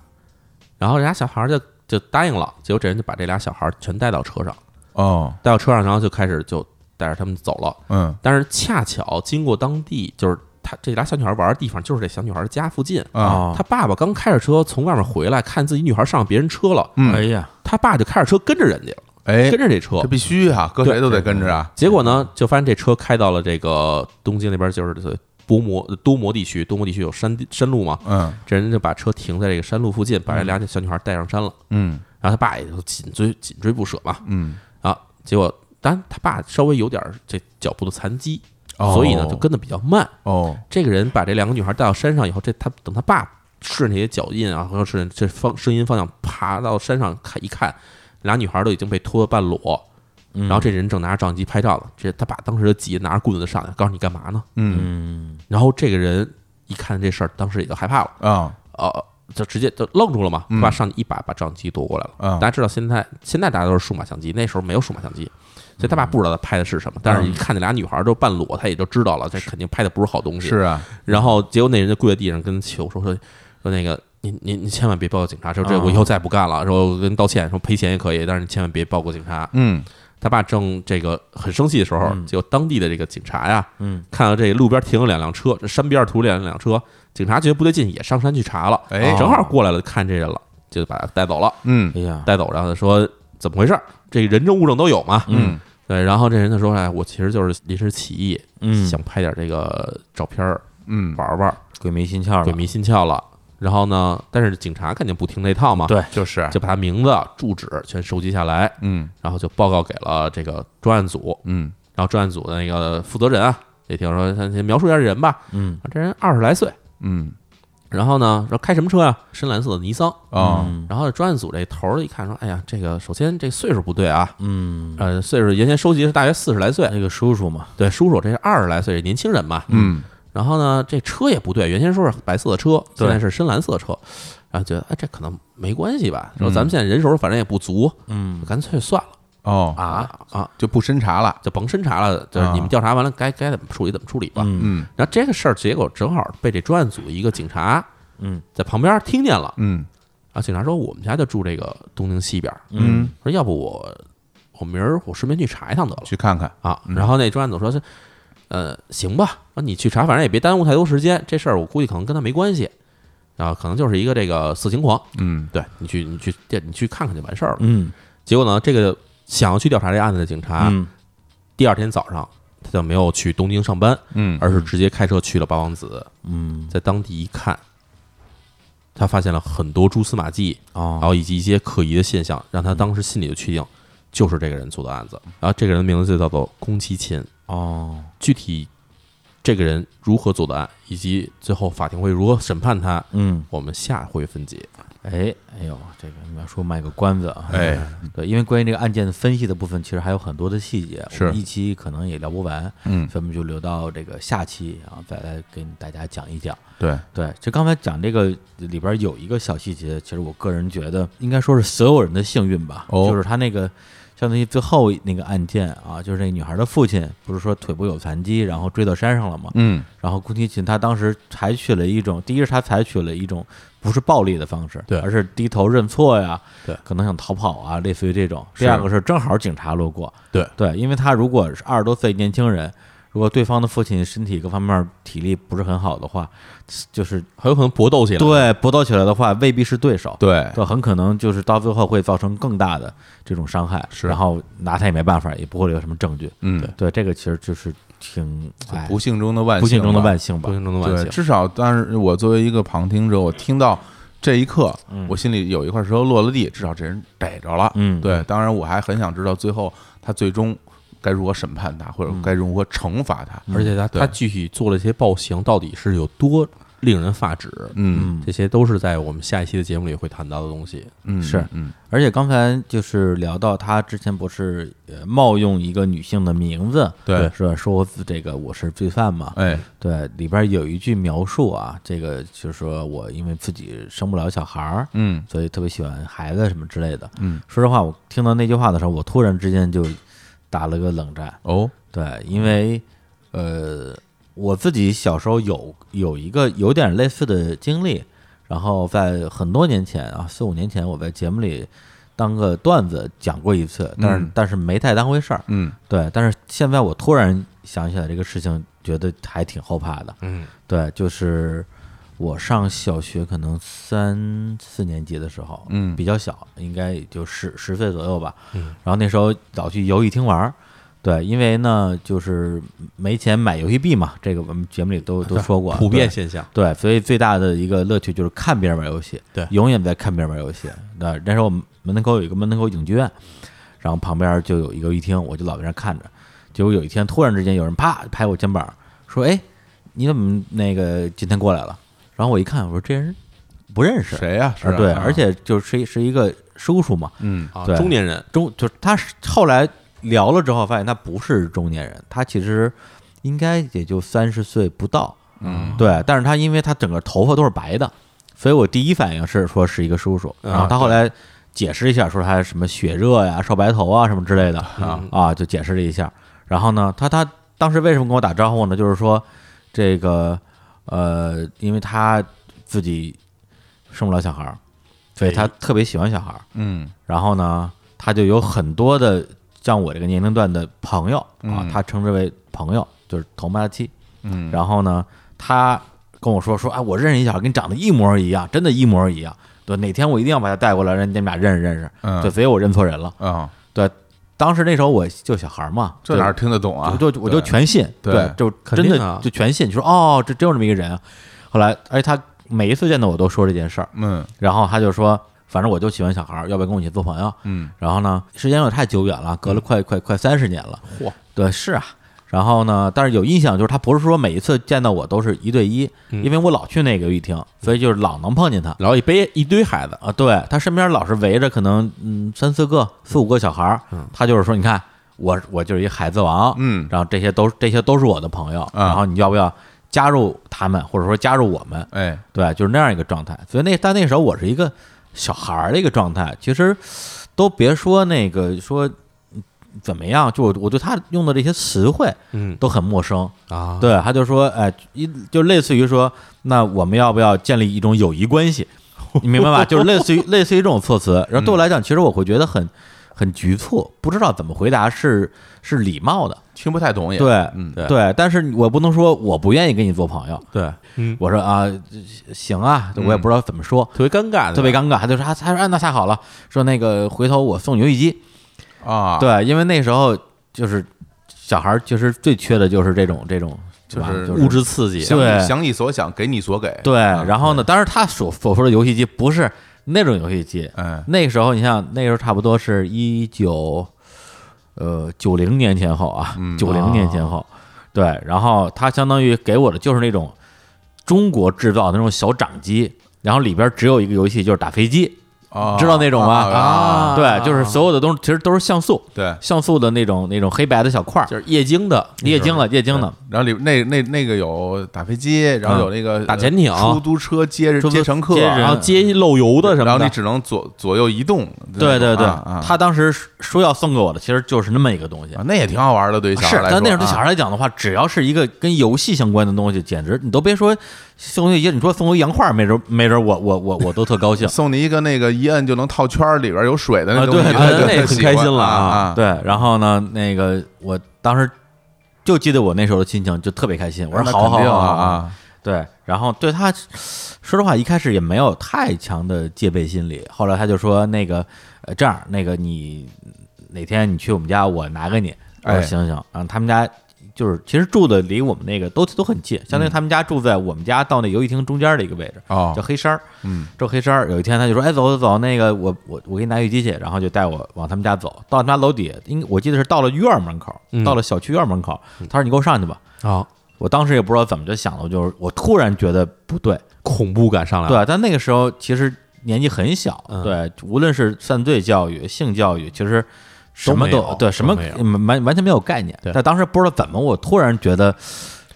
[SPEAKER 1] 然后人家小孩儿就就答应了，结果这人就把这俩小孩儿全带到车上，
[SPEAKER 3] 哦
[SPEAKER 1] 带到车上，然后就开始就带着他们走了。
[SPEAKER 3] 嗯
[SPEAKER 1] 但是恰巧经过当地，就是他这俩小女孩玩的地方，就是这小女孩家附近。
[SPEAKER 3] 啊
[SPEAKER 1] 他爸爸刚开着车从外面回来，看自己女孩上别人车了，
[SPEAKER 3] 嗯
[SPEAKER 2] 哎呀，
[SPEAKER 1] 他爸就开着车跟着人家了，
[SPEAKER 3] 哎
[SPEAKER 1] 跟，着这车
[SPEAKER 3] 这。必须啊，搁谁都得跟着啊。
[SPEAKER 1] 结果呢，就发现这车开到了这个东京那边，就是多摩多摩地区，多摩地区有山地山路嘛，
[SPEAKER 3] 嗯
[SPEAKER 1] 这人就把车停在这个山路附近，把这俩小女孩带上山了。
[SPEAKER 3] 嗯
[SPEAKER 1] 然后他爸也就紧追紧追不舍嘛，
[SPEAKER 3] 嗯，
[SPEAKER 1] 啊，结果当然他爸稍微有点儿这脚步的残疾，
[SPEAKER 3] 哦
[SPEAKER 1] 所以呢就跟的比较慢。
[SPEAKER 3] 哦，
[SPEAKER 1] 这个人把这两个女孩带到山上以后，这他等他爸顺着这些脚印啊，或者是这方声音方向爬到山上看一看，俩女孩都已经被脱得半裸，
[SPEAKER 3] 嗯
[SPEAKER 1] 然后这人正拿着照相机拍照呢。这他爸当时就急，拿着棍子就上来，告诉你干嘛呢？
[SPEAKER 3] 嗯
[SPEAKER 1] 然后这个人一看这事儿，当时也就害怕了，
[SPEAKER 3] 啊
[SPEAKER 1] 呃，就直接就愣住了嘛。
[SPEAKER 3] 嗯
[SPEAKER 1] 他爸上去一把把照相机夺过来了。
[SPEAKER 3] 啊
[SPEAKER 1] 大，家知道现在现在大家都是数码相机，那时候没有数码相机，所以他爸不知道他拍的是什么。但是一看那俩女孩都半裸，他也就知道了，这肯定拍的不是好东西。
[SPEAKER 3] 是。啊，
[SPEAKER 1] 然后结果那人就跪在地上跟求说说说那个你你你千万别报警察，说这
[SPEAKER 2] 啊
[SPEAKER 1] 我以后再也不干了，说我跟道歉，说赔钱也可以，但是你千万别报过警察。
[SPEAKER 3] 嗯
[SPEAKER 1] 他爸正这个很生气的时候，结果当地的这个警察呀，
[SPEAKER 2] 嗯，
[SPEAKER 1] 看到这路边停了两辆车，这山边停了两辆车，警察觉得不对劲，也上山去查了，
[SPEAKER 3] 哎
[SPEAKER 1] 正好过来了，看这人了，就把他带走了。
[SPEAKER 3] 嗯
[SPEAKER 2] 哎呀，
[SPEAKER 1] 带走，然后他说怎么回事儿？这人证物证都有嘛？
[SPEAKER 3] 嗯
[SPEAKER 1] 对，然后这人就说：“哎，我其实就是临时起意，
[SPEAKER 2] 嗯
[SPEAKER 1] 想拍点这个照片儿
[SPEAKER 3] 嗯，
[SPEAKER 1] 玩玩，
[SPEAKER 2] 鬼迷心窍
[SPEAKER 1] 鬼
[SPEAKER 2] 了，
[SPEAKER 1] 迷心窍了。”然后呢，但是警察肯定不听这套嘛，
[SPEAKER 2] 对，
[SPEAKER 3] 啊就是
[SPEAKER 1] 就把他名字、住址全收集下来，
[SPEAKER 3] 嗯
[SPEAKER 1] 然后就报告给了这个专案组。
[SPEAKER 3] 嗯
[SPEAKER 1] 然后专案组的那个负责人啊，也听说他先描述一下这人吧，
[SPEAKER 2] 嗯
[SPEAKER 1] 啊，这人二十来岁，
[SPEAKER 3] 嗯
[SPEAKER 1] 然后呢，然后开什么车呀、深蓝色的尼桑。
[SPEAKER 3] 啊，
[SPEAKER 2] 嗯
[SPEAKER 1] 然后专案组这头儿一看说，哎呀，这个首先这岁数不对啊，
[SPEAKER 2] 嗯，
[SPEAKER 1] 呃，岁数原先收集是大约四十来岁，
[SPEAKER 2] 那个叔叔嘛，
[SPEAKER 1] 对，叔叔这是二十来岁年轻人嘛，
[SPEAKER 3] 嗯，
[SPEAKER 1] 然后呢，这车也不对，原先说是白色的车，现
[SPEAKER 2] 对
[SPEAKER 1] 在是深蓝色的车，然后觉得哎，这可能没关系吧，然后咱们现在人手反正也不足，
[SPEAKER 2] 嗯，
[SPEAKER 1] 干脆算了
[SPEAKER 3] 哦，
[SPEAKER 1] 啊啊，
[SPEAKER 3] 就不深查了，
[SPEAKER 1] 就甭深查了，就是
[SPEAKER 3] 啊
[SPEAKER 1] 你们调查完了该该怎么处理怎么处理吧。
[SPEAKER 2] 嗯
[SPEAKER 3] 嗯
[SPEAKER 1] 然后这个事儿结果正好被这专案组一个警察，
[SPEAKER 2] 嗯，
[SPEAKER 1] 在旁边听见了，
[SPEAKER 3] 嗯
[SPEAKER 1] 然后警察说我们家就住这个东京西边儿，
[SPEAKER 3] 嗯，
[SPEAKER 1] 说要不我我明儿我顺便去查一趟得了
[SPEAKER 3] 去看看，
[SPEAKER 1] 啊。然后那专案组说是，呃，行吧，那你去查，反正也别耽误太多时间，这事儿我估计可能跟他没关系，啊，可能就是一个这个色情狂，
[SPEAKER 3] 嗯
[SPEAKER 1] 对你去你去店你去看看就完事儿了。
[SPEAKER 2] 嗯
[SPEAKER 1] 结果呢，这个想要去调查这案子的警察，
[SPEAKER 2] 嗯
[SPEAKER 1] 第二天早上他就没有去东京上班，
[SPEAKER 3] 嗯，
[SPEAKER 1] 而是直接开车去了八王子，
[SPEAKER 2] 嗯
[SPEAKER 1] 在当地一看。他发现了很多蛛丝马迹，然
[SPEAKER 2] 哦，
[SPEAKER 1] 后以及一些可疑的现象，让
[SPEAKER 2] 嗯
[SPEAKER 1] 他当时心里就确定，就是这个人做的案子。然后这个人的名字就叫做宫崎勤，
[SPEAKER 2] 哦，
[SPEAKER 1] 具体这个人如何做的案，以及最后法庭会如何审判他，
[SPEAKER 2] 嗯，
[SPEAKER 1] 我们下回分解。
[SPEAKER 2] 哎，哎呦，这个你要说卖个关子啊，
[SPEAKER 3] 哎，
[SPEAKER 2] 对，因为关于这个案件的分析的部分，其实还有很多的细节，
[SPEAKER 3] 是
[SPEAKER 2] 我们一期可能也聊不完，
[SPEAKER 3] 嗯，
[SPEAKER 2] 所以我们就留到这个下期啊，再来跟大家讲一讲。
[SPEAKER 3] 对，
[SPEAKER 2] 对，就刚才讲这个里边有一个小细节，其实我个人觉得应该说是所有人的幸运吧，
[SPEAKER 3] 哦
[SPEAKER 2] 就是他那个相当于最后那个案件啊，就是那个女孩的父亲不是说腿部有残疾，然后追到山上了嘛，
[SPEAKER 3] 嗯
[SPEAKER 2] 然后宫崎勤他当时采取了一种，第一是他采取了一种不是暴力的方式，
[SPEAKER 1] 对
[SPEAKER 2] 而是低头认错呀，
[SPEAKER 1] 对
[SPEAKER 2] 可能想逃跑啊，类似于这种。
[SPEAKER 3] 是
[SPEAKER 2] 第二个是正好警察路过，
[SPEAKER 1] 对
[SPEAKER 2] 对，因为他如果是二十多岁年轻人，如果对方的父亲身体各方面体力不是很好的话，就是
[SPEAKER 1] 很有可能搏斗起来，，
[SPEAKER 2] 对搏斗起来的话，未必是对手，
[SPEAKER 3] 对，
[SPEAKER 2] 对，很可能就是到最后会造成更大的这种伤害，
[SPEAKER 3] 是
[SPEAKER 2] 然后拿他也没办法，也不会有什么证据。
[SPEAKER 3] 嗯，
[SPEAKER 2] 对，这个其实就是挺哎
[SPEAKER 3] 不幸中的万
[SPEAKER 2] 不幸中的
[SPEAKER 3] 吧
[SPEAKER 2] 万幸吧
[SPEAKER 1] 不。幸中的万
[SPEAKER 3] 对，
[SPEAKER 1] 幸。
[SPEAKER 3] 至少，但是我作为一个旁听者，我听到这一刻，我心里有一块石头落了地，至少这人逮着了。
[SPEAKER 2] 嗯
[SPEAKER 3] 对，当然我还很想知道最后他最终该如何审判他，或者
[SPEAKER 2] 嗯
[SPEAKER 3] 该如何惩罚他。
[SPEAKER 1] 而且他
[SPEAKER 3] 对
[SPEAKER 1] 他具体做了一些暴行，到底是有多令人发指？
[SPEAKER 3] 嗯
[SPEAKER 1] 这些都是在我们下一期的节目里会谈到的东西。
[SPEAKER 3] 嗯，
[SPEAKER 2] 是
[SPEAKER 3] 嗯
[SPEAKER 2] 而且刚才就是聊到他之前不是呃冒用一个女性的名字，
[SPEAKER 3] 对
[SPEAKER 2] 是吧？说这个我是罪犯嘛，
[SPEAKER 3] 哎
[SPEAKER 2] 对，里边有一句描述啊，这个就是说我因为自己生不了小孩儿，
[SPEAKER 3] 嗯
[SPEAKER 2] 所以特别喜欢孩子什么之类的。
[SPEAKER 3] 嗯，
[SPEAKER 2] 说实话，我听到那句话的时候，我突然之间就打了个冷战。
[SPEAKER 3] 哦
[SPEAKER 2] 对，因为呃，我自己小时候有有一个有点类似的经历，然后在很多年前啊，四五年前，我在节目里当个段子讲过一次，但是、
[SPEAKER 3] 嗯
[SPEAKER 2] 但是没太当回事儿。
[SPEAKER 3] 嗯
[SPEAKER 2] 对，但是现在我突然想起来这个事情，觉得还挺后怕的。
[SPEAKER 1] 嗯，
[SPEAKER 2] 对，就是我上小学可能三四年级的时候，
[SPEAKER 3] 嗯
[SPEAKER 2] 比较小，应该也就十十岁左右吧。嗯，然后那时候老去游戏厅玩儿，对，因为呢就是没钱买游戏币嘛，这个我们节目里都都说过，啊
[SPEAKER 1] 普遍
[SPEAKER 2] 对。
[SPEAKER 1] 现象。
[SPEAKER 2] 对，所以最大的一个乐趣就是看别人玩游戏，
[SPEAKER 1] 对
[SPEAKER 2] 永远在看别人玩游戏。那那时候我们门口有一个门头沟影剧院，然后旁边就有一个游戏厅，我就老在那看着。结果有一天突然之间有人啪拍我肩膀，说：“哎，你怎么那个今天过来了？”然后我一看，我说：“这人不认识。”
[SPEAKER 3] 谁呀？是
[SPEAKER 2] 啊，
[SPEAKER 3] 啊
[SPEAKER 2] 对，
[SPEAKER 3] 啊
[SPEAKER 2] 而且就是一是一个叔叔嘛，
[SPEAKER 3] 嗯
[SPEAKER 1] 啊
[SPEAKER 2] 对，
[SPEAKER 1] 中年人
[SPEAKER 2] 中就是他是后来聊了之后，发现他不是中年人，他其实应该也就三十岁不到。
[SPEAKER 3] 嗯
[SPEAKER 2] 对，但是他因为他整个头发都是白的，所以我第一反应是说是一个叔叔，
[SPEAKER 1] 啊
[SPEAKER 2] 然后他后来解释一下，说他什么血热呀、少白头啊什么之类的啊啊，就解释了一下。然后呢，他他当时为什么跟我打招呼呢？就是说这个呃，因为他自己生不了小孩儿，所
[SPEAKER 1] 哎
[SPEAKER 2] 以他特别喜欢小孩儿。
[SPEAKER 3] 嗯
[SPEAKER 2] 然后呢，他就有很多的像我这个年龄段的朋友啊，
[SPEAKER 3] 嗯
[SPEAKER 2] 他称之为朋友，就是同妈期。
[SPEAKER 3] 嗯，
[SPEAKER 2] 然后呢，他跟我说说，哎，我认识一小孩，跟你长得一模一样，真的一模一样。对，哪天我一定要把他带过来，让你们俩认识认识。
[SPEAKER 3] 嗯
[SPEAKER 2] 对，所以我认错人了。
[SPEAKER 3] 啊，
[SPEAKER 2] 对，当时那时候我就小孩嘛，
[SPEAKER 3] 这
[SPEAKER 2] 对
[SPEAKER 3] 哪儿听得懂啊？
[SPEAKER 2] 我就我就
[SPEAKER 3] 对
[SPEAKER 2] 全信，
[SPEAKER 3] 对
[SPEAKER 2] 就
[SPEAKER 1] 肯
[SPEAKER 2] 真
[SPEAKER 1] 定
[SPEAKER 2] 的
[SPEAKER 1] 啊
[SPEAKER 2] 就全信，就说哦，这真有这么一个人啊。后来，而且他每一次见到我都说这件事儿，
[SPEAKER 3] 嗯
[SPEAKER 2] 然后他就说，反正我就喜欢小孩儿，要不要跟我一起做朋友？
[SPEAKER 3] 嗯
[SPEAKER 2] 然后呢，时间有点太久远了，隔了快快快三十年了。
[SPEAKER 1] 嗯嚯，
[SPEAKER 2] 对，是啊。然后呢，但是有印象就是他不是说每一次见到我都是一对一，因为我老去那个游戏厅，所以就是老能碰见他。
[SPEAKER 1] 然后嗯一背一堆孩子，
[SPEAKER 2] 啊，对他身边老是围着可能嗯三四个、四五个小孩儿，
[SPEAKER 1] 嗯
[SPEAKER 2] 他就是说，你看我我就是一孩子王，
[SPEAKER 3] 嗯
[SPEAKER 2] 然后这些都这些都是我的朋友，
[SPEAKER 3] 啊
[SPEAKER 2] 然后你要不要加入他们，或者说加入我们？
[SPEAKER 3] 哎，
[SPEAKER 2] 对，就是那样一个状态。所以那但那时候我是一个小孩儿的一个状态，其实都别说那个说嗯怎么样，就我我对他用的这些词汇
[SPEAKER 1] 嗯
[SPEAKER 2] 都很陌生，
[SPEAKER 1] 啊，
[SPEAKER 2] 对，他就说，哎，一就类似于说，那我们要不要建立一种友谊关系？ 你明白吧？就是类似于类似于这种措辞。然后对我来讲，其实我会觉得很很局促，不知道怎么回答是是礼貌的，
[SPEAKER 3] 听不太懂也，
[SPEAKER 2] 对，
[SPEAKER 3] 嗯，
[SPEAKER 1] 对
[SPEAKER 2] 对。但是我不能说我不愿意跟你做朋友，对，
[SPEAKER 1] 嗯
[SPEAKER 2] 我说啊，行啊，我也不知道怎么说，
[SPEAKER 1] 特别尴尬，
[SPEAKER 2] 特别尴尬。他就说，他他说，啊那太好了，说那个回头我送你游戏机。
[SPEAKER 3] 啊，，
[SPEAKER 2] 对，因为那时候就是小孩儿，其实最缺的就是这种这种，对吧
[SPEAKER 3] 就是
[SPEAKER 2] 就
[SPEAKER 1] 物质刺激，
[SPEAKER 3] 想
[SPEAKER 2] 对
[SPEAKER 3] 你想你所想，给你所给，
[SPEAKER 2] 对，
[SPEAKER 3] 啊
[SPEAKER 2] 然后呢，当然他所所说的游戏机不是那种游戏机，
[SPEAKER 3] 哎，
[SPEAKER 2] 那个时候你像那时候差不多是一九呃九零年前后啊，九零、年前后，对，然后他相当于给我的就是那种中国制造的那种小掌机。然后里边只有一个游戏，就是打飞机，
[SPEAKER 3] 啊
[SPEAKER 2] 知道那种吗？
[SPEAKER 3] 啊，
[SPEAKER 2] 对，就是所有的东西其实都是像素，
[SPEAKER 3] 对，
[SPEAKER 2] 像素的那种那种黑白的小块儿，
[SPEAKER 1] 嗯就是液晶的，
[SPEAKER 2] 液晶了，液晶的，
[SPEAKER 3] 然后里那那那个有打飞机，然
[SPEAKER 2] 嗯
[SPEAKER 3] 后有那个
[SPEAKER 1] 打潜艇
[SPEAKER 3] 出租车接
[SPEAKER 2] 出租
[SPEAKER 3] 接乘客，啊
[SPEAKER 2] 接人啊
[SPEAKER 1] 然后接漏油的什
[SPEAKER 3] 然
[SPEAKER 1] 么
[SPEAKER 3] 后你
[SPEAKER 1] 的，
[SPEAKER 3] 只能左左右移动，
[SPEAKER 2] 对对对
[SPEAKER 3] 啊啊，
[SPEAKER 2] 他当时说要送给我的，其实就是那么一个东西
[SPEAKER 3] 啊，那也挺好玩的，对于小
[SPEAKER 2] 是
[SPEAKER 3] 孩来，说。
[SPEAKER 2] 但那时候对
[SPEAKER 3] 啊。
[SPEAKER 2] 小孩来讲的话，只要是一个跟游戏相关的东西，简直你都别说送游戏，你说送我一洋画，没准没准我我我我都特高兴
[SPEAKER 3] 送你一个那个一摁就能套圈儿，里边有水 的那
[SPEAKER 2] 啊
[SPEAKER 3] 东西，
[SPEAKER 2] 对
[SPEAKER 3] 啊
[SPEAKER 2] 对
[SPEAKER 1] 那也很
[SPEAKER 3] 喜
[SPEAKER 1] 开
[SPEAKER 3] 欢
[SPEAKER 1] 心了
[SPEAKER 3] 啊
[SPEAKER 1] 啊
[SPEAKER 3] 啊！
[SPEAKER 2] 对，然后呢，那个我当时就记得我那时候的心情就特别开心，我说
[SPEAKER 3] 那
[SPEAKER 2] 好好
[SPEAKER 3] 肯定
[SPEAKER 2] 好
[SPEAKER 3] 啊
[SPEAKER 2] 好好
[SPEAKER 3] 啊！
[SPEAKER 2] 对，然后对他，说实话，一开始也没有太强的戒备心理。后来他就说：“那个，呃，这样，那个你哪天你去我们家，我拿给你。”我说：“
[SPEAKER 3] 哎
[SPEAKER 2] 行行。”然后他们家就是其实住的离我们那个都都很近，相当于他们家住在我们家到那游戏厅中间的一个位置，
[SPEAKER 3] 嗯哦
[SPEAKER 2] 叫黑山儿。
[SPEAKER 3] 嗯，
[SPEAKER 2] 这黑山儿有一天他就说：“哎，走走走，那个我我我给你拿游戏机去。”然后就带我往他们家走，到他们家楼底下，应我记得是到了院儿门口，
[SPEAKER 1] 嗯
[SPEAKER 2] 到了小区院儿门口，
[SPEAKER 3] 嗯
[SPEAKER 2] 他说：“你给我上去吧。”
[SPEAKER 1] 啊，
[SPEAKER 2] 我当时也不知道怎么就想的，就是我突然觉得不对，
[SPEAKER 1] 恐怖感上来了，
[SPEAKER 2] 对，啊但那个时候其实年纪很小，
[SPEAKER 1] 啊嗯
[SPEAKER 2] 对，无论是犯罪教育、性教育，其实什么
[SPEAKER 1] 都
[SPEAKER 2] 都
[SPEAKER 1] 没有
[SPEAKER 2] 对，什么
[SPEAKER 1] 都没有
[SPEAKER 2] 嗯完完全没有概念。
[SPEAKER 1] 对
[SPEAKER 2] 但当时不知道怎么，我突然觉得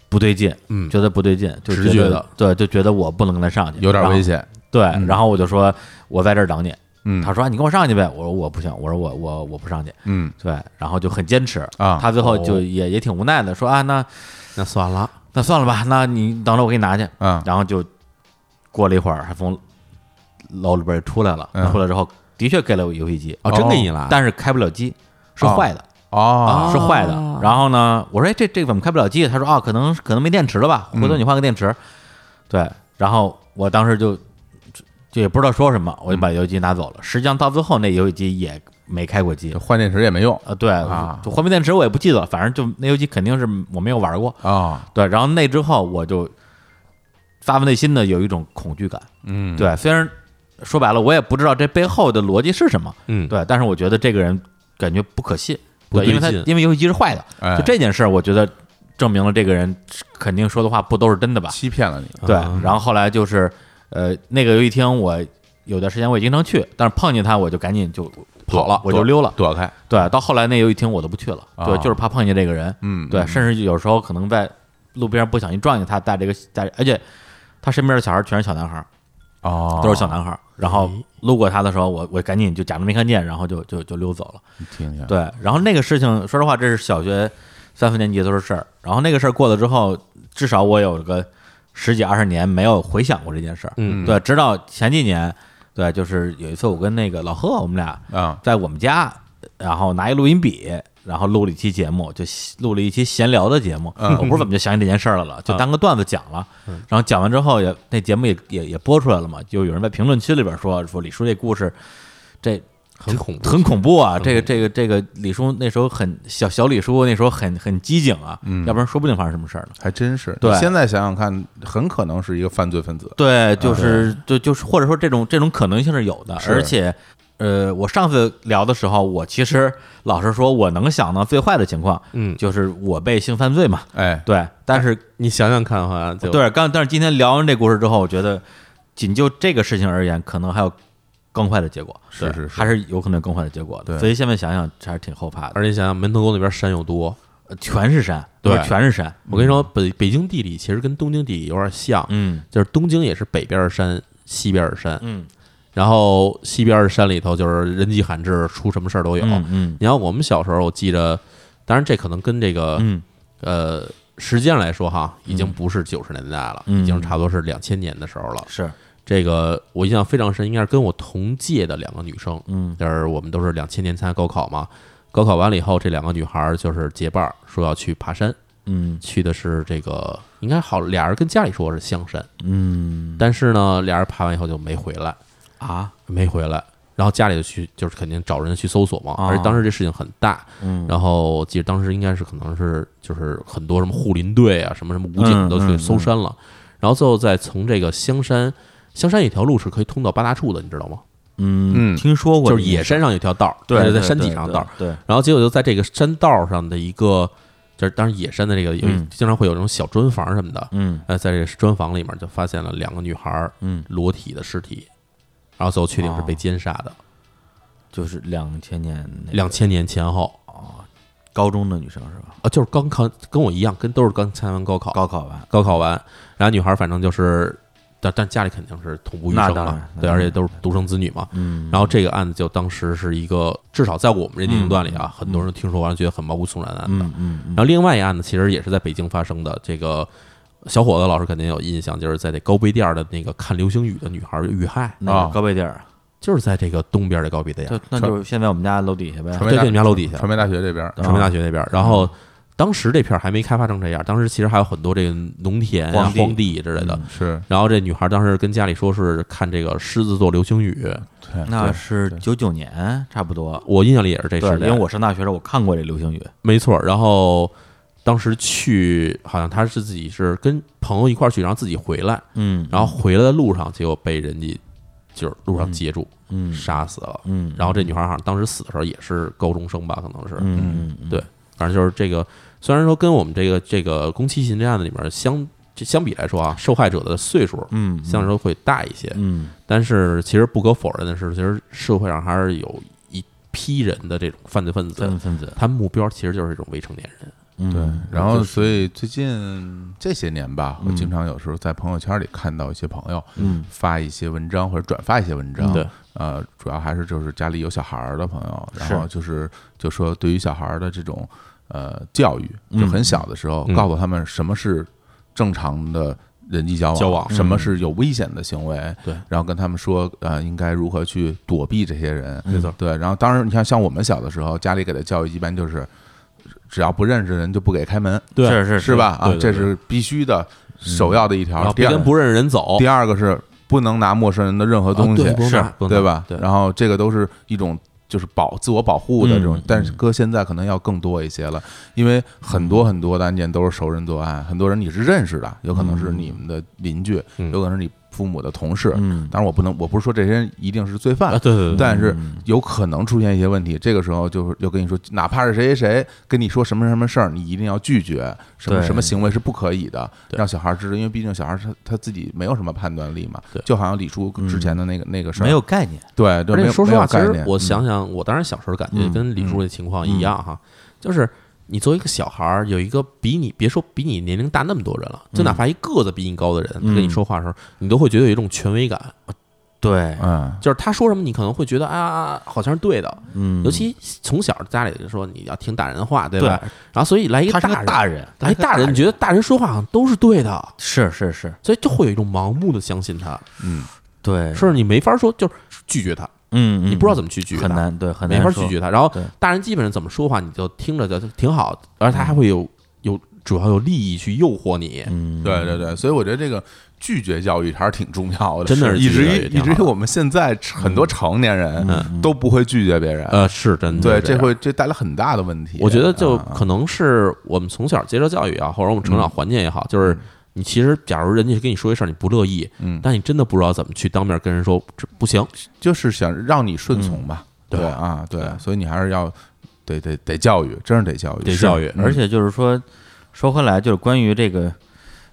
[SPEAKER 2] 不对劲，
[SPEAKER 1] 嗯
[SPEAKER 2] 觉得不对劲，就
[SPEAKER 1] 直
[SPEAKER 2] 觉
[SPEAKER 1] 觉
[SPEAKER 2] 得
[SPEAKER 1] 的
[SPEAKER 2] 对，就觉得我不能跟他上去，
[SPEAKER 3] 有点
[SPEAKER 2] 然后
[SPEAKER 3] 危。险，
[SPEAKER 2] 对，
[SPEAKER 1] 嗯
[SPEAKER 2] 然后我就说我在这儿等你。
[SPEAKER 3] 嗯
[SPEAKER 2] 他说啊你跟我上去呗，我说我不行，我说我我我不上去。
[SPEAKER 3] 嗯
[SPEAKER 2] 对，然后就很坚持
[SPEAKER 3] 啊
[SPEAKER 2] 他最后就
[SPEAKER 1] 哦
[SPEAKER 2] 也也挺无奈的，说啊那
[SPEAKER 1] 那算了，
[SPEAKER 2] 那算了吧，那你等着我给你拿去。
[SPEAKER 3] 啊
[SPEAKER 2] 然后就过了一会儿，他从楼里边出来了。
[SPEAKER 3] 嗯
[SPEAKER 2] 出来之后，的确给了我游戏机，
[SPEAKER 1] 哦，真给你了，
[SPEAKER 2] 但是开不了机，是
[SPEAKER 3] 哦
[SPEAKER 2] 坏的，
[SPEAKER 3] 哦
[SPEAKER 2] 是坏的。然后呢，我说：“哎，这这个怎么开不了机？”他说：“啊，可能可能没电池了吧，回
[SPEAKER 3] 嗯
[SPEAKER 2] 头你换个电池。对，然后我当时就就就也不知道说什么，
[SPEAKER 3] 嗯
[SPEAKER 2] 我就把游戏机拿走了。实际上到最后，那游戏机也没开过机。
[SPEAKER 3] 换电池也没用
[SPEAKER 2] 呃，对，
[SPEAKER 3] 啊
[SPEAKER 2] 就换没电池我也不记得了，反正就那游戏机肯定是我没有玩过。
[SPEAKER 3] 啊，
[SPEAKER 2] 对，然后那之后我就发自内心的有一种恐惧感。
[SPEAKER 3] 嗯，
[SPEAKER 2] 对，虽然说白了我也不知道这背后的逻辑是什么，
[SPEAKER 1] 嗯，
[SPEAKER 2] 对，但是我觉得这个人感觉不可信，
[SPEAKER 1] 不
[SPEAKER 2] 对，因为他
[SPEAKER 1] 对劲
[SPEAKER 2] 因为游戏机是坏的，
[SPEAKER 3] 哎
[SPEAKER 2] 就这件事儿，我觉得证明了这个人肯定说的话不都是真的吧？
[SPEAKER 3] 欺骗了你，
[SPEAKER 2] 对，
[SPEAKER 1] 啊
[SPEAKER 2] 然后后来就是呃，那个游戏厅我有段时间我也经常去，但是碰见他我就赶紧就
[SPEAKER 1] 跑了
[SPEAKER 2] 我就溜了。
[SPEAKER 3] 躲开，
[SPEAKER 2] 对，到后来那游戏厅我都不去了，对，
[SPEAKER 3] 啊
[SPEAKER 2] 就是怕碰见这个人，
[SPEAKER 3] 嗯，
[SPEAKER 2] 对，
[SPEAKER 3] 嗯
[SPEAKER 2] 甚至有时候可能在路边不小心撞见他带着一个带着，而且他身边的小孩全是小男孩儿，
[SPEAKER 3] 哦，
[SPEAKER 2] 都是小男孩儿。然后路过他的时候，我我赶紧就假装没看见，然后就就就溜走了。
[SPEAKER 3] 听听，
[SPEAKER 2] 对，然后那个事情，说实话，这是小学三四年级的时候事儿。然后那个事儿过了之后，至少我有个十几二十年没有回想过这件事儿。
[SPEAKER 1] 嗯
[SPEAKER 2] 对，直到前几年，对，就是有一次我跟那个老贺，我们俩
[SPEAKER 3] 啊，
[SPEAKER 2] 在我们家，然后拿一录音笔，然后录了一期节目，就录了一期闲聊的节目。
[SPEAKER 3] 嗯
[SPEAKER 2] 我不知道怎么就想起这件事儿来了，就当个段子讲了。然后讲完之后也，那节目也也也播出来了嘛，就有人在评论区里边说说李叔这故事，这
[SPEAKER 1] 很恐怖，
[SPEAKER 2] 很恐怖啊！这个
[SPEAKER 1] 恐怖
[SPEAKER 2] 这个这个李叔那时候很小小李叔那时候很很机警啊，要不然说不定发生什么事儿呢。
[SPEAKER 3] 还真是，
[SPEAKER 2] 对
[SPEAKER 3] 你现在想想看，很可能是一个犯罪分子，
[SPEAKER 2] 啊对，就是就就是或者说这种这种可能性是有的，而且呃，我上次聊的时候，我其实老实说，我能想到最坏的情况，
[SPEAKER 1] 嗯
[SPEAKER 2] 就是我被性犯罪嘛，
[SPEAKER 3] 哎，
[SPEAKER 2] 对。但是
[SPEAKER 1] 你想想看哈，就，
[SPEAKER 2] 对，刚但是今天聊完这故事之后，我觉得仅就这个事情而言，可能还有更坏的结果，
[SPEAKER 3] 是
[SPEAKER 2] 对
[SPEAKER 3] 是是
[SPEAKER 2] 还是有可能有更坏的结果的。
[SPEAKER 3] 对
[SPEAKER 2] 所以现在想想还是挺后怕的，
[SPEAKER 1] 而且想想门头沟那边山有多，
[SPEAKER 2] 呃全是山，
[SPEAKER 1] 对
[SPEAKER 2] 不是全是山，
[SPEAKER 1] 我跟你说，北北京地理其实跟东京地理有点像，
[SPEAKER 2] 嗯
[SPEAKER 1] 就是东京也是北边儿山，西边儿山，
[SPEAKER 2] 嗯，
[SPEAKER 1] 然后西边儿山里头就是人迹罕至，出什么事儿都有。
[SPEAKER 2] 嗯嗯
[SPEAKER 1] 你看我们小时候，我记着，当然这可能跟这个、
[SPEAKER 2] 嗯
[SPEAKER 1] 呃时间来说哈，已经不是九十年代了，
[SPEAKER 2] 嗯
[SPEAKER 1] 已经差不多是两千年的时候了。
[SPEAKER 2] 是
[SPEAKER 1] 这个我印象非常深，应该是跟我同届的两个女生，
[SPEAKER 2] 嗯
[SPEAKER 1] 就是我们都是两千年参加高考嘛。高考完了以后，这两个女孩儿就是结伴儿说要去爬山，
[SPEAKER 2] 嗯
[SPEAKER 1] 去的是这个应该好，俩人跟家里说是香山，
[SPEAKER 2] 嗯
[SPEAKER 1] 但是呢，俩人爬完以后就没回来，
[SPEAKER 2] 啊
[SPEAKER 1] 没回来。然后家里就去，就是肯定找人去搜索嘛。
[SPEAKER 2] 啊
[SPEAKER 1] 而且当时这事情很大，
[SPEAKER 2] 嗯
[SPEAKER 1] 然后我记得当时应该是可能是就是很多什么护林队啊，什么什么武警都
[SPEAKER 2] 嗯
[SPEAKER 1] 去
[SPEAKER 2] 嗯
[SPEAKER 1] 搜山了。然后最后再从这个香山，香山有一条路是可以通到八大处的，你知道吗？
[SPEAKER 2] 嗯
[SPEAKER 3] 嗯
[SPEAKER 2] 听说过
[SPEAKER 1] 就
[SPEAKER 2] 这
[SPEAKER 1] 是
[SPEAKER 2] 件
[SPEAKER 1] 野
[SPEAKER 2] 事儿，
[SPEAKER 1] 山上有一条道儿，
[SPEAKER 2] 对，
[SPEAKER 1] 是在
[SPEAKER 2] 对
[SPEAKER 1] 山
[SPEAKER 2] 对
[SPEAKER 1] 脊上的
[SPEAKER 2] 对
[SPEAKER 1] 道儿。
[SPEAKER 2] 对，嗯
[SPEAKER 1] 然后结果就在这个山道上的一个，就是当然野山的这个有一
[SPEAKER 2] 嗯
[SPEAKER 1] 经常会有那种小砖房什么的，
[SPEAKER 2] 嗯
[SPEAKER 1] 呃，在这个砖房里面就发现了两个女孩儿
[SPEAKER 2] 嗯，
[SPEAKER 1] 裸体的尸体，然后最后确定是被奸杀的。
[SPEAKER 2] 就是两千年那个
[SPEAKER 1] 两千年前后
[SPEAKER 2] 高中的女生是吧？
[SPEAKER 1] 啊，就是刚考，跟我一样，跟都是刚参加完高考，
[SPEAKER 2] 高考吧，
[SPEAKER 1] 高考完，然后女孩反正就是，但但家里肯定是同步育
[SPEAKER 2] 那
[SPEAKER 1] 生
[SPEAKER 2] 当
[SPEAKER 1] 嘛
[SPEAKER 2] 然，那
[SPEAKER 1] 对，
[SPEAKER 2] 当
[SPEAKER 1] 而且
[SPEAKER 2] 然
[SPEAKER 1] 都是独生子女嘛。
[SPEAKER 2] 嗯，
[SPEAKER 1] 然后这个案子就当时是一个，至少在我们这年龄段里啊，很多人听说完了觉得很毛骨悚然的案子。
[SPEAKER 2] 嗯嗯嗯
[SPEAKER 1] 然后另外一案子其实也是在北京发生的，这个小伙子老师肯定有印象，就是在那高碑店儿的那个看流星雨的女孩遇害，
[SPEAKER 2] 那
[SPEAKER 3] 啊
[SPEAKER 2] 嗯个高碑店儿，
[SPEAKER 1] 就是在这个东边的高碑店儿，
[SPEAKER 2] 就那就是现在我们家楼底下呗
[SPEAKER 3] 传，
[SPEAKER 1] 对，
[SPEAKER 3] 媒
[SPEAKER 1] 对，
[SPEAKER 3] 大
[SPEAKER 1] 你们家楼底下，
[SPEAKER 3] 传媒大学这边儿，
[SPEAKER 2] 啊
[SPEAKER 1] 传媒大学那边儿。然后当时这片儿还没开发成这样，当时其实还有很多这个农田啊、
[SPEAKER 2] 荒地嗯
[SPEAKER 1] 荒地之类的。
[SPEAKER 3] 是
[SPEAKER 1] 然后这女孩当时跟家里说是看这个狮子座流星雨，
[SPEAKER 3] 对
[SPEAKER 2] 那
[SPEAKER 3] 对
[SPEAKER 2] 是九九年差不多。
[SPEAKER 1] 我印象里也是这
[SPEAKER 2] 对，
[SPEAKER 1] 事
[SPEAKER 2] 因为
[SPEAKER 1] 件，
[SPEAKER 2] 我上大学的时候我看过这流星雨，
[SPEAKER 1] 没错。然后当时去好像她是自己是跟朋友一块儿去，然后自己回来，
[SPEAKER 2] 嗯
[SPEAKER 1] 然后回来的路上，结果被人家就是路上截住，
[SPEAKER 2] 嗯
[SPEAKER 1] 杀死了。
[SPEAKER 2] 嗯
[SPEAKER 1] 然后这女孩好像当时死的时候也是高中生吧，可能是，
[SPEAKER 2] 嗯嗯
[SPEAKER 1] 对反正就是这个，虽然说跟我们这个这个宫崎勤这案子里面相这相比来说啊，受害者的岁数
[SPEAKER 2] 嗯
[SPEAKER 1] 相对来说会大一些，
[SPEAKER 2] 嗯
[SPEAKER 1] 但是其实不可否认的是，其实社会上还是有一批人的这种犯罪分
[SPEAKER 2] 三
[SPEAKER 1] 子
[SPEAKER 3] 嗯
[SPEAKER 2] 分，分子，
[SPEAKER 1] 他们目标其实就是这种未成年人。
[SPEAKER 2] 对
[SPEAKER 3] 对，然后所以最近这些年吧，我经常有时候在朋友圈里看到一些朋友
[SPEAKER 2] 嗯
[SPEAKER 3] 发一些文章或者转发一些文章，
[SPEAKER 1] 对，
[SPEAKER 3] 呃，主要还是就是家里有小孩儿的朋友，然
[SPEAKER 2] 是
[SPEAKER 3] 后就是就说对于小孩儿的这种呃教育，
[SPEAKER 2] 嗯
[SPEAKER 3] 就很小的时候
[SPEAKER 1] 嗯
[SPEAKER 3] 告诉他们什么是正常的人际交往，
[SPEAKER 1] 交往嗯
[SPEAKER 3] 什么是有危险的行为，
[SPEAKER 1] 对
[SPEAKER 3] 然后跟他们说呃应该如何去躲避这些人，嗯
[SPEAKER 1] 没错
[SPEAKER 3] 对，然后当然你看像我们小的时候，家里给的教育一般就是只要不认识人就不给开门，
[SPEAKER 1] 对
[SPEAKER 2] 是是
[SPEAKER 3] 是吧？？啊
[SPEAKER 1] 对，对嗯
[SPEAKER 3] 这是必须的首要的一
[SPEAKER 1] 然
[SPEAKER 3] 条，
[SPEAKER 1] 后
[SPEAKER 3] 第
[SPEAKER 1] 别
[SPEAKER 3] 二
[SPEAKER 1] 跟不认识人走，
[SPEAKER 3] 第二个是不能拿陌生人的任何东西
[SPEAKER 1] 啊对，不能
[SPEAKER 2] 是
[SPEAKER 1] 拿不能拿
[SPEAKER 3] 对吧？
[SPEAKER 1] 对，
[SPEAKER 3] 然后这个都是一种就是保自我保护的这种，
[SPEAKER 2] 嗯
[SPEAKER 3] 但是搁现在可能要更多一些了，因为很多很多的案件都是熟人作案，很多人你是认识的，有可能是你们的邻居，
[SPEAKER 1] 嗯
[SPEAKER 3] 有可能是你父母的同事。
[SPEAKER 2] 嗯，
[SPEAKER 3] 当然，我不能，我不是说这些人一定是罪犯
[SPEAKER 1] 啊，，对对对，
[SPEAKER 3] 但是有可能出现一些问题。这个时候就是就跟你说，哪怕是谁谁谁跟你说什么什么事儿，你一定要拒绝，什么
[SPEAKER 2] 对
[SPEAKER 3] 什么行为是不可以的，
[SPEAKER 1] 对
[SPEAKER 3] 让小孩知道，因为毕竟小孩他他自己没有什么判断力嘛
[SPEAKER 1] 对。嗯
[SPEAKER 3] 就好像李叔之前的那个、那个事儿，
[SPEAKER 2] 没有概念，
[SPEAKER 3] 对，就
[SPEAKER 1] 而
[SPEAKER 3] 没
[SPEAKER 1] 且
[SPEAKER 3] 有
[SPEAKER 1] 说实
[SPEAKER 3] 没有
[SPEAKER 1] 话，其
[SPEAKER 3] 概
[SPEAKER 1] 实
[SPEAKER 3] 念
[SPEAKER 1] 我想想，我当时小时候感觉
[SPEAKER 2] 嗯
[SPEAKER 1] 跟李叔的情况一样哈，就是你作为一个小孩儿，有一个比你别说比你年龄大那么多人了，
[SPEAKER 2] 嗯
[SPEAKER 1] 就哪怕一个子比你高的人，他跟你说话的时候，你都会觉得有一种权威感，
[SPEAKER 2] 对，
[SPEAKER 3] 嗯，
[SPEAKER 1] 就是他说什么，你可能会觉得啊，好像是对的。
[SPEAKER 2] 嗯，
[SPEAKER 1] 尤其从小家里就说你要听大人的话，对
[SPEAKER 2] 对，
[SPEAKER 1] 吧？然后所以来一
[SPEAKER 2] 他是
[SPEAKER 1] 大
[SPEAKER 2] 个
[SPEAKER 1] 人，
[SPEAKER 2] 大
[SPEAKER 1] 来
[SPEAKER 2] 人，他是
[SPEAKER 1] 一
[SPEAKER 2] 个
[SPEAKER 1] 大人，你觉得大人说话好像都是对的，
[SPEAKER 2] 是是是，
[SPEAKER 1] 所以就会有一种盲目的相信
[SPEAKER 2] 嗯
[SPEAKER 1] 他，
[SPEAKER 2] 对，
[SPEAKER 1] 是你没法说，就是拒绝他，
[SPEAKER 2] 嗯，嗯
[SPEAKER 1] 你不知道怎么去拒绝
[SPEAKER 2] 很
[SPEAKER 1] 他。
[SPEAKER 2] 难，对，很
[SPEAKER 1] 没
[SPEAKER 2] 难
[SPEAKER 1] 法
[SPEAKER 2] 说
[SPEAKER 1] 拒绝他。然后
[SPEAKER 2] 对
[SPEAKER 1] 大人基本上怎么说话，你就听着就挺好，而他还会有有主要有利益去诱惑你。
[SPEAKER 2] 嗯，
[SPEAKER 3] 对对对，所以我觉得这个拒绝教育还是挺重要的，
[SPEAKER 1] 真的是
[SPEAKER 3] 以
[SPEAKER 1] 拒绝
[SPEAKER 3] 至
[SPEAKER 1] 教育
[SPEAKER 3] 于
[SPEAKER 1] 挺
[SPEAKER 3] 以
[SPEAKER 1] 好
[SPEAKER 3] 至
[SPEAKER 1] 的
[SPEAKER 3] 于我们现在很多成年人都不会拒绝别人，
[SPEAKER 1] 呃，是真的
[SPEAKER 3] 对，
[SPEAKER 1] 是这
[SPEAKER 3] 这
[SPEAKER 1] 样。
[SPEAKER 3] 会这带来很大的问题。
[SPEAKER 1] 我觉得就
[SPEAKER 3] 啊
[SPEAKER 2] 嗯
[SPEAKER 1] 可能是我们从小接受教育啊，或者我们成长环境也好，就是你其实假如人家跟你说一事儿你不乐意，
[SPEAKER 5] 嗯
[SPEAKER 1] 但你真的不知道怎么去当面跟人说这不行，
[SPEAKER 5] 就是想让你顺从吧，
[SPEAKER 1] 嗯对
[SPEAKER 5] 对啊，对，所以你还是要得得得教育，真是得教育，
[SPEAKER 1] 得
[SPEAKER 5] 是
[SPEAKER 1] 教育
[SPEAKER 5] 嗯
[SPEAKER 2] 而且就是说，说回来就是关于这个，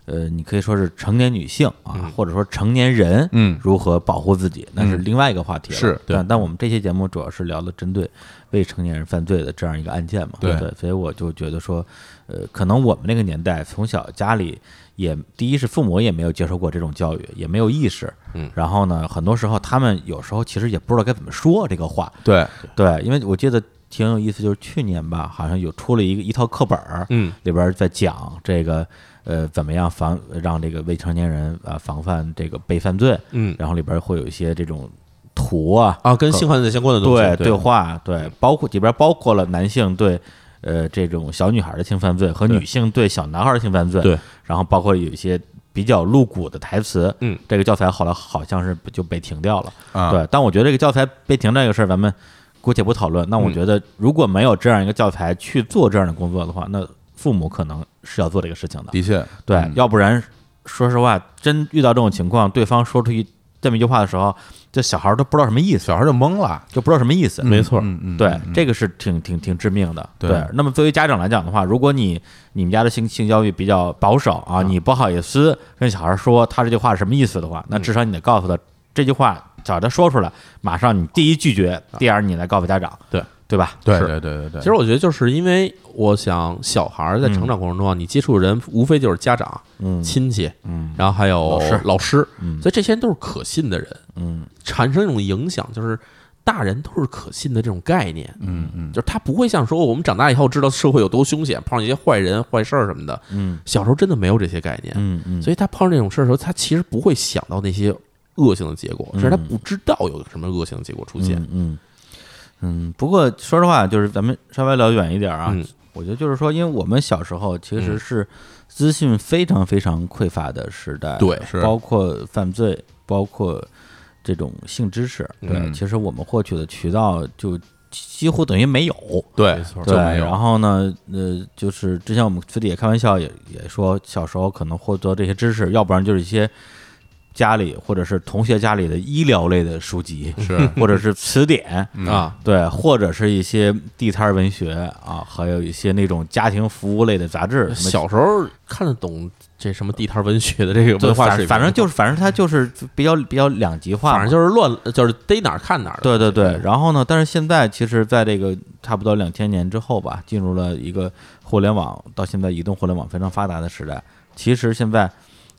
[SPEAKER 2] 呃，你可以说是成年女性啊，或者说成年人，
[SPEAKER 5] 嗯
[SPEAKER 2] 如何保护自己，那是另外一个话题了。
[SPEAKER 5] 是
[SPEAKER 2] 对。但我们这期节目主要是聊的针对未成年人犯罪的这样一个案件嘛，
[SPEAKER 5] 对
[SPEAKER 2] 所以我就觉得说，呃，可能我们那个年代从小家里。也第一是父母也没有接受过这种教育，也没有意识，嗯，然后呢，很多时候他们有时候其实也不知道该怎么说这个话，
[SPEAKER 5] 对，
[SPEAKER 2] 对，因为我记得挺有意思，就是去年吧，好像有出了一个一套课本儿，
[SPEAKER 1] 嗯，
[SPEAKER 2] 里边儿在讲这个呃怎么样防让这个未成年人啊、呃防范这个被犯罪，
[SPEAKER 1] 嗯
[SPEAKER 2] 然后里边儿会有一些这种图啊，
[SPEAKER 1] 啊，跟性犯罪相关的东西，
[SPEAKER 2] 对
[SPEAKER 1] 对嗯
[SPEAKER 2] 对话，对，包括里边儿包括了男性对。呃，这种小女孩儿的性犯罪和女性对小男孩儿的性犯罪，
[SPEAKER 1] 对，
[SPEAKER 2] 然后包括有一些比较露骨的台词，
[SPEAKER 1] 嗯，
[SPEAKER 2] 这个教材后来好像是就被停掉了，
[SPEAKER 5] 啊
[SPEAKER 2] 对，但我觉得这个教材被停这个事儿，咱们姑且不讨
[SPEAKER 5] 嗯
[SPEAKER 2] 论。那我觉得，如果没有这样一个教材去做这样的工作的话，那父母可能是要做这个事情的。
[SPEAKER 5] 的确，
[SPEAKER 2] 对，
[SPEAKER 5] 嗯
[SPEAKER 2] 要不然说实话，真遇到这种情况，对方说出一这么一句话的时候，这小孩儿都不知道什么意思，
[SPEAKER 5] 小孩就懵了，
[SPEAKER 2] 就不知道什么意思。
[SPEAKER 1] 没错，
[SPEAKER 5] 嗯嗯，
[SPEAKER 2] 对
[SPEAKER 5] 嗯，
[SPEAKER 2] 这个是挺挺挺致命的。
[SPEAKER 5] 对
[SPEAKER 2] 那么作为家长来讲的话，如果你你们家的性性教育比较保守啊，你不好意思跟小孩说他这句话是什么意思的话，那至少你得告诉他这句话，只要他说出来，马上你第一拒绝，第二你来告诉家长，
[SPEAKER 1] 对
[SPEAKER 2] 对吧？
[SPEAKER 5] 对
[SPEAKER 3] 嗯
[SPEAKER 1] 是
[SPEAKER 5] 对对对对，
[SPEAKER 1] 其实我觉得就是因为我想小孩儿在成长过程中啊，你接触的人无非就是家长、
[SPEAKER 2] 嗯
[SPEAKER 1] 亲戚，
[SPEAKER 2] 嗯
[SPEAKER 1] 然后还有
[SPEAKER 2] 老师
[SPEAKER 1] 老师，
[SPEAKER 2] 嗯
[SPEAKER 1] 所以这些人都是可信的人，
[SPEAKER 2] 嗯，
[SPEAKER 1] 产生一种影响，就是大人都是可信的这种概念，
[SPEAKER 5] 嗯嗯
[SPEAKER 1] 就是他不会像说我们长大以后知道社会有多凶险，碰上一些坏人、坏事儿什么的，
[SPEAKER 2] 嗯
[SPEAKER 1] 小时候真的没有这些概念，
[SPEAKER 2] 嗯嗯，
[SPEAKER 1] 所以他碰上这种事儿的时候，他其实不会想到那些恶性的结果，只是他不知道有什么恶性的结果出现。
[SPEAKER 2] 嗯嗯嗯，不过说实话，就是咱们稍微聊远一点啊，
[SPEAKER 1] 嗯
[SPEAKER 2] 我觉得就是说，因为我们小时候其实是资讯非常非常匮乏的时代，
[SPEAKER 1] 对
[SPEAKER 5] 是
[SPEAKER 2] 包括犯罪，包括这种性知识，对，
[SPEAKER 5] 嗯
[SPEAKER 2] 其实我们获取的渠道就几乎等于没有，
[SPEAKER 5] 对，
[SPEAKER 2] 对，
[SPEAKER 5] 就没有
[SPEAKER 2] 然后呢，呃，就是之前我们私底下开玩笑也也说，小时候可能获得这些知识，要不然就是一些家里或者是同学家里的医疗类的书籍，
[SPEAKER 5] 是
[SPEAKER 2] 或者是词典。
[SPEAKER 1] 啊，
[SPEAKER 2] 对，或者是一些地摊儿文学啊，还有一些那种家庭服务类的杂志，什么
[SPEAKER 1] 小时候看得懂这什么地摊文学的这个
[SPEAKER 2] 对
[SPEAKER 1] 文化
[SPEAKER 2] 反
[SPEAKER 1] 水平，
[SPEAKER 2] 反正就是反正它就是比较比较两极化嘛，
[SPEAKER 1] 反正就是乱，就是逮哪儿看哪儿的。嗯
[SPEAKER 2] 对对对，然后呢？但是现在其实，在这个差不多两千年之后吧，进入了一个互联网到现在移动互联网非常发达的时代。其实现在，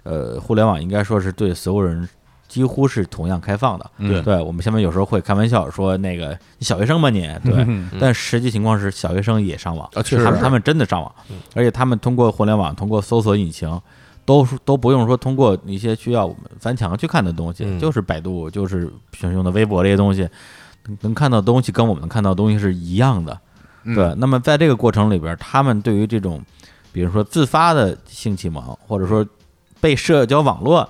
[SPEAKER 2] 呃，互联网应该说是对所有人几乎是同样开放
[SPEAKER 1] 嗯
[SPEAKER 2] 的。
[SPEAKER 5] 对
[SPEAKER 2] 对我们下面有时候会开玩笑说，那个你小学生吧你，对，但实际情况是小学生也上网，
[SPEAKER 1] 嗯啊确实
[SPEAKER 2] 他们
[SPEAKER 1] 是
[SPEAKER 2] 他们真的上网，而且他们通过互联网，通过搜索引擎。都是都不用说通过一些需要我们翻墙去看的东西，
[SPEAKER 1] 嗯
[SPEAKER 2] 就是百度，就是熊熊的微博这些东西，能能看到的东西跟我们能看到的东西是一样的。对，那么在这个过程里边，他们对于这种，比如说自发的性启蒙，或者说被社交网络，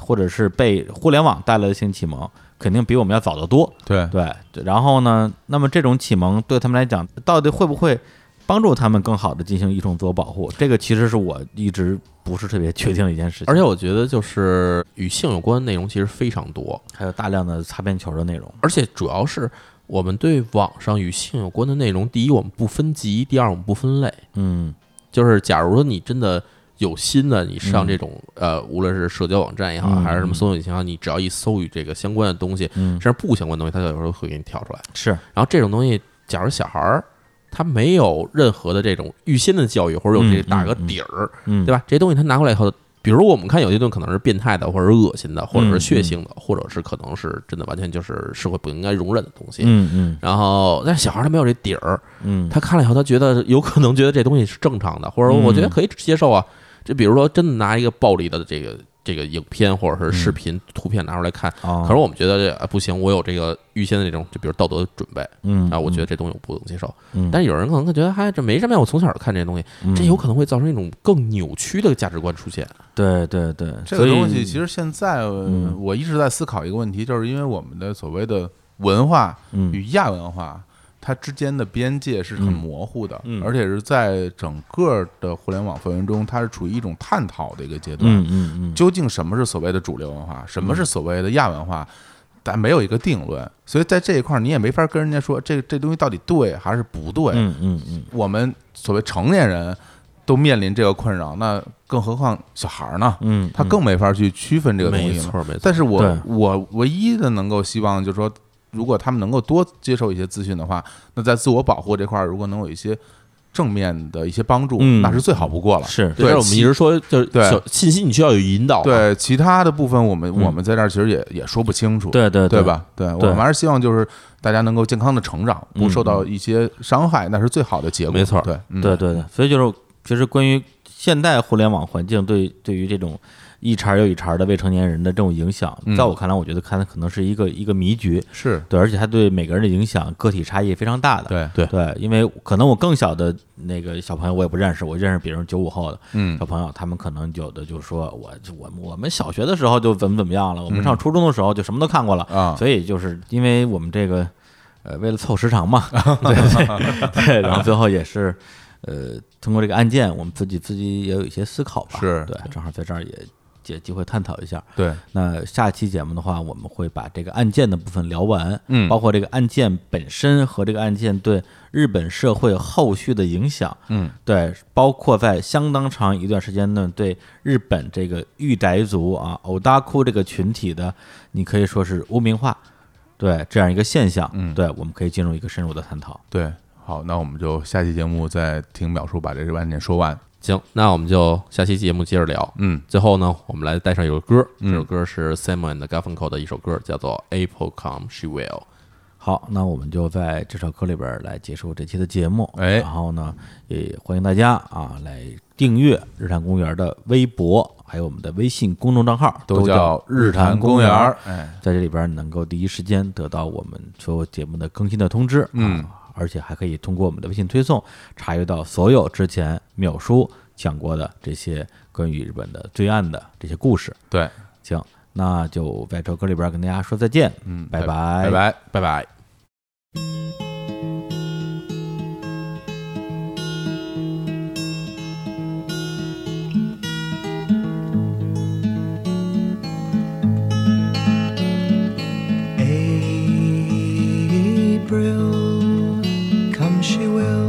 [SPEAKER 2] 或者是被互联网带来的性启蒙，肯定比我们要早得多。
[SPEAKER 5] 对
[SPEAKER 2] 对，然后呢，那么这种启蒙对他们来讲，到底会不会帮助他们更好的进行一种自我保护？这个其实是我一直不是特别确定的一件事情。
[SPEAKER 1] 而且我觉得就是与性有关的内容其实非常多，
[SPEAKER 2] 还有大量的擦边球的内容。
[SPEAKER 1] 而且主要是我们对网上与性有关的内容，第一我们不分级，第二我们不分类。
[SPEAKER 2] 嗯
[SPEAKER 1] 就是假如说你真的有心的，你上这种、呃，无论是社交网站也好，
[SPEAKER 2] 嗯
[SPEAKER 1] 还是什么搜索引擎也好，你只要一搜与这个相关的东西，
[SPEAKER 2] 嗯
[SPEAKER 1] 甚，至不相关的东西，它有时候会给你跳出来。
[SPEAKER 2] 是
[SPEAKER 1] 然后这种东西，假如小孩儿他没有任何的这种预先的教育，或者有这
[SPEAKER 2] 嗯
[SPEAKER 1] 打个
[SPEAKER 2] 嗯嗯
[SPEAKER 1] 底儿，
[SPEAKER 2] 嗯，
[SPEAKER 1] 对吧？这些东西他拿过来以后，比如我们看有些东西可能是变态的，或者是恶心的，或者
[SPEAKER 2] 嗯
[SPEAKER 1] 是血腥的，或者是可能是真的完全就是社会不应该容忍的东西。
[SPEAKER 2] 嗯嗯
[SPEAKER 1] 然后，但是小孩儿他没有这底儿，
[SPEAKER 2] 嗯，
[SPEAKER 1] 他看了以后，他觉得有可能觉得这东西是正常的，或者
[SPEAKER 2] 嗯
[SPEAKER 1] 我觉得可以接受啊。这比如说，真的拿一个暴力的这个这个影片或者是视频图片拿出来看，
[SPEAKER 2] 嗯哦
[SPEAKER 1] 可是我们觉得这、啊不行，我有这个预先的这种，就比如道德准备
[SPEAKER 2] 嗯
[SPEAKER 1] 啊，我觉得这东西我不能接受。
[SPEAKER 2] 嗯
[SPEAKER 1] 但是有人可能会觉得，嗨，这没什么呀，我从小就看这些东西，这有可能会造成一种更扭曲的价值观出现。
[SPEAKER 2] 对对对，
[SPEAKER 5] 这
[SPEAKER 2] 所
[SPEAKER 5] 个
[SPEAKER 2] 以
[SPEAKER 5] 东西其实现在呃
[SPEAKER 2] 嗯
[SPEAKER 5] 我一直在思考一个问题，就是因为我们的所谓的文化
[SPEAKER 2] 嗯
[SPEAKER 5] 与亚文化
[SPEAKER 3] 它之间的边界是很
[SPEAKER 2] 嗯
[SPEAKER 3] 模糊的，
[SPEAKER 2] 嗯
[SPEAKER 3] 而且是在整个的互联网氛围中，它是处于一种探讨的一个阶段。
[SPEAKER 2] 嗯嗯
[SPEAKER 3] 究竟什么是所谓的主流文化，什么是所谓的亚文化，咱没有一个定论。所以在这一块儿，你也没法跟人家说这这东西到底对还是不对。
[SPEAKER 2] 嗯嗯嗯
[SPEAKER 3] 我们所谓成年人都面临这个困扰，那更何况小孩儿呢？
[SPEAKER 2] 嗯，
[SPEAKER 3] 他更没法去区分这个东西
[SPEAKER 1] 没
[SPEAKER 3] 了。
[SPEAKER 1] 错没错，
[SPEAKER 3] 但是
[SPEAKER 2] 对
[SPEAKER 3] 我我唯一的能够希望就是说，如果他们能够多接受一些资讯的话，那在自我保护这块儿，如果能有一些正面的一些帮助，
[SPEAKER 2] 嗯
[SPEAKER 3] 那是最好不过了。
[SPEAKER 2] 是
[SPEAKER 1] 对，
[SPEAKER 3] 对
[SPEAKER 1] 我们一直说就是
[SPEAKER 3] 对
[SPEAKER 1] 小信息你需要有引导嘛，
[SPEAKER 3] 对其他的部分，我们
[SPEAKER 2] 嗯
[SPEAKER 3] 我们在这儿其实也也说不清楚，
[SPEAKER 2] 对对
[SPEAKER 3] 对？吧？对我
[SPEAKER 2] 对
[SPEAKER 3] 们还是希望就是大家能够健康的成长，
[SPEAKER 2] 嗯
[SPEAKER 3] 不受到一些伤害，那是最好的结果。
[SPEAKER 1] 没错
[SPEAKER 3] 对嗯
[SPEAKER 2] 对对对，所以就是其实关于现代互联网环境对对于这种一茬又一茬的未成年人的这种影响，
[SPEAKER 3] 嗯
[SPEAKER 2] 在我看来，我觉得看可能是一个一个迷局，
[SPEAKER 3] 是，
[SPEAKER 2] 对，而且它对每个人的影响个体差异非常大的。
[SPEAKER 1] 对
[SPEAKER 3] 对
[SPEAKER 2] 对，因为可能我更小的那个小朋友我也不认识，我认识比如九五后的
[SPEAKER 3] 嗯
[SPEAKER 2] 小朋友，他们可能有的就说我我我们小学的时候就怎么怎么样了，我们上
[SPEAKER 3] 嗯
[SPEAKER 2] 初中的时候就什么都看过了，
[SPEAKER 3] 啊，
[SPEAKER 2] 所以就是因为我们这个呃，为了凑时长 嘛，对对对，然后最后也是呃，通过这个案件，我们自己自己也有一些思考吧，
[SPEAKER 3] 是
[SPEAKER 2] 对，正好在这儿也借机会探讨一下。
[SPEAKER 3] 对，
[SPEAKER 2] 那下期节目的话，我们会把这个案件的部分聊完，
[SPEAKER 3] 嗯
[SPEAKER 2] 包括这个案件本身和这个案件对日本社会后续的影响，
[SPEAKER 3] 嗯，
[SPEAKER 2] 对，包括在相当长一段时间内对日本这个御宅族啊、偶大库这个群体的，你可以说是污名化，对这样一个现象，嗯，对，我们可以进入一个深入的探讨。
[SPEAKER 3] 对，好，那我们就下期节目再听淼叔把这个案件说完。
[SPEAKER 1] 行，那我们就下期节目接着聊。
[SPEAKER 3] 嗯，
[SPEAKER 1] 最后呢，我们来带上一首歌，
[SPEAKER 3] 嗯
[SPEAKER 1] 这首歌是 Simon and Garfunkel 的一首歌，叫做《April Come She Will》。
[SPEAKER 2] 好，那我们就在这首歌里边儿来结束这期的节目。
[SPEAKER 3] 哎
[SPEAKER 2] 然后呢，也欢迎大家啊来订阅日坛公园的微博，还有我们的微信公众账号，都
[SPEAKER 3] 叫
[SPEAKER 2] 日坛
[SPEAKER 3] 坛公
[SPEAKER 2] 园
[SPEAKER 3] 儿
[SPEAKER 2] 儿。，
[SPEAKER 3] 哎，
[SPEAKER 2] 在这里边儿能够第一时间得到我们所有节目的更新的通知，
[SPEAKER 3] 嗯
[SPEAKER 2] 啊，而且还可以通过我们的微信推送查阅到所有之前淼叔讲过的这些关于日本的罪案的这些故事。
[SPEAKER 3] 对，
[SPEAKER 2] 行，那就在这首歌里边儿跟大家说再见，
[SPEAKER 3] 嗯，
[SPEAKER 2] 拜
[SPEAKER 3] 拜拜。
[SPEAKER 1] 拜拜。
[SPEAKER 6] April, come she will.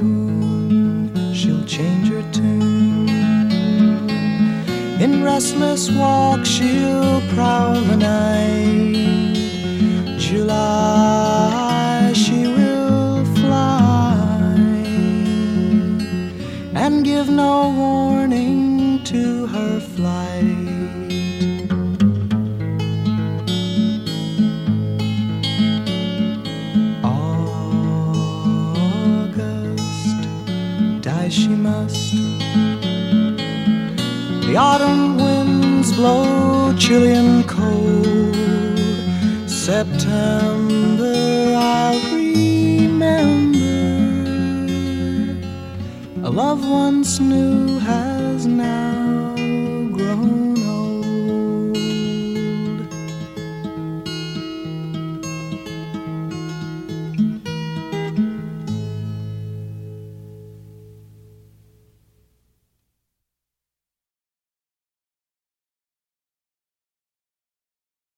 [SPEAKER 6] June, she'll change her tune. In restless walk, she'll prowl the night. July, she will fly and give no warning to her flight. August, die she must. The autumn winds blow chilly and cold. September, I'll remember a love once knew has now